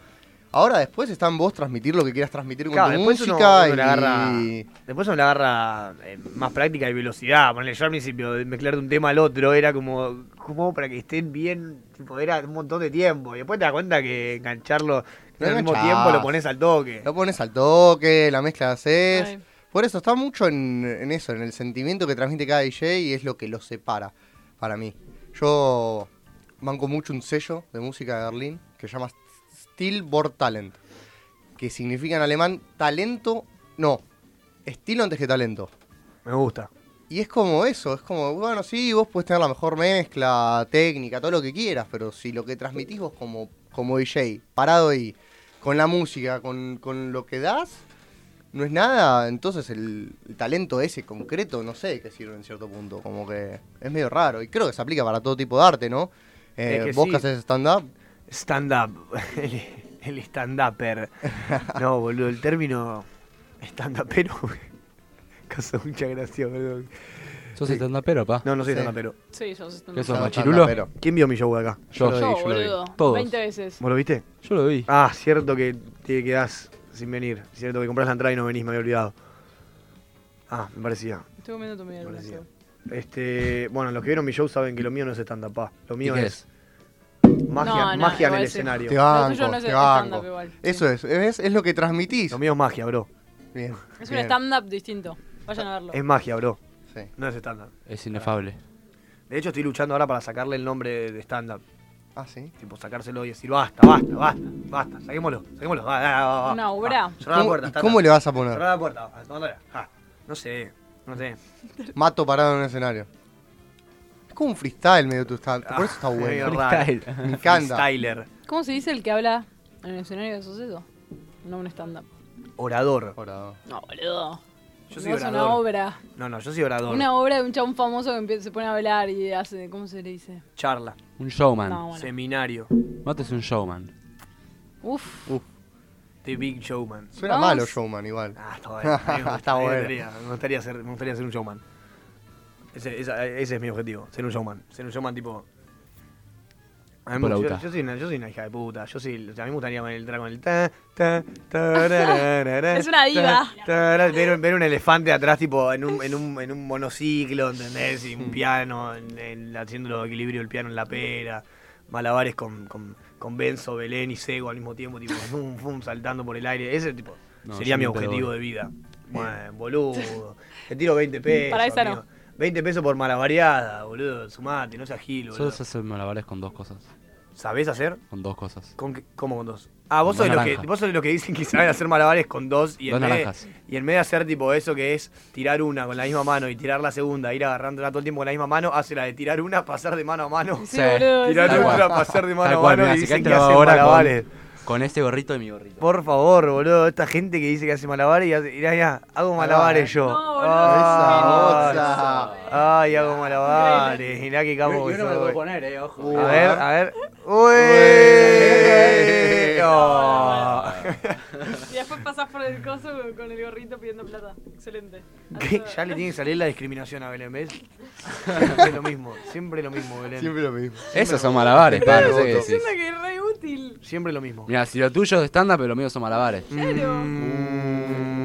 Speaker 8: Ahora después está en vos transmitir lo que quieras transmitir con
Speaker 1: Claro,
Speaker 8: tu
Speaker 1: después uno,
Speaker 8: música
Speaker 1: uno le agarra,
Speaker 8: y...
Speaker 1: después uno le agarra eh, más práctica y velocidad. Ponele, yo al principio, de mezclar de un tema al otro, era como, como para que estén bien, tipo, era un montón de tiempo. Y después te das cuenta que engancharlo
Speaker 8: Lo
Speaker 1: al mismo
Speaker 8: enganchás.
Speaker 1: tiempo lo pones al toque.
Speaker 8: Lo pones al toque, la mezcla la haces.
Speaker 7: Ay.
Speaker 8: Por eso está mucho en, en eso, en el sentimiento que transmite cada DJ y es lo que los separa para mí. Yo manco mucho un sello de música de Berlín que se llama Stillborn Talent, que significa en alemán talento, no, estilo antes que talento.
Speaker 1: Me gusta.
Speaker 8: Y es como eso, es como, bueno, sí, vos puedes tener la mejor mezcla, técnica, todo lo que quieras, pero si lo que transmitís vos como, como DJ, parado ahí, con la música, con, con lo que das, no es nada, entonces el, el talento ese concreto, no sé de qué sirve en cierto punto, como que es medio raro, y creo que se aplica para todo tipo de arte, ¿no? Eh,
Speaker 1: Es que
Speaker 8: vos
Speaker 1: sí.
Speaker 8: que haces stand-up,
Speaker 1: Stand-up. El, el stand-upper. No, boludo, el término stand-upero. Caso, muchas gracias, perdón.
Speaker 4: ¿Sos estandapero, pa?
Speaker 1: No, no soy
Speaker 4: Sí.
Speaker 1: estandapero.
Speaker 7: Sí, yo soy
Speaker 4: ¿Qué sos, machirulo?
Speaker 1: ¿Quién vio mi show de acá?
Speaker 4: Yo.
Speaker 1: lo
Speaker 4: Yo,
Speaker 1: vi, lo vi.
Speaker 7: boludo.
Speaker 1: Todos.
Speaker 7: 20 veces.
Speaker 1: ¿Vos lo viste?
Speaker 4: Yo lo vi.
Speaker 1: Ah, cierto que te quedás sin venir. Cierto que compras la entrada y no venís, me había olvidado. Ah, me parecía.
Speaker 7: Estoy comiendo tu mierda. Seba.
Speaker 1: Este, bueno, los que vieron mi show saben que lo mío no es stand-up, pa. Lo mío
Speaker 8: ¿Y qué
Speaker 1: es magia,
Speaker 7: No, no,
Speaker 1: magia en
Speaker 7: igual
Speaker 1: el
Speaker 7: sí.
Speaker 1: escenario.
Speaker 8: Te banco, te banco. Eso es, es, es lo que transmitís. Lo
Speaker 1: mío es magia, bro.
Speaker 8: Bien.
Speaker 7: Es un
Speaker 8: bien.
Speaker 7: stand-up distinto. Vayan a verlo.
Speaker 1: Es magia, bro.
Speaker 8: Sí.
Speaker 1: No es stand-up.
Speaker 4: Es inefable.
Speaker 1: De hecho, estoy luchando ahora para sacarle el nombre de stand-up.
Speaker 8: Ah, sí.
Speaker 1: Tipo, sacárselo y decir, basta, basta, basta, basta, saquémoslo, saquémoslo. Va, va, va, va,
Speaker 7: Una
Speaker 1: va.
Speaker 7: obra.
Speaker 1: Cerrá la
Speaker 8: ¿Cómo-
Speaker 1: puerta.
Speaker 8: y
Speaker 1: tata.
Speaker 8: cómo le vas a poner?
Speaker 1: Cerrá la puerta. va, tomándola. Ah, no sé, no sé.
Speaker 8: Mato parado en un escenario. Es como un freestyle medio tu stand. Por eso está
Speaker 1: Ah,
Speaker 8: bueno.
Speaker 1: medio raro.
Speaker 8: Me encanta.
Speaker 1: Freestyler.
Speaker 7: ¿Cómo se dice el que habla en el escenario de suceso? No un stand-up.
Speaker 1: Orador.
Speaker 8: Orador.
Speaker 7: No, boludo.
Speaker 1: Yo soy
Speaker 7: No, es una
Speaker 1: orador.
Speaker 7: obra.
Speaker 1: No, no, yo soy orador.
Speaker 7: Una obra de un chabón famoso que empieza- se pone a hablar y hace. ¿Cómo se le dice?
Speaker 1: Charla.
Speaker 4: Un showman.
Speaker 7: No, Ah, bueno.
Speaker 1: Seminario.
Speaker 4: Mato es un showman.
Speaker 7: Uf.
Speaker 1: The Big Showman.
Speaker 8: Suena
Speaker 1: Vamos.
Speaker 8: malo showman igual.
Speaker 1: Ah, está bueno. A mí me
Speaker 8: está
Speaker 1: gustaría-
Speaker 8: bueno.
Speaker 1: Me gustaría, ser, me gustaría ser un showman. Ese, esa- ese es mi objetivo, ser un showman. Ser un showman tipo. A mí me- yo,
Speaker 4: Polauta.
Speaker 1: yo soy una, yo soy una hija de puta. Yo soy, o sea, a mí me gustaría poner el dragón el ta, ta, tarararara,
Speaker 7: Es una diva.
Speaker 1: ta, tarara, ver, ver un elefante atrás, tipo, en un, en un, en un monociclo, ¿entendés?
Speaker 4: Mm.
Speaker 1: Y un piano, en, en- haciendo el equilibrio del piano en la pera. Malabares con, con, con Benzo, Belén y Sego al mismo tiempo, tipo, fum, fum, saltando por el aire. Ese tipo
Speaker 4: No,
Speaker 1: sería
Speaker 4: yo
Speaker 1: mi
Speaker 4: no te
Speaker 1: objetivo
Speaker 4: doy.
Speaker 1: de vida. Bueno, boludo. Te tiro 20 pesos.
Speaker 7: Para esa no.
Speaker 1: amigo. 20 pesos por malabareada, boludo. Sumate, no seas gil, boludo.
Speaker 4: Solo se hacen malabares con dos cosas.
Speaker 1: ¿Sabés hacer?
Speaker 4: Con dos cosas.
Speaker 1: ¿Con qué- ¿Cómo con dos? Ah, vos
Speaker 4: Con
Speaker 1: sos,
Speaker 4: dos
Speaker 1: lo que,
Speaker 4: naranjas.
Speaker 1: vos sos lo que dicen que saben hacer malabares con dos y en,
Speaker 4: Dos
Speaker 1: vez,
Speaker 4: naranjas.
Speaker 1: y en vez de hacer tipo eso que es tirar una con la misma mano y tirar la segunda, ir agarrándola todo el tiempo con la misma mano, hace la de tirar una, pasar de mano a mano.
Speaker 4: Sí, Sí. boludo,
Speaker 1: tirar
Speaker 4: sí.
Speaker 1: una,
Speaker 4: Tal cual.
Speaker 1: pasar de
Speaker 4: Tal
Speaker 1: mano a
Speaker 4: cual,
Speaker 1: mano
Speaker 4: mirá,
Speaker 1: y
Speaker 4: si
Speaker 1: dicen
Speaker 4: quedaste
Speaker 1: que hacen
Speaker 4: ahora con-
Speaker 1: malabares.
Speaker 4: Con este gorrito y mi gorrito.
Speaker 1: Por favor, boludo, esta gente que dice que hace malabares y hace, mirá, mirá, hago malabares yo.
Speaker 4: boludo,
Speaker 1: Ay,
Speaker 4: esa
Speaker 1: Ay, hago malabares, mirá que capo
Speaker 4: Yo- yo
Speaker 1: que
Speaker 4: no me lo
Speaker 1: soy.
Speaker 4: puedo poner, eh, ojo.
Speaker 1: A ver, a ver.
Speaker 4: Ué.
Speaker 1: ¡Ué! Oh.
Speaker 7: Y después pasás por el coso con el gorrito pidiendo plata. Excelente.
Speaker 1: ¿Qué? Ya le tiene que salir la discriminación a Belén, ¿ves? Siempre lo mismo, siempre lo mismo, Belén.
Speaker 8: Siempre lo mismo.
Speaker 4: Esos son malabares, pa, no sé qué decís.
Speaker 7: que es re útil.
Speaker 1: Siempre lo mismo.
Speaker 4: Mira, si lo tuyo es estándar, pero lo mío son malabares.
Speaker 1: Uh,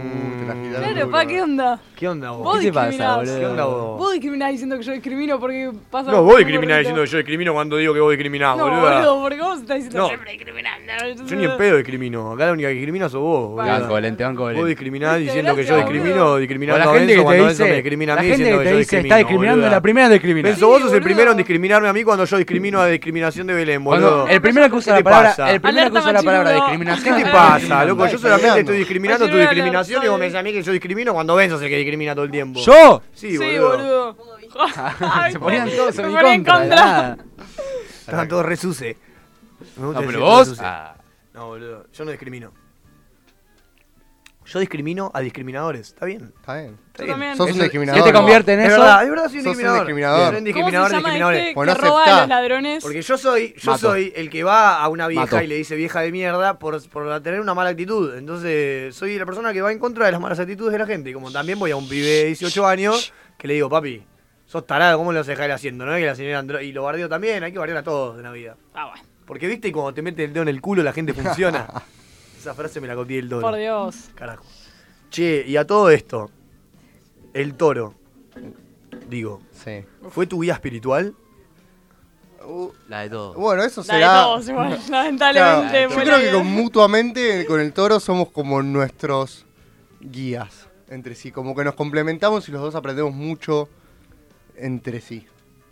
Speaker 7: Claro, pa, ¿qué onda?
Speaker 1: ¿Qué onda vos?
Speaker 7: Vos
Speaker 4: ¿Qué te pasa,
Speaker 7: discriminás.
Speaker 4: boludo?
Speaker 1: ¿Qué onda vos?
Speaker 7: Vos discriminás diciendo que yo discrimino porque pasa.
Speaker 1: No,
Speaker 7: por
Speaker 1: vos
Speaker 7: un
Speaker 1: discriminás
Speaker 7: gorrito.
Speaker 1: diciendo que yo discrimino cuando digo que vos discriminás,
Speaker 7: No,
Speaker 1: boluda.
Speaker 7: boludo, porque vos estás diciendo
Speaker 1: No.
Speaker 7: siempre discriminando.
Speaker 1: Yo ni en pedo discrimino. Acá la única que discrimina sos vos, boluda.
Speaker 4: Banco, Belén, te banco, Belén.
Speaker 1: Vos discriminás
Speaker 4: Viste,
Speaker 1: diciendo que yo
Speaker 4: gracias,
Speaker 1: discrimino,
Speaker 4: boludo.
Speaker 1: discriminando
Speaker 4: O la
Speaker 1: a
Speaker 4: gente
Speaker 1: Benzo
Speaker 4: que te
Speaker 1: cuando Benzo me
Speaker 4: dice-
Speaker 1: discrimina a
Speaker 4: la
Speaker 1: mí
Speaker 4: gente
Speaker 1: diciendo
Speaker 4: que
Speaker 1: que,
Speaker 4: te
Speaker 1: yo
Speaker 4: dice,
Speaker 1: discrimino.
Speaker 4: "Está discriminando",
Speaker 1: boluda.
Speaker 4: la primera en discriminar.
Speaker 1: Benzo, vos sos el primero en discriminarme a mí cuando yo discrimino a discriminación de Belén,
Speaker 4: Cuando-
Speaker 1: boludo.
Speaker 4: el primero que usa
Speaker 1: ¿Qué
Speaker 4: la
Speaker 1: te
Speaker 4: palabra,
Speaker 1: pasa?
Speaker 4: el primero que usa la palabra discriminación.
Speaker 1: ¿Qué te
Speaker 4: está
Speaker 1: pasa,
Speaker 4: discriminando.
Speaker 1: loco? Yo
Speaker 4: Está
Speaker 1: solamente
Speaker 4: peleando.
Speaker 1: estoy discriminando tu discriminación y vos me decís a mí que yo discrimino cuando Benzo es el que discrimina todo el tiempo.
Speaker 4: ¿Yo?
Speaker 1: Sí, boludo.
Speaker 4: Se ponían todos en
Speaker 7: Me
Speaker 4: mi
Speaker 7: ponía en
Speaker 4: contra.
Speaker 7: contra.
Speaker 4: nada.
Speaker 1: Estaban todos resuce.
Speaker 4: No, pero vos. ah,
Speaker 1: No, boludo, yo no discrimino. Yo discrimino a discriminadores, está bien.
Speaker 8: Está bien.
Speaker 1: Está
Speaker 7: Yo
Speaker 1: bien.
Speaker 7: también. Sos un
Speaker 1: Eso-
Speaker 8: discriminador. ¿Qué te convierte en
Speaker 1: Es
Speaker 8: eso?
Speaker 1: verdad, es verdad, soy un
Speaker 8: Sos un
Speaker 1: discriminador.
Speaker 8: discriminador. Pues
Speaker 1: Soy un
Speaker 7: ¿Cómo se
Speaker 1: discriminador de
Speaker 7: llama
Speaker 1: discriminadores.
Speaker 7: este
Speaker 8: Bueno,
Speaker 7: que roba a
Speaker 8: aceptá.
Speaker 7: los ladrones?
Speaker 1: Porque yo soy, yo
Speaker 8: Mato.
Speaker 1: soy el que va a una vieja
Speaker 4: Mato.
Speaker 1: y le dice vieja de mierda por, por tener una mala actitud. Entonces, soy la persona que va en contra de las malas actitudes de la gente. Como también voy a un pibe de 18 años que le digo, papi, sos tarado, ¿cómo lo vas a dejar haciendo? ¿No? Y la señora Andro- y lo bardeo también, hay que bardear a todos en la vida.
Speaker 7: Ah, bueno.
Speaker 1: Porque viste cuando te mete el dedo en el culo la gente funciona. Esa frase me la copié del
Speaker 7: Por
Speaker 1: toro.
Speaker 7: Dios.
Speaker 1: Carajo. Che, y a todo esto, el toro, digo,
Speaker 8: Sí.
Speaker 1: ¿fue tu guía espiritual?
Speaker 8: Uh,
Speaker 4: La de todo.
Speaker 8: Bueno, eso
Speaker 7: La de
Speaker 8: será.
Speaker 7: todos igual, lamentablemente.
Speaker 8: Claro,
Speaker 7: fue
Speaker 8: yo creo
Speaker 7: la
Speaker 8: que
Speaker 7: vida.
Speaker 8: con- mutuamente con el toro somos como nuestros guías entre sí. Como que nos complementamos y los dos aprendemos mucho entre sí.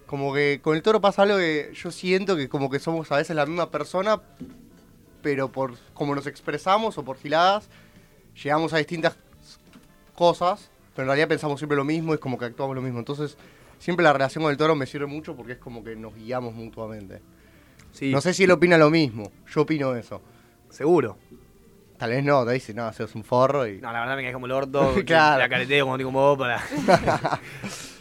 Speaker 8: Como que con el toro pasa algo que yo siento que como que somos a veces la misma persona, pero por como nos expresamos o por giladas, llegamos a distintas cosas, pero en realidad pensamos siempre lo mismo y es como que actuamos lo mismo. Entonces, siempre la relación con el toro me sirve mucho porque es como que nos guiamos mutuamente.
Speaker 1: Sí.
Speaker 8: No sé si él opina lo mismo, yo opino eso.
Speaker 1: Seguro.
Speaker 8: Tal vez no, te dice, no, sos un forro y...
Speaker 1: No, la verdad me caes como el orto. que
Speaker 8: Claro.
Speaker 1: La careteo como digo como vos para,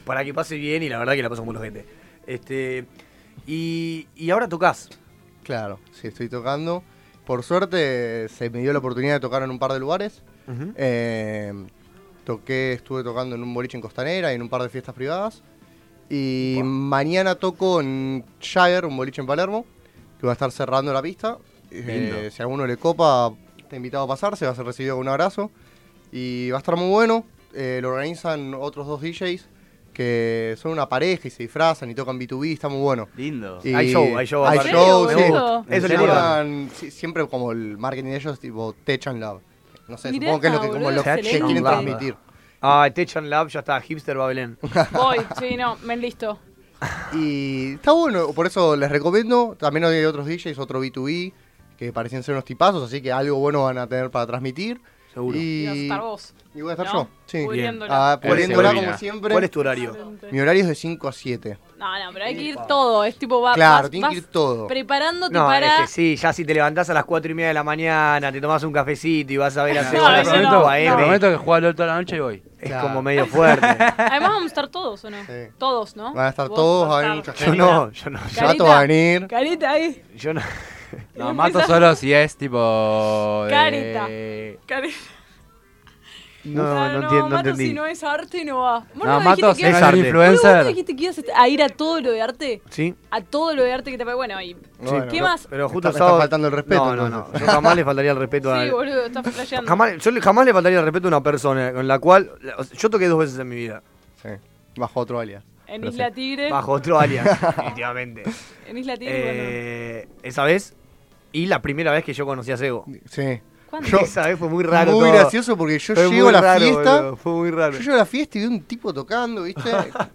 Speaker 1: para que pase bien y la verdad que la paso como los gente. Este, y, y ahora tocas.
Speaker 8: Claro, sí, estoy tocando. Por suerte se me dio la oportunidad de tocar en un par de lugares. Eh, Toqué, estuve tocando en un boliche en Costanera y en un par de fiestas privadas. Y mañana toco en Jagger, un boliche en Palermo, que va a estar cerrando la pista.
Speaker 4: Lindo.
Speaker 8: Eh, si a alguno le copa, está invitado a pasar, se va a ser recibido con un abrazo. Y va a estar muy bueno. Eh, lo organizan otros dos DJs que son una pareja y se disfrazan y tocan B2B, está muy bueno.
Speaker 4: Lindo.
Speaker 8: Y
Speaker 1: Hay show, hay show
Speaker 8: Hay
Speaker 1: aparte.
Speaker 8: show,
Speaker 1: Me
Speaker 8: sí.
Speaker 1: gusta. Eso
Speaker 8: Se
Speaker 1: le gusta.
Speaker 8: llaman, sí, Siempre como el marketing de ellos, tipo Tech and Love. No sé,
Speaker 7: Mirá,
Speaker 8: supongo que es lo que, como
Speaker 7: boludo,
Speaker 8: lo que
Speaker 7: excelente.
Speaker 8: quieren transmitir.
Speaker 1: Ah, Tech and Love ya está, hipster va a Belén.
Speaker 7: Voy, sí, no, me listo.
Speaker 8: Y está bueno, por eso les recomiendo. También hay otros DJs, otro B2B, que parecían ser unos tipazos, así que algo bueno van a tener para transmitir. Seguro.
Speaker 7: Y vas a
Speaker 8: Y,
Speaker 7: estar vos.
Speaker 8: y voy a estar
Speaker 7: ¿no?
Speaker 8: yo. Sí.
Speaker 7: Pudriéndola.
Speaker 8: Ah, pudriéndola
Speaker 1: Ese,
Speaker 8: como
Speaker 1: Belén.
Speaker 8: siempre.
Speaker 1: Eh, ¿Cuál es tu horario?
Speaker 8: Mi horario es de 5 a 7.
Speaker 7: No, no, pero hay que ir todo. Es tipo, va,
Speaker 8: Claro,
Speaker 7: vas-
Speaker 8: tiene que
Speaker 7: vas
Speaker 8: ir todo.
Speaker 7: Preparándote
Speaker 1: No,
Speaker 7: para.
Speaker 1: es que sí, ya si te levantás a las 4 y media de la mañana, te tomás un cafecito y vas a ver a
Speaker 4: No,
Speaker 1: Cebolla,
Speaker 4: eso
Speaker 1: Cemento,
Speaker 4: no.
Speaker 1: va a
Speaker 4: Te
Speaker 1: M.
Speaker 4: prometo que juega LOL toda la noche y voy.
Speaker 1: Es como medio fuerte.
Speaker 7: Además, vamos a estar todos, ¿o no? Todos, ¿no?
Speaker 8: Van a estar
Speaker 7: Vos
Speaker 8: todos, va
Speaker 7: vas
Speaker 8: a
Speaker 7: estar.
Speaker 8: venir mucha
Speaker 4: Yo
Speaker 8: gente.
Speaker 4: no, yo no.
Speaker 7: Carita,
Speaker 8: Yato va a venir.
Speaker 7: Carita ahí.
Speaker 1: Yo no.
Speaker 4: No, mato solo si es tipo. eh, de-
Speaker 7: Carita. Carita.
Speaker 1: No,
Speaker 7: Ah,
Speaker 1: no, entiendo, no
Speaker 7: Mato,
Speaker 1: entendí.
Speaker 7: si no es arte, no va. Vos
Speaker 1: No,
Speaker 7: dijiste
Speaker 1: Mato,
Speaker 7: que
Speaker 1: es
Speaker 7: ibas-
Speaker 1: arte.
Speaker 7: Boludo, vos
Speaker 1: influencer.
Speaker 7: no dijiste que ibas a ir a todo lo de arte.
Speaker 1: ¿Sí?
Speaker 7: A todo lo de arte que te pague. Bueno, y.
Speaker 1: Sí,
Speaker 7: ¿Qué
Speaker 1: pero-
Speaker 7: más?
Speaker 1: Pero justo
Speaker 8: Está- está
Speaker 1: sábado.
Speaker 8: faltando el respeto,
Speaker 1: No, no, no.
Speaker 8: entonces.
Speaker 1: Yo jamás le faltaría el respeto a.
Speaker 7: Sí, boludo, estás flasheando.
Speaker 1: Jamás, yo le- jamás le faltaría el respeto a una persona con la cual. o sea, Yo toqué dos veces en mi vida.
Speaker 8: Sí. Bajo otro alias.
Speaker 7: En Isla Tigre.
Speaker 1: Bajo otro alias, definitivamente.
Speaker 7: En Isla Tigre,
Speaker 1: Eh, esa vez y la primera vez que yo conocí a Sego.
Speaker 8: Sí.
Speaker 7: ¿Cuándo?
Speaker 8: Yo-
Speaker 1: esa vez fue muy raro.
Speaker 8: Muy
Speaker 1: todo.
Speaker 8: gracioso porque yo
Speaker 1: Fue
Speaker 8: llego
Speaker 1: muy
Speaker 8: a la
Speaker 1: raro,
Speaker 8: fiesta.
Speaker 1: boludo, Fue muy raro.
Speaker 8: Yo llego a la fiesta y veo un tipo tocando, ¿viste?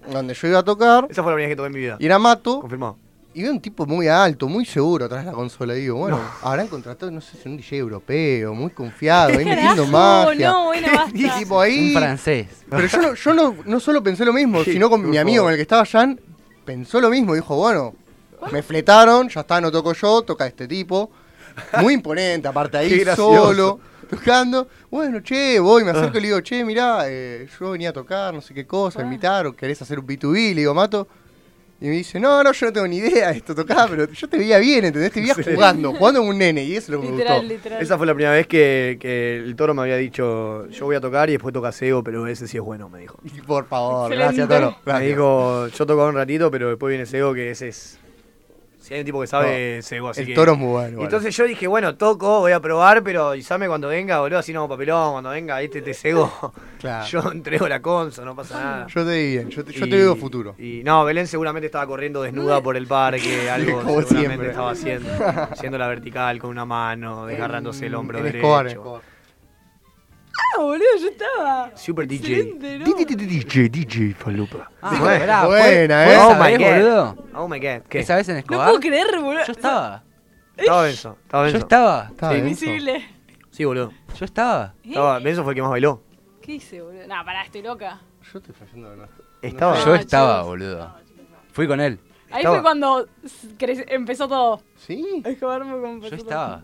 Speaker 8: Donde yo iba a tocar.
Speaker 1: Esa fue la primera vez que toqué en mi vida.
Speaker 8: Y era Mato.
Speaker 1: Confirmado.
Speaker 8: Y veo un tipo muy alto, muy seguro atrás de la consola. Y digo, bueno, habrán contratado, no sé si un DJ europeo, muy confiado, ahí metiendo magia.
Speaker 7: No, bueno, basta.
Speaker 8: Y tipo ahí.
Speaker 4: Un francés.
Speaker 8: Pero yo, no, yo no, no solo pensé lo mismo,
Speaker 1: Sí,
Speaker 8: sino con
Speaker 1: por
Speaker 8: mi amigo
Speaker 1: favor.
Speaker 8: con el que estaba Jan, pensó lo mismo. Dijo, bueno, me fletaron, ya está, no toco yo, toca este tipo. Muy imponente, aparte
Speaker 1: Qué
Speaker 8: ahí
Speaker 1: gracioso.
Speaker 8: solo, tocando. Bueno, che, voy, me acerco y le digo, che, mirá, eh, yo venía a tocar, no sé qué cosa,
Speaker 7: Ah.
Speaker 8: me invitaron, querés hacer un B2B, le digo, mato. Y me dice, no, no, yo no tengo ni idea de esto tocar, pero yo te veía bien, ¿entendés? Te veía
Speaker 1: Sí.
Speaker 8: jugando, jugando como un nene, y eso es lo que me
Speaker 7: Literal,
Speaker 8: gustó.
Speaker 7: literal.
Speaker 1: Esa fue la primera vez que, que el toro me había dicho, yo voy a tocar y después toca Sego, pero ese sí es bueno, me dijo.
Speaker 8: Y por favor,
Speaker 7: Excelente.
Speaker 8: Oh, gracias, Toro.
Speaker 1: Me
Speaker 8: Gracias.
Speaker 1: dijo, yo tocaba un ratito, pero después viene Sego, que ese es... Si hay un tipo que sabe,
Speaker 8: No,
Speaker 1: Sego,
Speaker 8: Oh,
Speaker 1: así
Speaker 8: el
Speaker 1: que-
Speaker 8: Toro es muy bueno, igual.
Speaker 1: Entonces yo dije, bueno, toco, voy a probar, pero avisame cuando venga, boludo, así no hago papelón, cuando venga, este te Sego,
Speaker 8: Claro.
Speaker 1: yo entrego la conso, no pasa nada.
Speaker 8: Yo te vi bien, yo te, yo
Speaker 1: Y-
Speaker 8: te veo futuro.
Speaker 1: Y no, Belén seguramente estaba corriendo desnuda por el parque, algo
Speaker 8: Como
Speaker 1: seguramente
Speaker 8: siempre.
Speaker 1: estaba haciendo, haciendo la vertical con una mano, desgarrándose el hombro
Speaker 8: En
Speaker 1: derecho.
Speaker 8: Escobar, en Escobar.
Speaker 7: Ah, boludo, yo estaba.
Speaker 1: Super DJ.
Speaker 7: Excelente, ¿no?
Speaker 1: DJ, DJ Falupa.
Speaker 4: Ah,
Speaker 1: bueno.
Speaker 4: pará, fue-
Speaker 8: Buena,
Speaker 4: fue
Speaker 8: eh.
Speaker 4: esa
Speaker 1: Oh my
Speaker 4: vez,
Speaker 1: god.
Speaker 4: boludo.
Speaker 1: Oh my god. ¿Qué?
Speaker 4: Esa vez en
Speaker 7: No
Speaker 4: Escobar.
Speaker 7: puedo creer, boludo.
Speaker 4: Yo estaba.
Speaker 1: Estaba Benzo. Estaba
Speaker 4: Yo
Speaker 1: Benzo.
Speaker 4: estaba.
Speaker 8: Está bien, eso.
Speaker 7: Invisible. ¿Eh?
Speaker 1: Sí, boludo.
Speaker 4: Yo estaba.
Speaker 1: Estaba, Benzo fue el que más bailó.
Speaker 7: ¿Qué hice, boludo? No, pará, estoy loca.
Speaker 8: Yo estoy fallando de nuevo.
Speaker 1: Estaba.
Speaker 4: Yo estaba, boludo. Fui con él.
Speaker 7: Ah, Ahí
Speaker 1: Estaba.
Speaker 7: fue cuando s- cre- empezó todo.
Speaker 8: ¿Sí?
Speaker 7: Escobar me compró
Speaker 4: Yo
Speaker 7: todo.
Speaker 4: estaba.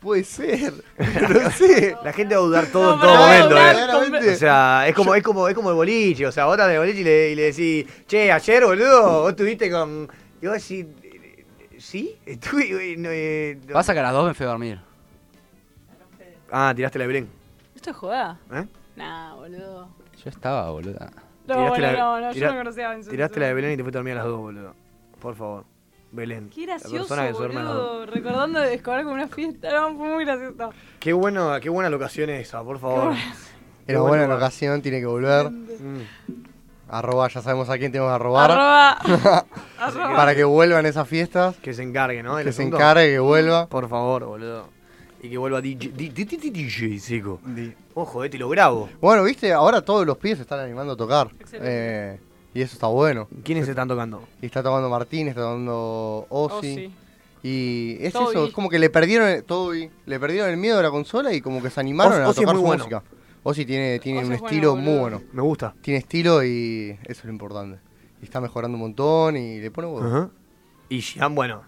Speaker 8: Puede ser. No sé.
Speaker 1: La gente va a dudar todo en
Speaker 7: No,
Speaker 1: todo
Speaker 7: pará,
Speaker 1: momento,
Speaker 7: dudar,
Speaker 1: eh.
Speaker 8: Verdaderamente.
Speaker 1: O sea, es como, es como, es como el boliche. O sea, vos estás en el boliche y le, y le decís, che, ayer, boludo, vos estuviste con. Y vos decís, ¿sí? Estuve. eh, no, eh, no".
Speaker 4: Pasa que a las 2 me fui a dormir.
Speaker 1: Ah, tiraste la de Belén.
Speaker 7: ¿Esto es jugada?
Speaker 1: ¿Eh?
Speaker 7: Nah, boludo.
Speaker 4: Yo estaba, boludo.
Speaker 7: No, bueno,
Speaker 1: Tiraste la-
Speaker 7: no, no,
Speaker 1: tira-
Speaker 7: yo no conocía a Benzo.
Speaker 1: Tiraste la de Belén y te fuiste a dormir a las dos, boludo. Por favor. Belén.
Speaker 7: Qué
Speaker 1: la
Speaker 7: gracioso,
Speaker 1: persona que se duerme a las dos.
Speaker 7: boludo. Recordando de Escobar como una fiesta. No, fue muy gracioso.
Speaker 1: Qué, bueno, qué buena locación esa, por favor.
Speaker 8: Era
Speaker 1: Bueno,
Speaker 8: buena
Speaker 1: va.
Speaker 8: la ocasión, tiene que volver.
Speaker 1: Mm.
Speaker 8: Arroba, ya sabemos a quién tenemos que arrobar.
Speaker 7: Arroba.
Speaker 8: Para que vuelvan esas fiestas.
Speaker 1: Que se encargue, ¿no? del
Speaker 8: Que se
Speaker 1: asunto.
Speaker 8: encargue, que vuelva.
Speaker 1: Por favor, boludo. Y que vuelva DJ, di- di- di- di- DJ Seco. Ojo, eh, te lo grabo.
Speaker 8: Bueno, viste, ahora todos los pies se están animando a tocar.
Speaker 7: Excelente.
Speaker 8: Eh, y eso está bueno.
Speaker 1: ¿Quiénes están tocando?
Speaker 8: Y está tocando Martín, está tocando Ozzy.
Speaker 7: Ozzy.
Speaker 8: Y es
Speaker 7: Toby.
Speaker 8: eso, es como que le perdieron el, Toby, le perdieron el miedo a la consola y como que se animaron a
Speaker 1: Ozzy es
Speaker 8: tocar
Speaker 1: muy
Speaker 8: su
Speaker 1: bueno.
Speaker 8: música. Ozzy tiene, tiene
Speaker 7: Ozzy
Speaker 8: un
Speaker 7: es bueno,
Speaker 8: estilo muy
Speaker 7: boludo.
Speaker 8: bueno.
Speaker 1: Me gusta.
Speaker 8: Tiene estilo y eso es lo importante. Y está mejorando un montón y le pone huevo.
Speaker 1: Ajá. Y Gian, bueno.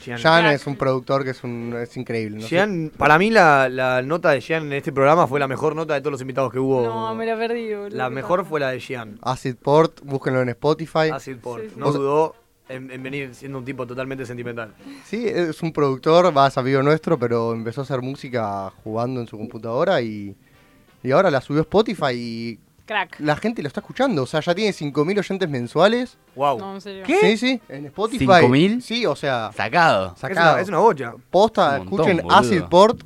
Speaker 1: Gian,
Speaker 8: Jan es un productor que es un es increíble. ¿no?
Speaker 1: Gian- para mí la, la nota de Gian en este programa fue la mejor nota de todos los invitados que hubo.
Speaker 7: No, me la perdí, boludo.
Speaker 1: La
Speaker 7: qué
Speaker 1: mejor
Speaker 7: paja.
Speaker 1: fue la de Gian.
Speaker 8: Acid Port, búsquenlo en Spotify.
Speaker 1: Acid Port.
Speaker 7: Sí, sí.
Speaker 1: No
Speaker 8: Vos-
Speaker 1: dudó en, en venir siendo un tipo totalmente sentimental.
Speaker 8: Sí, es un productor, va a amigo nuestro, pero empezó a hacer música jugando en su computadora y Y ahora la subió a Spotify y.
Speaker 7: Crack.
Speaker 8: La gente lo está escuchando. O sea, ya tiene 5.000 oyentes mensuales.
Speaker 1: Wow.
Speaker 7: No, en serio.
Speaker 8: ¿Qué? Sí, sí. En Spotify.
Speaker 4: ¿5.000?
Speaker 8: Sí, o sea.
Speaker 4: Sacado.
Speaker 8: Sacado.
Speaker 1: Es una- es una bocha.
Speaker 8: Posta,
Speaker 1: Un montón,
Speaker 8: escuchen
Speaker 1: boludo.
Speaker 8: Acid Port.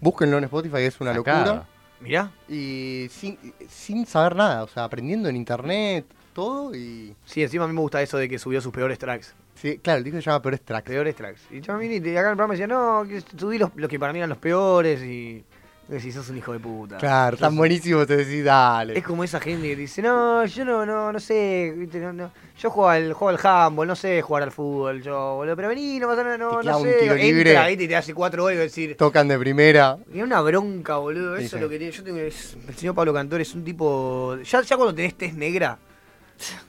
Speaker 8: Búsquenlo en Spotify, es una
Speaker 1: Sacado.
Speaker 8: locura.
Speaker 1: Mirá.
Speaker 8: Y sin, sin saber nada. O sea, aprendiendo en internet, todo y.
Speaker 1: Sí, encima a mí me gusta eso de que subió sus peores tracks.
Speaker 8: Sí, claro, el disco se llama Peores Tracks.
Speaker 1: Peores tracks. Y yo vine y te- acá en el programa decía, no, que subí los, los que para mí eran los peores y. Decís, sos un hijo de puta.
Speaker 8: Claro, tan buenísimo, te decís, dale.
Speaker 1: Es como esa gente que dice, no, yo no, no, no sé, viste, no, no. yo juego al, juego al handball, no sé jugar al fútbol, yo, boludo, pero vení, no pasa nada, no,
Speaker 8: Te
Speaker 1: no
Speaker 8: clava un
Speaker 1: sé.
Speaker 8: tiro libre.
Speaker 1: Entra, viste, y te hace cuatro goles y decir,
Speaker 8: Tocan de primera.
Speaker 1: Tiene una bronca, boludo.
Speaker 8: Sí,
Speaker 1: Eso
Speaker 8: sí.
Speaker 1: es lo que tiene. Yo tengo, es- el señor Pablo Cantor es un tipo. Ya, ya cuando tenés test negra,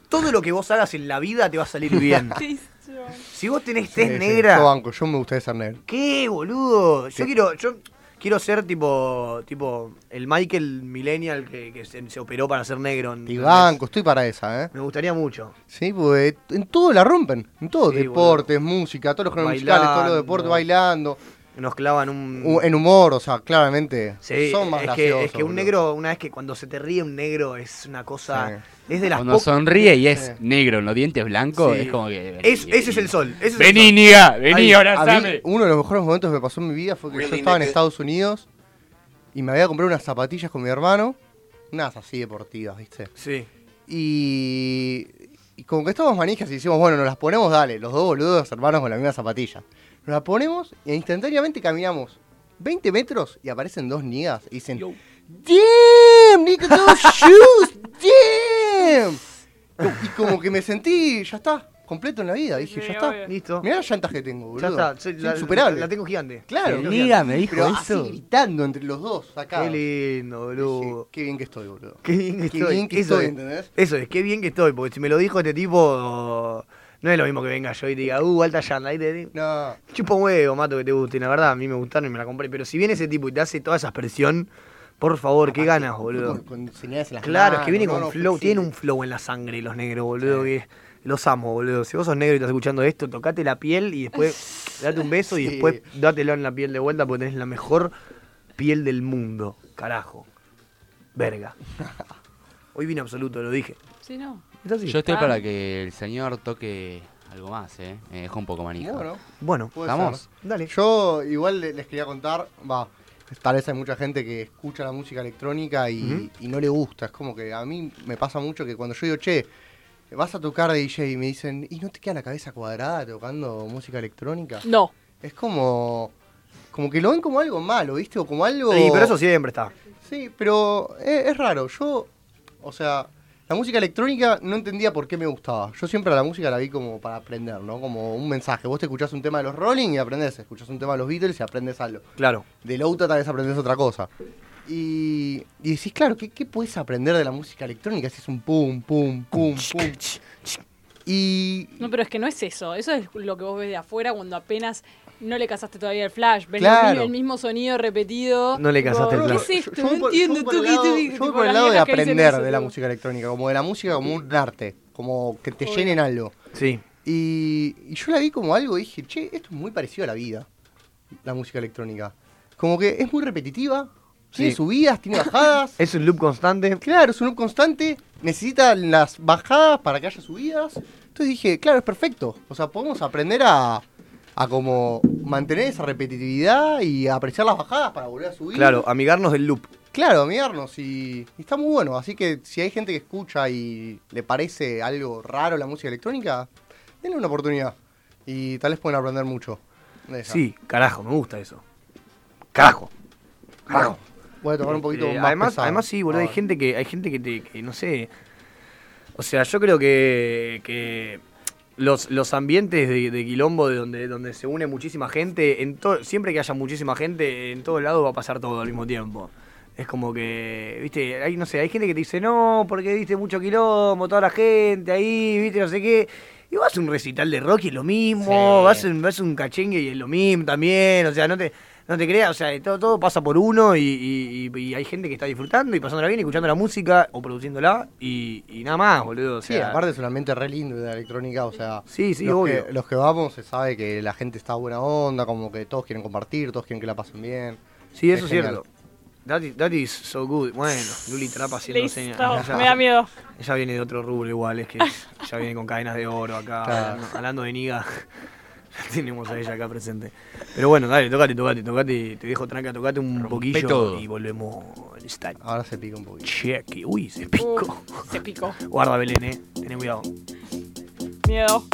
Speaker 1: todo lo que vos hagas en la vida te va a salir bien. si vos tenés test
Speaker 8: Sí, sí,
Speaker 1: negra,
Speaker 8: Yo banco, yo me gustaría ser negro.
Speaker 1: ¿qué, boludo? Yo
Speaker 8: Sí.
Speaker 1: quiero. Yo quiero ser tipo. tipo el Michael Millennial que, que se, se operó para ser negro.
Speaker 8: Y
Speaker 1: ¿entendés?
Speaker 8: banco, estoy para esa, ¿eh?
Speaker 1: Me gustaría mucho.
Speaker 8: Sí, porque en todo la rompen. En todo. deportes, música, todos los géneros musicales, todos los
Speaker 1: Bailando.
Speaker 8: deportes, bailando.
Speaker 1: Nos clavan un.
Speaker 8: u- En humor, o sea, claramente.
Speaker 1: Sí,
Speaker 8: son más
Speaker 1: es
Speaker 8: graciosos,
Speaker 1: que, es que un
Speaker 8: boludo.
Speaker 1: negro, una vez que cuando se te ríe un negro es una cosa. Es de las
Speaker 4: Cuando
Speaker 1: pocas-
Speaker 4: sonríe y es
Speaker 1: Sí.
Speaker 4: negro, en los dientes blancos,
Speaker 1: Sí.
Speaker 4: es como que.
Speaker 1: Es- ese es el sol. ese es el
Speaker 4: Vení,
Speaker 1: sol.
Speaker 4: niga, vení,
Speaker 1: Ay,
Speaker 4: ahora
Speaker 8: A mí,
Speaker 4: sabe.
Speaker 8: uno de los mejores momentos que me pasó en mi vida fue que yo
Speaker 4: Really,
Speaker 8: estaba en
Speaker 4: nigga.
Speaker 8: Estados Unidos y me había comprado unas zapatillas con mi hermano, unas así deportivas, ¿viste?
Speaker 1: Sí.
Speaker 8: Y, y como que estábamos manijas y decimos, bueno, nos las ponemos, dale, los dos boludos hermanos con la misma zapatilla. Nos las ponemos e instantáneamente caminamos 20 metros y aparecen dos niggas y dicen, ¡Damn, nigga, those shoes! ¡Damn! Y como que me sentí, ya está, completo en la vida. Dije, ya está.
Speaker 1: Listo.
Speaker 8: Mirá las llantas que tengo, boludo.
Speaker 1: Ya está, soy-
Speaker 8: Soy
Speaker 1: la,
Speaker 8: insuperable.
Speaker 1: la tengo gigante.
Speaker 8: Claro.
Speaker 1: La tengo
Speaker 8: Niga
Speaker 1: gigante.
Speaker 8: me dijo Pero así eso. gritando entre los dos, acá.
Speaker 1: Qué lindo, boludo.
Speaker 8: Qué bien que estoy, boludo.
Speaker 1: Qué bien que
Speaker 8: Qué
Speaker 1: estoy.
Speaker 8: bien que
Speaker 1: eso
Speaker 8: estoy,
Speaker 1: es,
Speaker 8: ¿entendés?
Speaker 1: Eso es, qué bien que estoy, porque si me lo dijo este tipo, no es lo mismo que venga yo y te diga, uh, alta llanta, ahí te digo.
Speaker 8: No.
Speaker 1: Chupa un huevo, mato que te guste, y la verdad, a mí me gustaron y me la compré. Pero si viene ese tipo y te hace toda esa expresión, por favor, qué ganas, boludo.
Speaker 8: Con, con señales en las
Speaker 1: Claro, es
Speaker 8: manos,
Speaker 1: que viene
Speaker 8: no,
Speaker 1: con
Speaker 8: no,
Speaker 1: flow,
Speaker 8: sí.
Speaker 1: tienen un flow en la sangre los negros, boludo, que los amo, boludo. Si vos sos negro y estás escuchando esto, tocate la piel y después date un beso y
Speaker 8: Sí.
Speaker 1: después dátelo en la piel de vuelta porque tenés la mejor piel del mundo, carajo. Verga. Hoy vino absoluto, lo dije.
Speaker 7: Sí, no.
Speaker 4: Yo estoy para que el señor toque algo más, ¿eh? Me dejó un poco manija.
Speaker 8: Bueno,
Speaker 1: Bueno,
Speaker 8: puede
Speaker 4: ¿Estamos?
Speaker 8: ser.
Speaker 1: Dale.
Speaker 8: Yo igual le- les quería contar, va, tal vez hay mucha gente que escucha la música electrónica y,
Speaker 1: Ujú.
Speaker 8: y no le gusta. Es como que a mí me pasa mucho que cuando yo digo, che, vas a tocar de DJ y me dicen, ¿y no te queda la cabeza cuadrada tocando música electrónica?
Speaker 7: No.
Speaker 8: Es como. Como que lo ven como algo malo, ¿viste? O como algo.
Speaker 1: Sí, pero eso siempre está.
Speaker 8: Sí, pero es, es raro. Yo, o sea, la música electrónica no entendía por qué me gustaba. Yo siempre a la música la vi como para aprender, ¿no? Como un mensaje. Vos te escuchás un tema de los Rolling y aprendés. Escuchás un tema de los Beatles y aprendés algo.
Speaker 1: Claro.
Speaker 8: De Louta tal vez aprendés otra cosa. Y, y decís, claro, ¿qué, ¿qué puedes aprender de la música electrónica? Si es un pum, pum, pum, pum. Y
Speaker 7: No, pero es que no es eso. Eso es lo que vos ves de afuera cuando apenas no le casaste todavía el flash. Ves lo
Speaker 8: Claro.
Speaker 7: mismo- el mismo sonido repetido.
Speaker 1: No le
Speaker 7: Tipo,
Speaker 1: casaste el flash.
Speaker 7: ¿Qué es esto?
Speaker 8: voy
Speaker 7: No
Speaker 8: por- yo
Speaker 7: entiendo.
Speaker 8: voy por el
Speaker 7: tuki,
Speaker 8: lado-
Speaker 7: tuki,
Speaker 8: yo
Speaker 7: tipo,
Speaker 8: voy por el
Speaker 7: las
Speaker 8: lado de
Speaker 7: viejas que dicen
Speaker 8: aprender
Speaker 7: eso,
Speaker 8: de la
Speaker 7: tipo.
Speaker 8: música electrónica, como de la música como un arte, como que te llenen algo.
Speaker 1: Sí.
Speaker 8: Y, y yo la vi como algo y dije, che, esto es muy parecido a la vida, la música electrónica. Como que es muy repetitiva, tiene
Speaker 1: Sí.
Speaker 8: subidas, tiene bajadas.
Speaker 1: Es un loop constante.
Speaker 8: claro, es un loop constante, necesita las bajadas para que haya subidas. Entonces dije, claro, es perfecto. O sea, podemos aprender a, a como mantener esa repetitividad y apreciar las bajadas Ah, para volver a subir.
Speaker 1: Claro, ah, amigarnos del loop.
Speaker 8: Claro, amigarnos y, y está muy bueno. Así que si hay gente que escucha y le parece algo raro la música electrónica, denle una oportunidad. Y tal vez pueden aprender mucho. de esa.
Speaker 1: Sí, carajo, me gusta eso. Carajo. Carajo.
Speaker 8: Voy a tocar un poquito
Speaker 1: Eh,
Speaker 8: más.
Speaker 1: además,
Speaker 8: pesado. Ah.
Speaker 1: además sí, boludo, hay gente que, hay gente que, te- que no sé. O sea, yo creo que, que los, los ambientes de, de quilombo de donde, donde se une muchísima gente, en to- siempre que haya muchísima gente, en todo lado va a pasar todo al mismo tiempo. Es como que, viste, hay, no sé, hay gente que te dice, no, porque viste mucho quilombo, toda la gente ahí, viste, no sé qué. Y vas a un recital de rock y es lo mismo, vas, a un, vas a un cachengue y es lo mismo también, o sea, no te, no te creas, o sea, todo, todo pasa por uno y, y- y- y hay gente que está disfrutando y pasándola bien, escuchando la música o produciéndola y, y nada más, boludo. O
Speaker 8: Sí,
Speaker 1: sea,
Speaker 8: aparte es un ambiente re lindo de la electrónica, o sea,
Speaker 1: Sí, sí,
Speaker 8: los,
Speaker 1: obvio.
Speaker 8: Que, los que vamos se sabe que la gente está buena onda, como que todos quieren compartir, todos quieren que la pasen bien.
Speaker 1: Sí, eso es
Speaker 8: genial.
Speaker 1: cierto. That is, that is so good. Bueno, Luli Trapa haciendo
Speaker 7: Listo,
Speaker 1: señas.
Speaker 7: me da miedo.
Speaker 1: Ella viene de otro rubro igual, es que ya viene con cadenas de oro acá.
Speaker 4: Claro.
Speaker 1: Hablando de Niga, la tenemos a ella acá presente. Pero bueno, dale, tocate, tocate, tocate. Te dejo tranca, tocate un poquillo
Speaker 4: todo.
Speaker 1: y volvemos al stand.
Speaker 8: Ahora se pica un poquito.
Speaker 1: Cheque, uy, se picó.
Speaker 7: Se picó.
Speaker 1: Guarda, Belén, eh. Tené cuidado.
Speaker 7: Miedo.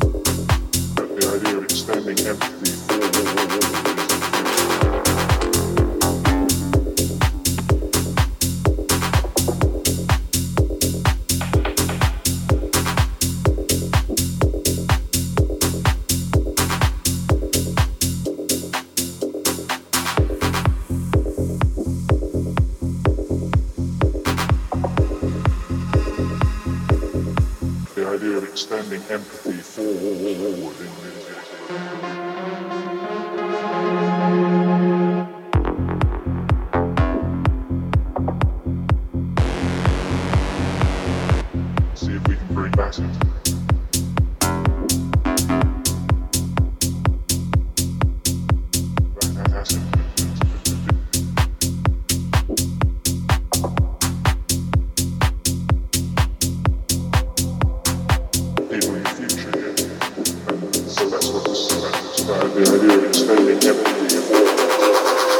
Speaker 11: The idea of extending empathy the idea of extending empathy forward See if we can bring back some. people in the future. And so that's what this is about. It's about the idea of expanding empathy and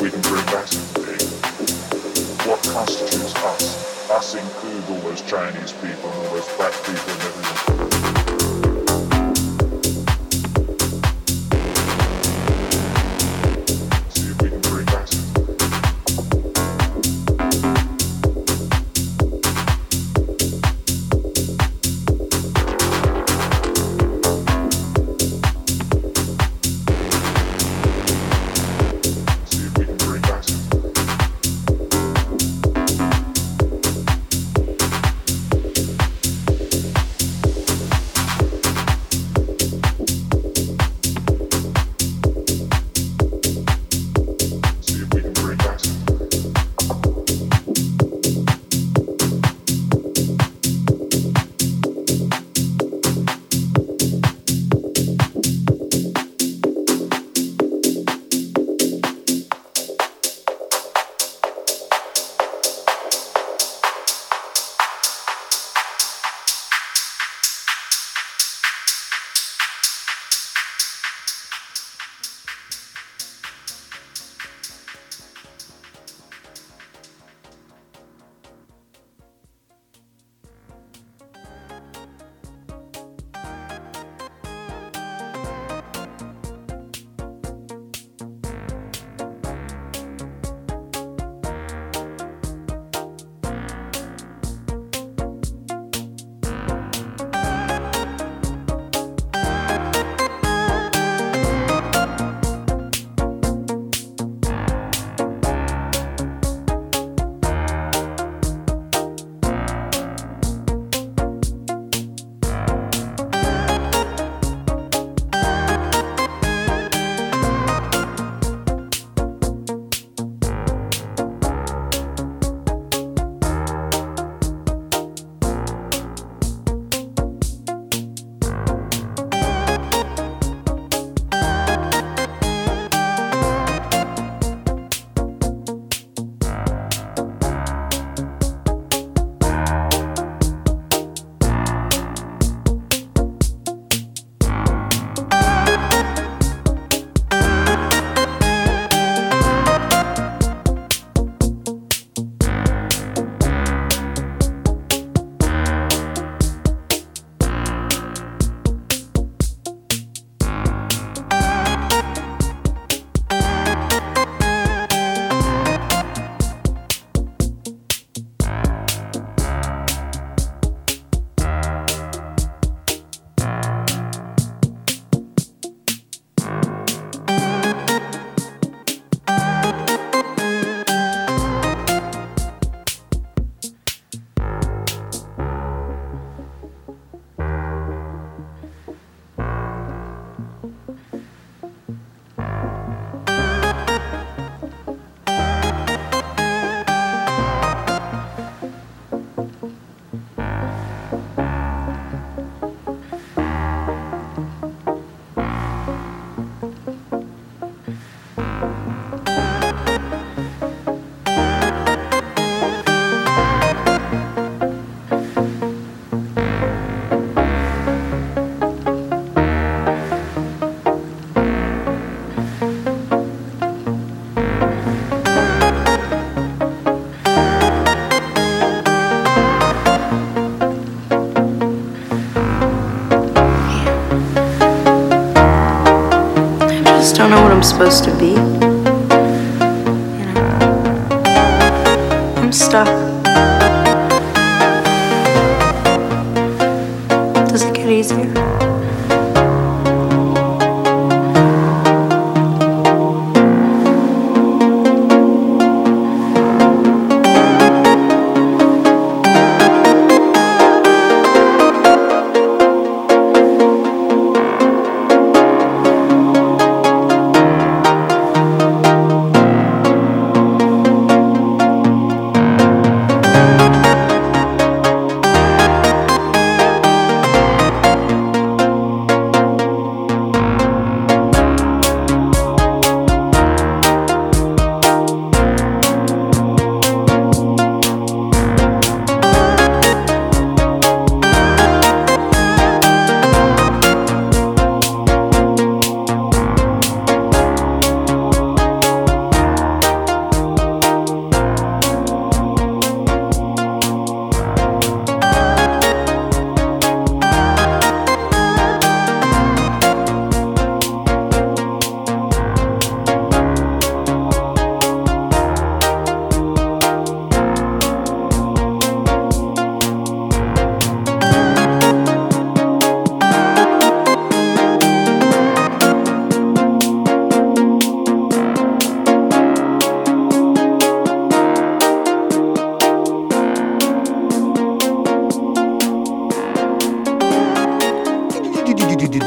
Speaker 11: we can bring back something. What constitutes us? Us include all those Chinese people and all those black people and everyone. See if we can bring back something.
Speaker 13: supposed to be. You know, I'm stuck. Does it get easier?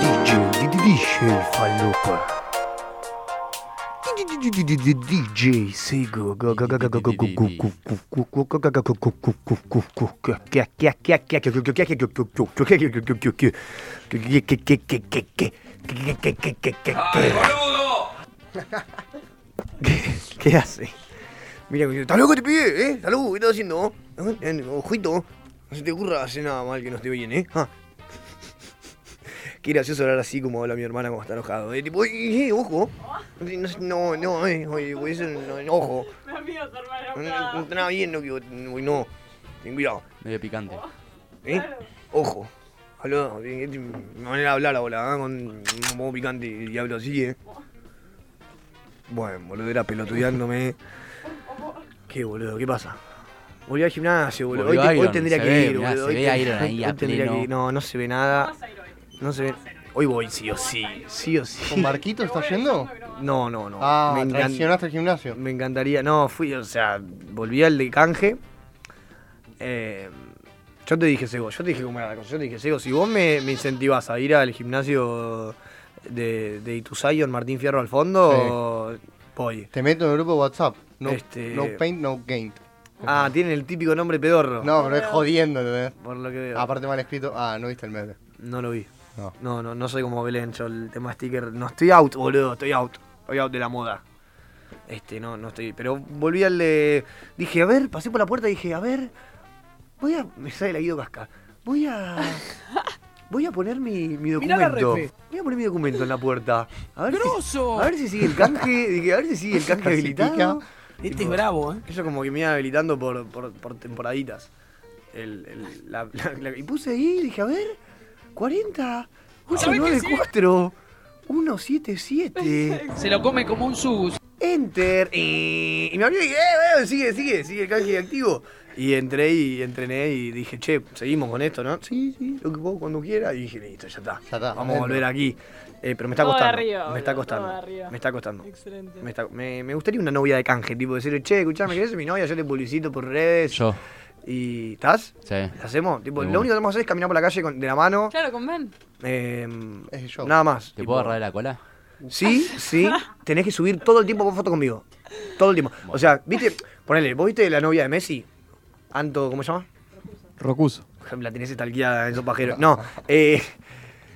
Speaker 17: DJ Falopa. DJ Sigo.
Speaker 1: ¿Qué hace? Mira,
Speaker 11: ¿Estás loco te
Speaker 1: pide, eh? ¿Estás loco? ¿Qué estás haciendo? ¿Eh? Eh, Ojito, no se te ocurra hacer nada mal que no esté bien, ¿eh? Ah. Qué gracioso hablar así como habla mi hermana cuando está enojado. Eh, tipo, "Ey, ey, ojo. No, no, eh, oye, güey, eso no, no, ojo. No, no, no, está bien, no, que- uy, no. Ten cuidado.
Speaker 4: Medio picante.
Speaker 1: ¿Eh? Ojo. Hablo, eh, eh, mi manera de hablar ahora, ¿eh? con un modo picante y hablo así, ¿eh? Bueno, boludo, era pelotudeándome. ¿Qué, boludo? ¿Qué pasa? Volví al gimnasio, boludo. Hoy,
Speaker 4: Volvió
Speaker 1: te- hoy
Speaker 4: Iron,
Speaker 1: tendría
Speaker 4: se
Speaker 1: que
Speaker 4: ve,
Speaker 1: ir,
Speaker 4: mirá,
Speaker 1: boludo.
Speaker 4: se
Speaker 1: Hoy
Speaker 4: ve
Speaker 1: ten-
Speaker 4: Iron ahí
Speaker 1: hoy-
Speaker 4: a
Speaker 1: hoy tendría
Speaker 4: pleno.
Speaker 1: que ir. No, no se ve nada. No se ve. Hoy voy, sí o sí. Sí o sí.
Speaker 8: ¿Con barquito estás yendo?
Speaker 1: No, no, no.
Speaker 8: Ah,
Speaker 1: encan-
Speaker 8: traicionaste el gimnasio.
Speaker 1: Me encantaría. No, fui, o sea, volví al de canje. Eh, yo te dije, Sego, yo te dije cómo era la cosa. Yo te dije, Sego, si vos me, me incentivás a ir al gimnasio de, de Ituzayon, Martín Fierro al fondo, voy.
Speaker 8: Te meto en el grupo de WhatsApp. No,
Speaker 1: Este-
Speaker 8: no paint, no gain.
Speaker 1: Ah, tienen el típico nombre pedorro.
Speaker 8: No, pero es jodiendo, ¿entendés?
Speaker 1: Por lo que veo.
Speaker 8: Aparte mal escrito. Ah, no viste el meme.
Speaker 1: No lo vi. No. no, no, soy como Belén, yo el tema sticker. No estoy out, boludo, estoy out. Estoy out de la moda. Este, no, no estoy. Pero volví al de. Dije, a ver, pasé por la puerta y dije, a ver. Voy a. Me sale la Guido Casca. Voy a. Voy a poner mi, mi
Speaker 11: Mirá la
Speaker 1: documento.
Speaker 11: refe.
Speaker 1: Voy a poner mi documento en la puerta. A ver, si, a ver si sigue el canje. Dije, a ver si sigue el canje
Speaker 11: Calcitica.
Speaker 1: habilitado.
Speaker 11: Este es
Speaker 1: bravo, ¿eh? Ellos como que me iban habilitando por, por, por temporaditas. El- el- la- la- la- y puse ahí, dije, a ver, 40,
Speaker 2: ¿Sabés que
Speaker 1: 894, 177.
Speaker 2: Se lo come como un sus.
Speaker 1: Enter. Y, y me abrió y dije, eh, eh, sigue, sigue, sigue el canje activo. Y entré y entrené y dije, che, seguimos con esto, ¿no? Sí, sí, lo que puedo cuando quiera. Y dije, listo, ya está. Vamos
Speaker 8: adentro.
Speaker 1: a volver aquí. Eh, pero me está
Speaker 8: Todo de
Speaker 1: costando.
Speaker 8: arriba,
Speaker 1: me está
Speaker 8: boludo, todo de
Speaker 1: costando.
Speaker 8: arriba.
Speaker 1: Me está costando.
Speaker 8: Excelente.
Speaker 1: Me, está- me- me gustaría una novia de canje, tipo decirle, che, escuchame, ¿querés ser mi novia? Yo le publicito por redes.
Speaker 4: Yo.
Speaker 1: ¿Y estás?
Speaker 4: Sí.
Speaker 1: ¿La hacemos? Tipo,
Speaker 4: De
Speaker 1: lo
Speaker 4: una.
Speaker 1: único que tenemos que hacer es caminar por la calle con- de la mano.
Speaker 7: Claro, con Ben.
Speaker 1: eh,
Speaker 8: yo.
Speaker 1: Nada más.
Speaker 4: ¿Te
Speaker 1: tipo-
Speaker 4: puedo agarrar de la cola?
Speaker 1: Sí, sí. Tenés que subir todo el tiempo con foto conmigo. Todo el tiempo. O sea, viste, ponele, vos viste la novia de Messi, Anto, ¿cómo se llama?
Speaker 6: Rocuso.
Speaker 1: La tenés estalqueada en esos pajeros. No, eh,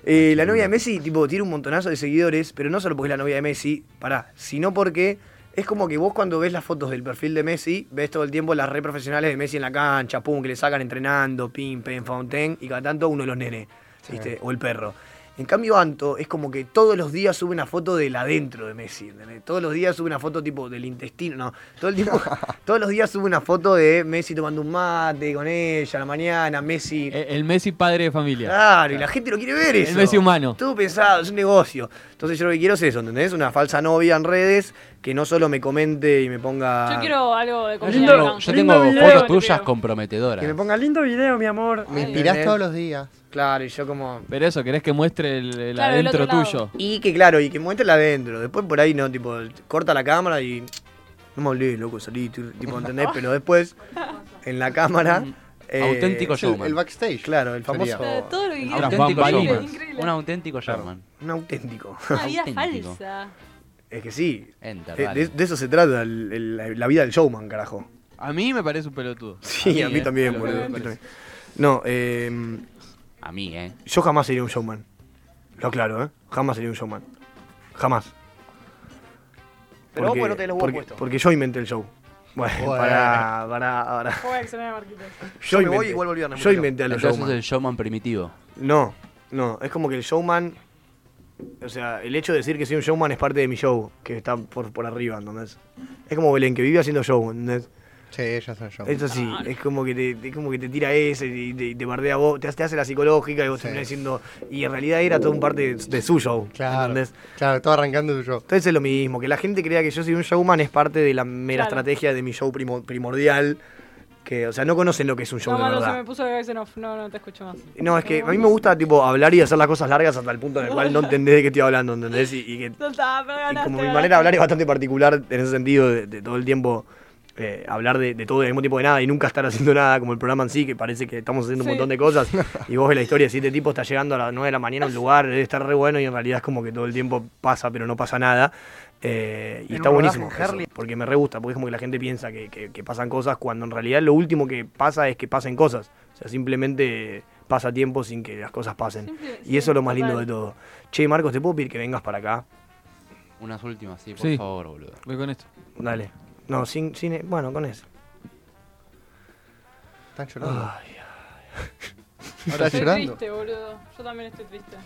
Speaker 1: eh, la novia de Messi, tipo, tiene un montonazo de seguidores, pero no solo porque es la novia de Messi, pará, sino porque es como que vos cuando ves las fotos del perfil de Messi, ves todo el tiempo las re profesionales de Messi en la cancha, pum, que le sacan entrenando, pim, pem, fountain, y cada tanto uno de los nenes, ¿viste? O el perro. En cambio, Anto es como que todos los días sube una foto del adentro de Messi. ¿entendés? Todos los días sube una foto tipo del intestino. No, todo el tiempo, todos los días sube una foto de Messi tomando un mate con ella a la mañana, Eh, Messi.
Speaker 6: El Messi padre de familia.
Speaker 1: Claro, y la gente lo quiere ver eso.
Speaker 6: Ah, El Messi humano.
Speaker 1: Todo pensado, es un negocio. Entonces yo lo que quiero es eso, ¿entendés? Una falsa novia en redes que no solo me comente y me ponga...
Speaker 7: Yo quiero algo de comida.
Speaker 4: Yo, yo tengo
Speaker 7: Lindo video,
Speaker 4: fotos
Speaker 7: te
Speaker 4: tuyas
Speaker 7: pido.
Speaker 4: comprometedoras.
Speaker 1: Que me ponga lindo video, mi amor.
Speaker 8: Me inspirás todos los días.
Speaker 1: Claro, y yo como...
Speaker 6: Pero eso, querés que muestre el, el
Speaker 1: Claro, el
Speaker 6: adentro
Speaker 1: otro lado.
Speaker 6: tuyo.
Speaker 1: Y que claro, y que muestre el adentro. Después por ahí no, tipo, corta la cámara y... No me hablé, loco, salí, tu- tipo, ¿entendés? Pero después, en la cámara... eh,
Speaker 4: Auténtico Sí, el- showman. el
Speaker 1: backstage. Claro, el famoso...
Speaker 4: Sería.
Speaker 7: Todo lo que quieras.
Speaker 4: auténtico
Speaker 7: Increíble,
Speaker 4: showman.
Speaker 7: increíble.
Speaker 4: Un auténtico showman.
Speaker 1: Un auténtico.
Speaker 7: Una vida
Speaker 4: Auténtico.
Speaker 7: falsa.
Speaker 1: Es que sí.
Speaker 4: Enter,
Speaker 1: Eh,
Speaker 4: dale.
Speaker 1: de, de eso se trata el- el- la- la vida del showman, carajo.
Speaker 6: A mí me parece un pelotudo.
Speaker 1: Sí, a mí,
Speaker 6: eh, lo
Speaker 1: también,
Speaker 6: que
Speaker 1: boludo.
Speaker 6: me
Speaker 1: a mí
Speaker 6: parece.
Speaker 1: también. No, eh.
Speaker 4: A mí, eh.
Speaker 1: Yo jamás sería un showman. Lo aclaro, eh. Jamás sería un showman. Jamás.
Speaker 11: Pero vos porque no tenés los huevos
Speaker 1: porque,
Speaker 11: puestos.
Speaker 1: porque yo inventé el show. Bueno,
Speaker 11: Bueno.
Speaker 1: para, para, para.
Speaker 7: Voy a accionar a Marquitos.
Speaker 1: Yo me voy, igual volví a Yo inventé a los
Speaker 4: Entonces
Speaker 1: showman.
Speaker 4: es el showman primitivo.
Speaker 1: No, no. Es como que el showman. O sea, el hecho de decir que soy un showman es parte de mi show, que está por, por arriba, ¿entendés? Es como Belén, que vive haciendo show, ¿entendés?
Speaker 8: Sí, ella es el show.
Speaker 1: Esto sí, es como que te, es como que te tira ese y te, y te bardea vos, te, hace- te hace la psicológica y vos terminás diciendo. Y en realidad era todo un parte de, de su show.
Speaker 8: Claro.
Speaker 1: ¿entendés?
Speaker 8: Claro, todo arrancando de yo.
Speaker 1: Entonces es lo mismo, que la gente crea que yo soy un showman es parte de la mera
Speaker 7: Claro.
Speaker 1: estrategia de mi show primo- primordial. Que, o sea, no conocen lo que es un show
Speaker 7: No,
Speaker 1: de
Speaker 7: Marlo, se
Speaker 1: verdad.
Speaker 7: me puso la cabeza en off. No, no te escucho más.
Speaker 1: No, es que a mí me gusta tipo hablar y hacer las cosas largas hasta el punto en el cual no entendés de qué estoy hablando, ¿entendés? Y, y que
Speaker 7: No está, pero
Speaker 1: y
Speaker 7: ganaste.
Speaker 1: como mi
Speaker 7: ganaste.
Speaker 1: manera de hablar es bastante particular en ese sentido, de, de todo el tiempo eh, hablar de, de todo al mismo tiempo de nada y nunca estar haciendo nada, como el programa en sí, que parece que estamos haciendo
Speaker 7: Sí.
Speaker 1: un montón de cosas. Y vos ves la historia, si este tipo está llegando a las 9 de la mañana a un lugar, debe estar re bueno y en realidad es como que todo el tiempo pasa, pero no pasa nada. Eh, y
Speaker 11: En
Speaker 1: está
Speaker 11: un
Speaker 1: buenísimo.
Speaker 11: rodaje en
Speaker 1: eso,
Speaker 11: Harley.
Speaker 1: porque me re gusta, porque es como que la gente piensa que, que- que pasan cosas cuando en realidad lo último que pasa es que pasen cosas. O sea, simplemente pasa tiempo sin que las cosas pasen.
Speaker 4: Simple-
Speaker 1: y eso es lo más lindo
Speaker 4: total.
Speaker 1: de todo. Che, Marcos, ¿te puedo pedir que vengas para acá?
Speaker 4: Unas últimas, sí, por
Speaker 1: Sí.
Speaker 4: favor, boludo.
Speaker 6: Voy con esto.
Speaker 1: Dale. No, sin, sin. e-, Bueno, con eso.
Speaker 8: Están llorando.
Speaker 1: Ah. Ahora
Speaker 7: Estoy
Speaker 1: llorando.
Speaker 7: triste, boludo. Yo también estoy triste.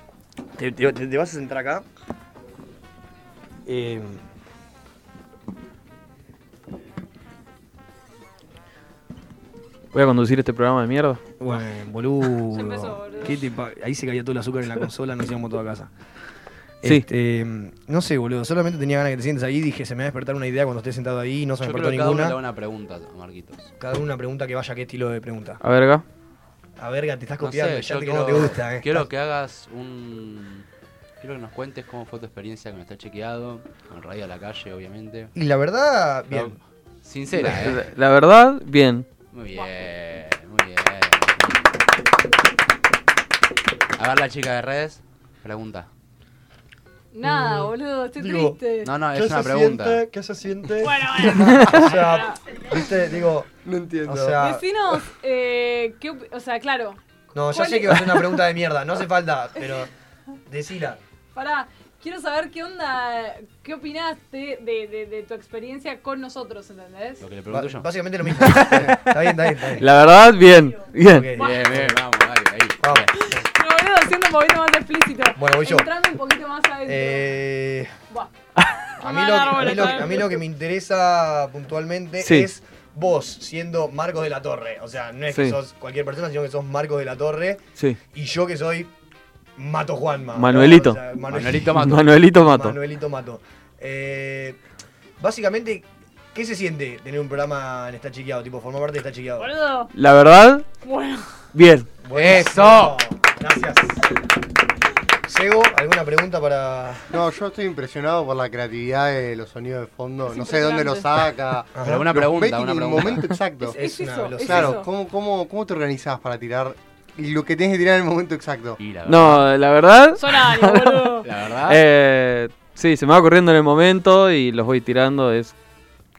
Speaker 1: Te, te- te- te vas a sentar acá. Eh,
Speaker 6: Voy a conducir este programa de mierda. Ah.
Speaker 1: bueno, boludo. ¿Qué te pa- Ahí se caía todo el azúcar en la consola, nos íbamos toda a casa.
Speaker 6: Sí.
Speaker 1: Este, no sé, boludo. Solamente tenía ganas que te sientes ahí. Dije, se me va a despertar una idea cuando esté sentado ahí. No se me
Speaker 4: Yo
Speaker 1: despertó
Speaker 4: creo que cada uno le
Speaker 1: ninguna.
Speaker 4: da una pregunta a Marquitos.
Speaker 1: Cada uno una pregunta que vaya, ¿qué estilo de pregunta?
Speaker 6: A verga.
Speaker 1: A verga, te estás
Speaker 4: No
Speaker 1: copiando.
Speaker 4: sé,
Speaker 1: ya
Speaker 4: yo
Speaker 1: te- que
Speaker 4: quiero-
Speaker 1: no te gusta, eh.
Speaker 4: Quiero que hagas un. Quiero que nos cuentes cómo fue tu experiencia con estar chequeado, con Radio a la Calle, obviamente.
Speaker 1: Y la verdad,
Speaker 4: La-
Speaker 1: bien.
Speaker 4: Sincera,
Speaker 6: La,
Speaker 4: eh.
Speaker 6: la verdad, bien.
Speaker 4: Muy bien, muy bien. A ver, la chica de redes, pregunta.
Speaker 7: Nada, boludo, estoy
Speaker 1: Digo,
Speaker 7: triste.
Speaker 4: No, no,
Speaker 1: ¿Qué
Speaker 4: es una
Speaker 1: se
Speaker 4: pregunta.
Speaker 1: siente? ¿Qué se siente?
Speaker 7: Bueno,
Speaker 1: o sea, viste, digo.
Speaker 8: No entiendo.
Speaker 1: O sea,
Speaker 7: Decinos, eh, ¿qué op- o sea, claro,
Speaker 1: no, ya
Speaker 7: ¿cuál
Speaker 1: sé
Speaker 7: es-
Speaker 1: que va a ser una pregunta de mierda. No hace falta, pero. Decila.
Speaker 7: pará, quiero saber qué onda, qué opinaste de, de, de tu experiencia con nosotros, ¿entendés?
Speaker 4: Lo que le
Speaker 1: pregunto
Speaker 4: yo.
Speaker 1: Básicamente lo mismo. está bien, está bien, está bien.
Speaker 6: La verdad, bien. Bien.
Speaker 1: Ok.
Speaker 4: Bien, bien, vamos, dale, ahí.
Speaker 7: No, boludo, siendo un poquito más explícito.
Speaker 1: Bueno, voy yo.
Speaker 7: Entrando un poquito más adentro.
Speaker 1: Eh,
Speaker 7: Buah.
Speaker 1: a, mí lo, a, mí lo- a mí lo que me interesa puntualmente
Speaker 6: Sí.
Speaker 1: es vos siendo Marcos de la Torre. O sea, no es que
Speaker 6: Sí.
Speaker 1: sos cualquier persona, sino que sos Marcos de la Torre.
Speaker 6: Sí.
Speaker 1: Y yo que soy Mato Juanma. ¿no?
Speaker 6: Manuelito.
Speaker 1: O sea, Manuel-
Speaker 6: Manuelito Mato. Manuelito Mato.
Speaker 1: Manuelito Mato. Eh, básicamente, ¿qué se siente tener un programa en Está Chiqueado? Tipo, formar parte de Está Chiqueado.
Speaker 7: Boludo.
Speaker 6: La verdad,
Speaker 7: Bueno.
Speaker 6: bien.
Speaker 1: ¡Eso! Gracias. Sego, ¿alguna pregunta para.?
Speaker 8: No, yo estoy impresionado por la creatividad de los sonidos de fondo.
Speaker 1: Es
Speaker 8: no sé dónde los
Speaker 1: impresionante.
Speaker 8: saca.
Speaker 1: Ajá.
Speaker 4: Pero una
Speaker 8: Los
Speaker 4: pregunta,
Speaker 8: meten
Speaker 4: una
Speaker 8: en el
Speaker 4: pregunta.
Speaker 8: momento exacto.
Speaker 1: Es- es Es una eso, velocidad. es
Speaker 8: Claro,
Speaker 1: eso.
Speaker 8: ¿cómo, cómo, cómo te organizas para tirar lo que tienes que tirar en el momento exacto?
Speaker 6: No, la verdad.
Speaker 8: Solari, boludo. La verdad.
Speaker 6: Eh, sí, se me va ocurriendo en el momento y los voy tirando. Es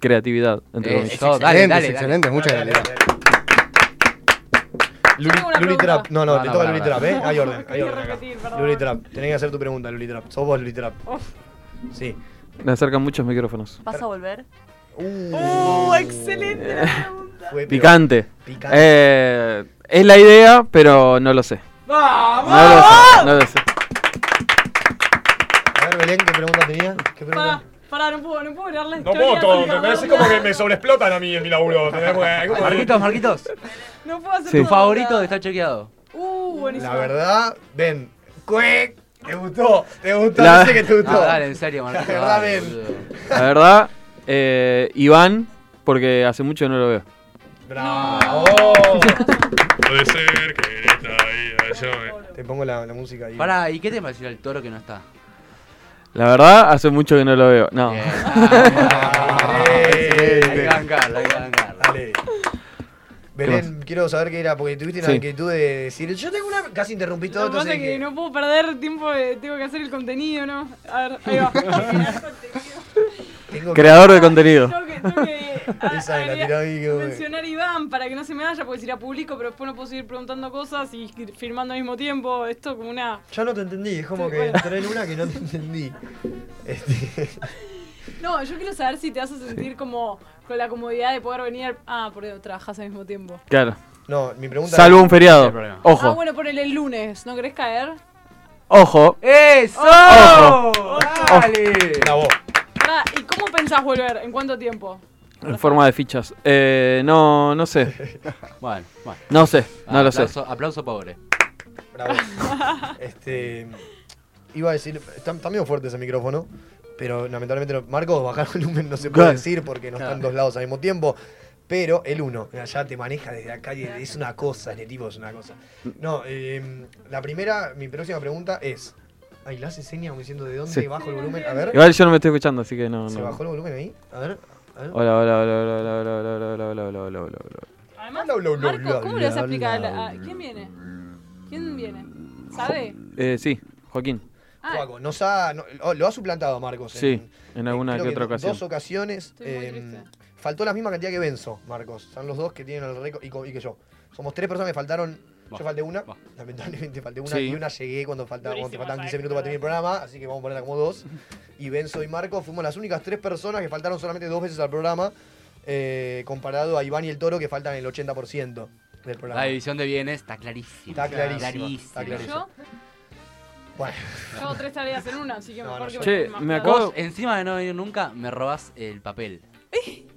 Speaker 6: creatividad. Entre
Speaker 8: Eh,
Speaker 6: comillas.
Speaker 8: es excelente, Dale, dale, es dale. excelente, muchas gracias.
Speaker 1: Luli,
Speaker 8: una
Speaker 1: Luli
Speaker 8: pregunta.
Speaker 1: Trap. No, no,
Speaker 8: No,
Speaker 1: te
Speaker 8: no,
Speaker 1: toca
Speaker 8: pará,
Speaker 1: Luli
Speaker 8: pará.
Speaker 1: Trap, ¿eh? Hay orden, hay
Speaker 8: Quería
Speaker 1: orden. acá.
Speaker 8: repetir, perdón.
Speaker 1: Luli Trap, tenés que hacer tu pregunta, Luli Trap. Sos vos, Luli Trap. Sí.
Speaker 6: Le acercan muchos micrófonos.
Speaker 18: ¿Vas a volver?
Speaker 1: ¡Uh,
Speaker 7: excelente!
Speaker 6: Picante.
Speaker 18: Picante.
Speaker 6: Eh, es la idea, pero no lo sé.
Speaker 7: ¡Vamos!
Speaker 6: No lo sé. No lo sé.
Speaker 1: Belén, ¿qué pregunta tenía? ¿Qué pregunta?
Speaker 7: Pará, pará, no puedo, no puedo leer
Speaker 19: No
Speaker 7: la historia.
Speaker 19: puedo todo,
Speaker 7: porque no
Speaker 19: ¿entendés? Es
Speaker 7: puedo
Speaker 19: como que
Speaker 7: leer.
Speaker 19: me sobreexplotan a mí en mi laburo. ¿entendés? Porque hay como-
Speaker 4: Marquitos, Marquitos.
Speaker 7: No puedo hacer
Speaker 4: Tu
Speaker 7: todo.
Speaker 4: favorito de estar chequeado.
Speaker 7: Uh, buenísimo.
Speaker 1: La verdad, ven. ¡Cuec! ¿Te gustó? ¿Te gustó?
Speaker 6: La-
Speaker 1: No sé que te gustó.
Speaker 6: No, dale,
Speaker 4: en serio,
Speaker 1: La
Speaker 4: Marquito,
Speaker 1: verdad,
Speaker 4: dale,
Speaker 1: ven.
Speaker 6: La verdad, eh, Iván, porque hace mucho no lo veo.
Speaker 1: ¡Bravo!
Speaker 19: Puede ser que en esta vida yo.
Speaker 1: Te pongo la, la música ahí.
Speaker 4: Pará, ¿y qué te pareció el toro que no está?
Speaker 6: La verdad, hace mucho que no lo veo. No.
Speaker 8: Ah,
Speaker 1: Excelente.
Speaker 4: Hay que bancarla, hay que bancarla.
Speaker 1: Dale. Belén, quiero saber qué era, porque tuviste una
Speaker 6: Sí.
Speaker 1: inquietud de decir. Yo tengo una. Casi interrumpí todo,
Speaker 7: Lo que pasa
Speaker 1: entonces.
Speaker 7: es que no puedo perder tiempo de. Tengo que hacer el contenido, ¿no? A ver, ahí va.
Speaker 1: Tengo que-
Speaker 6: Creador de contenido.
Speaker 7: Tengo que, tengo que a-
Speaker 1: Esa la
Speaker 7: agregar-
Speaker 1: tiró ahí, que-
Speaker 7: mencionar a Iván para que no se me vaya, porque si la publico, pero después no puedo seguir preguntando cosas y firmando al mismo tiempo. Esto como una.
Speaker 1: Yo no te entendí, es como
Speaker 7: Sí,
Speaker 1: que
Speaker 7: bueno.
Speaker 1: entré en una que no te entendí. Este,
Speaker 7: No, yo quiero saber si te hace sentir como con la comodidad de poder venir. al- Ah, porque trabajas al mismo tiempo.
Speaker 6: Claro.
Speaker 1: No, mi pregunta
Speaker 6: Salvo
Speaker 1: es-
Speaker 6: un feriado.
Speaker 1: No hay problema.
Speaker 6: Ojo.
Speaker 7: Ah, bueno, ponele el lunes, ¿no querés caer?
Speaker 6: Ojo.
Speaker 4: ¡Eso!
Speaker 6: Ojo.
Speaker 1: Oh,
Speaker 4: Oh.
Speaker 6: Dale.
Speaker 7: Ah, ¿Y cómo pensás volver? ¿En cuánto tiempo?
Speaker 6: En forma de fichas. Eh, no, no sé.
Speaker 4: Bueno, bueno.
Speaker 6: No sé, no lo sé.
Speaker 4: Aplauso- Aplauso pobre.
Speaker 1: bravo. Este. Iba a decir. Está, está medio fuerte ese micrófono. Pero lamentablemente. no- Marcos, bajar volumen no se puede
Speaker 6: Claro.
Speaker 1: decir porque no están
Speaker 4: Claro.
Speaker 1: dos lados al mismo tiempo. Pero el uno, allá te maneja desde acá y es una cosa, este tipo es una cosa. No, eh, la primera, mi próxima pregunta es. Ay, la hace señas como diciendo de dónde
Speaker 6: Sí.
Speaker 1: bajo el volumen. A ver.
Speaker 6: Igual yo no me estoy escuchando, así que no.
Speaker 1: ¿Se
Speaker 6: no.
Speaker 1: bajó ¿Eh? el volumen ahí? A ver. A ver.
Speaker 6: Hola, hola, hola, hola, hola, hola, hola, hola, hola, hola, hola, hola, hola.
Speaker 7: Además,
Speaker 1: Bla, bla, bla, bla,
Speaker 7: Marco, ¿cómo le vas a
Speaker 1: bla,
Speaker 7: explicar?
Speaker 1: bla,
Speaker 7: a- ¿Quién viene? ¿Quién viene? ¿Sabe?
Speaker 6: Eh, sí, Joaquín.
Speaker 1: Juaco, nos ha, no- lo- lo ha suplantado a Marcos. eh. en-
Speaker 6: Sí, en alguna
Speaker 1: creo
Speaker 6: que otra
Speaker 1: do-
Speaker 6: ocasión.
Speaker 1: Dos ocasiones. eh, faltó la misma cantidad que Benzo, Marcos. Son los dos que tienen el récord y, co- y que yo. Somos tres personas que faltaron.
Speaker 4: Va,
Speaker 1: Yo falté una, lamentablemente falté una
Speaker 6: Sí.
Speaker 1: y una llegué cuando, faltaba, cuando
Speaker 4: Durísimo,
Speaker 1: faltaban
Speaker 4: ¿sabes?
Speaker 1: 15 minutos para terminar el programa, así que vamos a ponerla como dos. Y Benzo y Marcos fuimos las únicas tres personas que faltaron solamente dos veces al programa, eh, comparado a Iván y el Toro que faltan el 80% del programa.
Speaker 4: La división de bienes está clarísima.
Speaker 1: Está clarísima,
Speaker 4: Clarísima.
Speaker 1: está
Speaker 7: ¿Yo?
Speaker 1: Bueno.
Speaker 7: Yo hago tres tareas en una, así que mejor que
Speaker 6: Che,
Speaker 7: me
Speaker 6: me
Speaker 4: Vos,
Speaker 6: acabo
Speaker 4: encima de no venir nunca, me robás el papel.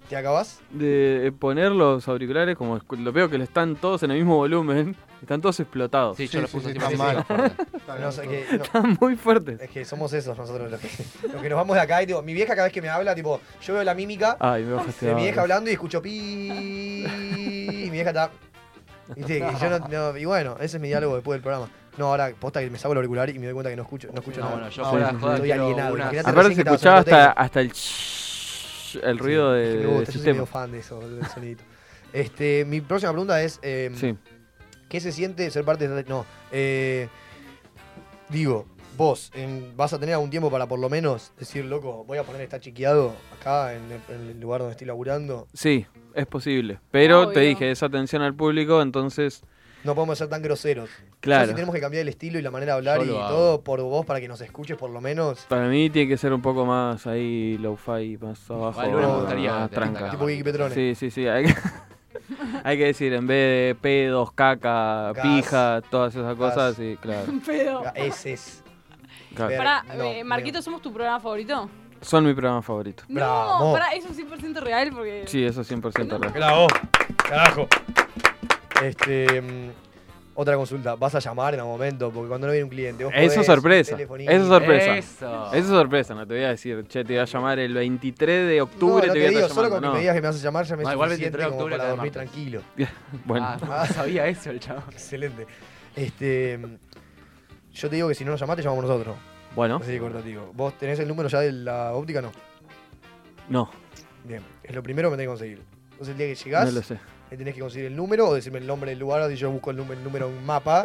Speaker 1: ¿Te acabas?
Speaker 6: de poner los auriculares, como escu- lo veo que le están todos en el mismo volumen, están todos explotados.
Speaker 4: Sí, yo los puse
Speaker 1: Está mal. No sé qué- no.
Speaker 6: Están muy fuertes.
Speaker 1: Es que somos esos nosotros los que, los que nos vamos de acá y tipo, mi vieja cada vez que me habla, tipo, yo veo la mímica
Speaker 6: Ay, me bajaste
Speaker 1: de mi
Speaker 6: ahora.
Speaker 1: vieja hablando y escucho pi y mi vieja está. Viste, que yo no- no- y bueno, ese es mi diálogo después del programa. No, ahora posta que me saco el auricular y me doy cuenta que no escucho, no escucho
Speaker 4: No,
Speaker 1: nada.
Speaker 4: bueno, yo fuera de joda
Speaker 1: Estoy
Speaker 4: quiero
Speaker 1: alienado.
Speaker 4: unas-
Speaker 1: Imagínate
Speaker 6: Aparte
Speaker 1: recién
Speaker 6: se
Speaker 1: que estabas
Speaker 6: escuchaba
Speaker 1: en un hotel.
Speaker 6: hasta, hasta el shhh, el ruido
Speaker 1: Es que
Speaker 6: de,
Speaker 1: me gusta,
Speaker 6: del
Speaker 1: yo soy
Speaker 6: sistema.
Speaker 1: medio fan de eso, del sonidito. Este, mi próxima pregunta es: eh,
Speaker 6: Sí.
Speaker 1: ¿Qué se siente ser parte de.? No. eh, digo, vos en- vas a tener algún tiempo para por lo menos decir, loco, voy a poner está chiqueado acá en el, en el lugar donde estoy laburando.
Speaker 6: Sí, es posible. Pero
Speaker 7: Ah,
Speaker 6: te
Speaker 1: Obvio.
Speaker 6: dije, es atención al público, entonces.
Speaker 1: No podemos ser tan groseros.
Speaker 6: Claro.
Speaker 1: Yo sí tenemos que cambiar el estilo y la manera de hablar
Speaker 6: Yo
Speaker 1: y
Speaker 6: lo hago.
Speaker 1: todo por vos para que nos escuches por lo menos.
Speaker 6: Para mí tiene que ser un poco más ahí, low-fi, más abajo.
Speaker 4: Igual no me
Speaker 6: más
Speaker 4: gustaría tener
Speaker 6: tranca.
Speaker 4: esta Tipo cámara. Vicky Petrone.
Speaker 6: Sí, sí, sí. Hay que, hay que decir, en vez de pedos, caca,
Speaker 1: Gas.
Speaker 6: pija, todas esas cosas,
Speaker 1: Gas.
Speaker 6: sí, claro. Ah,
Speaker 7: Pero.
Speaker 1: Ese es.
Speaker 6: claro.
Speaker 7: Pará,
Speaker 1: No,
Speaker 7: eh, Marquito, ¿somos tu programa favorito?
Speaker 6: Son mi programa favorito.
Speaker 7: No, pará, eso es 100% real porque.
Speaker 6: Sí, eso 100% real.
Speaker 1: Bravo. Carajo. Este. mm, Otra consulta, vas a llamar en algún momento, porque cuando no viene un cliente, vos
Speaker 6: Eso
Speaker 1: podés,
Speaker 6: es sorpresa.
Speaker 1: telefonito.
Speaker 6: Eso es sorpresa.
Speaker 4: Eso.
Speaker 6: Eso es sorpresa, no te voy a decir, che, te voy a llamar el 23 de octubre,
Speaker 1: no, no
Speaker 6: te voy a
Speaker 1: digo,
Speaker 6: estar
Speaker 1: solo
Speaker 6: llamando.
Speaker 1: con que
Speaker 6: no.
Speaker 1: me digas que me vas a llamar ya me
Speaker 4: No,
Speaker 1: es
Speaker 4: igual
Speaker 1: suficiente
Speaker 4: 23 de
Speaker 1: como
Speaker 4: octubre
Speaker 1: para
Speaker 4: te
Speaker 1: dormir
Speaker 4: martes.
Speaker 1: tranquilo.
Speaker 6: bueno.
Speaker 4: Ah, no sabía eso el chavo.
Speaker 1: Excelente. Este, mm, yo te digo que si no nos llamás, te llamamos nosotros.
Speaker 6: Bueno.
Speaker 1: Así de corto, te digo. ¿Vos tenés el número ya de la óptica? No.
Speaker 6: No.
Speaker 1: Bien. Es lo primero que me tenés que conseguir. Entonces el día que llegás,
Speaker 6: No lo sé.
Speaker 1: me tenés que conseguir el número o decirme el nombre del lugar. así yo busco el, num- el número en un mapa.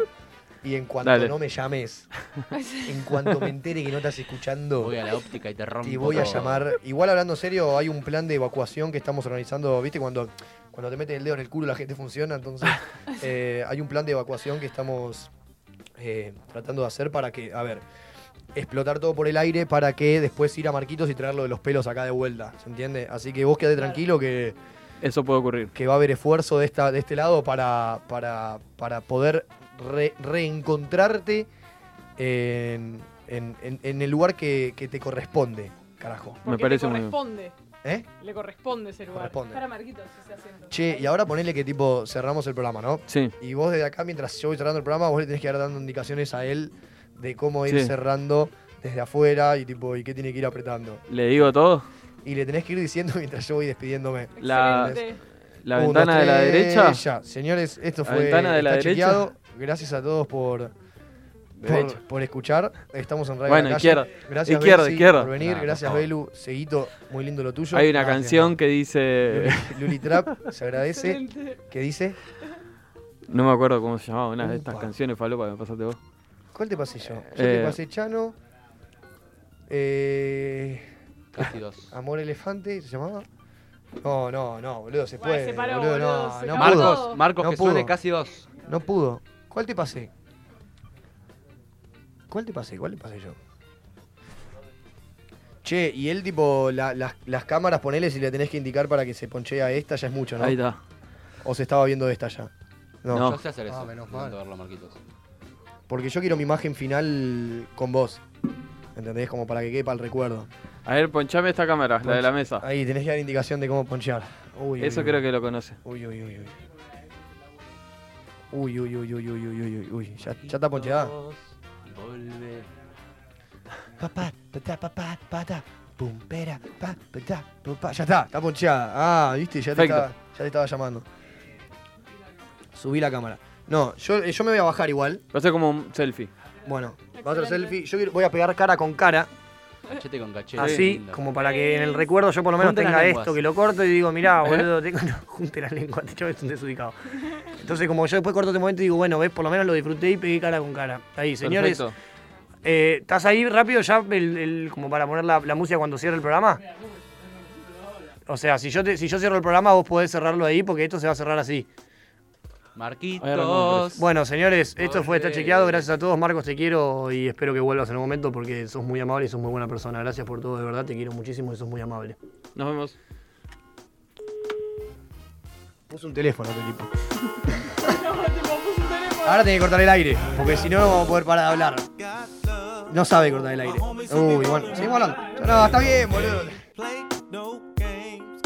Speaker 1: Y en cuanto
Speaker 6: Dale.
Speaker 1: no me llames, en cuanto me entere que no estás escuchando,
Speaker 4: Voy a la óptica y te rompo.
Speaker 1: te voy a
Speaker 4: todo.
Speaker 1: llamar. Igual hablando en serio, hay un plan de evacuación que estamos organizando. ¿Viste? Cuando, cuando te meten el dedo en el culo la gente funciona. Entonces, eh, hay un plan de evacuación que estamos eh, tratando de hacer para que, a ver, explotar todo por el aire para que después ir a Marquitos y traerlo de los pelos acá de vuelta. ¿Se entiende? Así que vos quedate tranquilo que.
Speaker 6: Eso puede ocurrir.
Speaker 1: Que va a haber esfuerzo de, esta, de este lado para, para, para poder re- reencontrarte en, en, en- en el lugar que, que te corresponde, carajo.
Speaker 7: Porque le corresponde.
Speaker 1: ¿Eh?
Speaker 7: Le corresponde ese lugar.
Speaker 1: Corresponde.
Speaker 7: Para Marquitos ese asiento.
Speaker 1: Che, y ahora ponele que tipo cerramos el programa, ¿no?
Speaker 6: Sí.
Speaker 1: Y vos desde acá, mientras yo voy cerrando el programa, vos le tenés que ir dando indicaciones a él de cómo ir
Speaker 6: Sí.
Speaker 1: cerrando desde afuera y tipo, y qué tiene que ir apretando.
Speaker 6: ¿Le digo todo?
Speaker 1: Y le tenés que ir diciendo mientras yo voy despidiéndome.
Speaker 6: La,
Speaker 1: Excelente.
Speaker 6: la
Speaker 1: Un, dos,
Speaker 6: ventana de la
Speaker 1: tres,
Speaker 6: derecha.
Speaker 1: ya. Señores, esto
Speaker 6: La
Speaker 1: fue
Speaker 6: ventana de la
Speaker 1: Está
Speaker 6: derecha.
Speaker 1: Chequeado. Gracias a todos por,
Speaker 6: Derecha.
Speaker 1: por, por escuchar. Estamos en Radio
Speaker 6: Bueno,
Speaker 1: La Calle.
Speaker 6: izquierda.
Speaker 1: Gracias
Speaker 6: Izquierda,
Speaker 1: Belsi,
Speaker 6: izquierda.
Speaker 1: por venir.
Speaker 6: Nah, por
Speaker 1: Gracias
Speaker 6: favor.
Speaker 1: Belu. Seguito, muy lindo lo tuyo.
Speaker 6: Hay una
Speaker 1: Gracias.
Speaker 6: canción que dice.
Speaker 1: Luli, Luli Trap, se agradece. ¿Qué dice?
Speaker 6: No me acuerdo cómo se llamaba una de estas canciones, Falopa, que me pasaste vos.
Speaker 1: ¿Cuál te pasé yo? Yo
Speaker 6: Eh.
Speaker 1: te pasé Chano. Eh, Amor Elefante, ¿se llamaba? No, no, no, boludo, se
Speaker 4: Bueno,
Speaker 1: puede.
Speaker 4: se paró,
Speaker 1: boludo,
Speaker 4: boludo,
Speaker 1: no,
Speaker 4: se
Speaker 1: no
Speaker 4: acabó
Speaker 1: pudo.
Speaker 4: todo. Marcos, Marcos,
Speaker 1: no
Speaker 4: que
Speaker 1: pudo.
Speaker 4: suene casi dos.
Speaker 1: No pudo. ¿Cuál te pasé? ¿Cuál te pasé? ¿Cuál te pasé yo? Che, y él, tipo, la- las, las cámaras, ponele si le tenés que indicar para que se ponchee a esta, ya es mucho, ¿no?
Speaker 6: Ahí está.
Speaker 1: O se estaba viendo esta ya. No.
Speaker 20: Yo sé hacer eso.
Speaker 1: Ah, menos mal.
Speaker 20: intento verlo, Marquitos.
Speaker 1: Porque yo quiero mi imagen final con vos. ¿Entendés? Como para que quepa el recuerdo.
Speaker 6: A ver, ponchame esta cámara, la de la mesa.
Speaker 1: Ahí, tenés que dar indicación de cómo ponchear. Uy,
Speaker 6: Eso creo que lo conoce.
Speaker 1: Uy, uy, uy, uy. Uy, uy, uy, uy, uy, uy, uy, uy, uy. Ya, ya está poncheada.
Speaker 20: Volve.
Speaker 1: Papá, patá, papá, patá. Pum, pera, pa, patá, pum, pa. Ya está, está poncheada. Ah, viste, ya te,
Speaker 4: Perfecto.
Speaker 1: estaba, ya te estaba llamando. Subí la cámara. No, yo, eh, yo me voy a bajar igual.
Speaker 6: Va a ser como un selfie.
Speaker 1: Bueno, va a ser selfie. Yo quiero- voy a pegar cara con cara.
Speaker 20: Cachete con
Speaker 6: Ah,
Speaker 20: cachete.
Speaker 4: Así,
Speaker 20: Lindo.
Speaker 4: como para que en el recuerdo yo por lo menos
Speaker 1: Junten las
Speaker 4: tenga
Speaker 1: lenguas.
Speaker 4: esto, que lo corto y digo, mirá,
Speaker 1: ¿Eh?
Speaker 4: boludo, tengo... No, junte la lengua, te es un desubicado. Entonces, como yo después corto este momento y digo, bueno, ves, por lo menos lo disfruté y pegué cara con cara. Ahí, señores.
Speaker 6: Perfecto.
Speaker 4: eh, ¿Estás ahí rápido ya, el- el- como para poner la, la música cuando cierre el programa? O sea, si yo, te- si yo cierro el programa, vos podés cerrarlo ahí porque esto se va a cerrar así.
Speaker 20: Marquitos.
Speaker 4: Bueno, señores, esto fue Está Chequeado. Gracias a todos. Marcos, te quiero y espero que vuelvas en un momento porque sos muy amable y sos muy buena persona. Gracias por todo, de verdad. Te quiero muchísimo y sos muy amable.
Speaker 6: Nos vemos.
Speaker 1: Puso un teléfono tu equipo.
Speaker 7: teléfono.
Speaker 1: Ahora tiene que cortar el aire, porque si no no vamos a poder parar de hablar. No sabe cortar el aire. Uy, bueno, seguimos hablando. No, está bien, boludo.
Speaker 21: Play no games,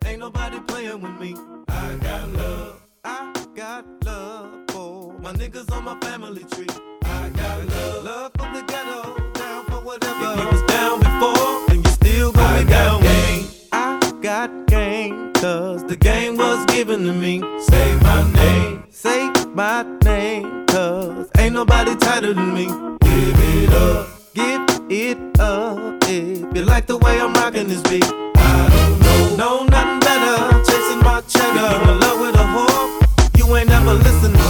Speaker 21: cuz ain't nobody playing with me. I got love. I got love for my niggas on my family tree. I got love. Love from the ghetto, down for whatever. If you was down before, then you still gonna be down game. I got game, cuz the game was given to me. Say my name. Say my name, cuz ain't nobody tighter than me. Give it up. Give it up if you like the way I'm rocking this beat. I don't know, know nothing better. Chasing my cheddar, I'm in love with a whore. You ain't never listen to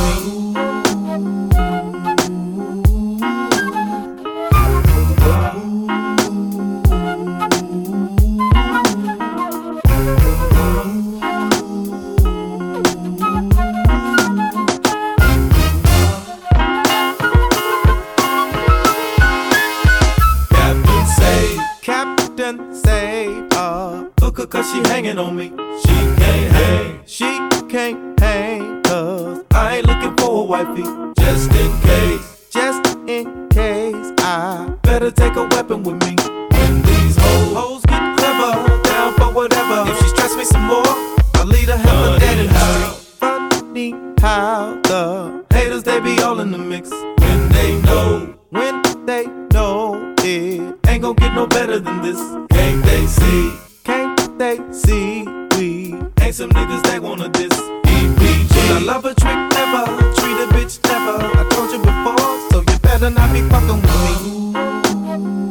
Speaker 21: me. Captain Save, Captain Save, uh, hook her cause she hanging on me. She can't hang, she can't hang, cause I ain't looking for a wifey. Just in case, just in case, I better take a weapon with me. When these hoes, hoes get clever, down for whatever. If she stress me some more, I'll lead her hell to dead in the street. Funny how the haters, they be all in the mix. When they know, when they know it ain't gonna get no better than this. Can't they see? Can't they see? We ain't some niggas they wanna diss. EPG. When I love a trick never, treat a bitch never. I told you before, so you better not be fucking with me.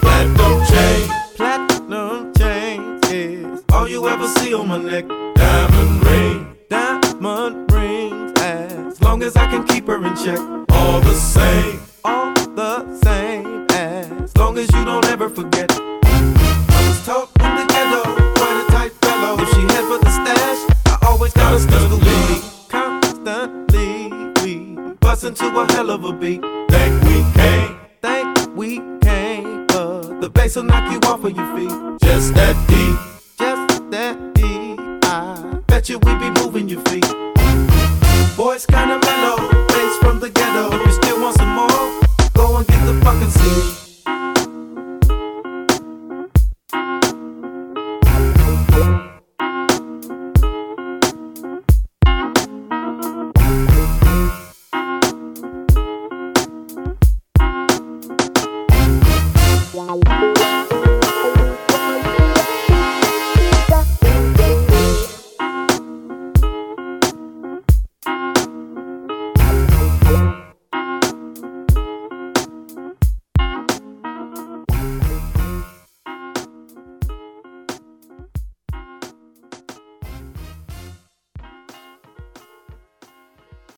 Speaker 21: Platinum chain, platinum chain is all you ever see on my neck. Diamond ring, diamond rings. As long as I can keep her in check, all the same, all the same. As long as you don't ever forget. I was taught in the ghetto, quite a tight fellow. If she head for the stash, I always gotta stick the lead. Constantly, we bust lover be. Think we came, think we came, cause the bass will knock you off of your feet. Just that D, just that D. I bet you we be moving your feet. Boys kinda mellow, bass from the ghetto. If you still want some more, go and get the fucking seat.
Speaker 5: Wow.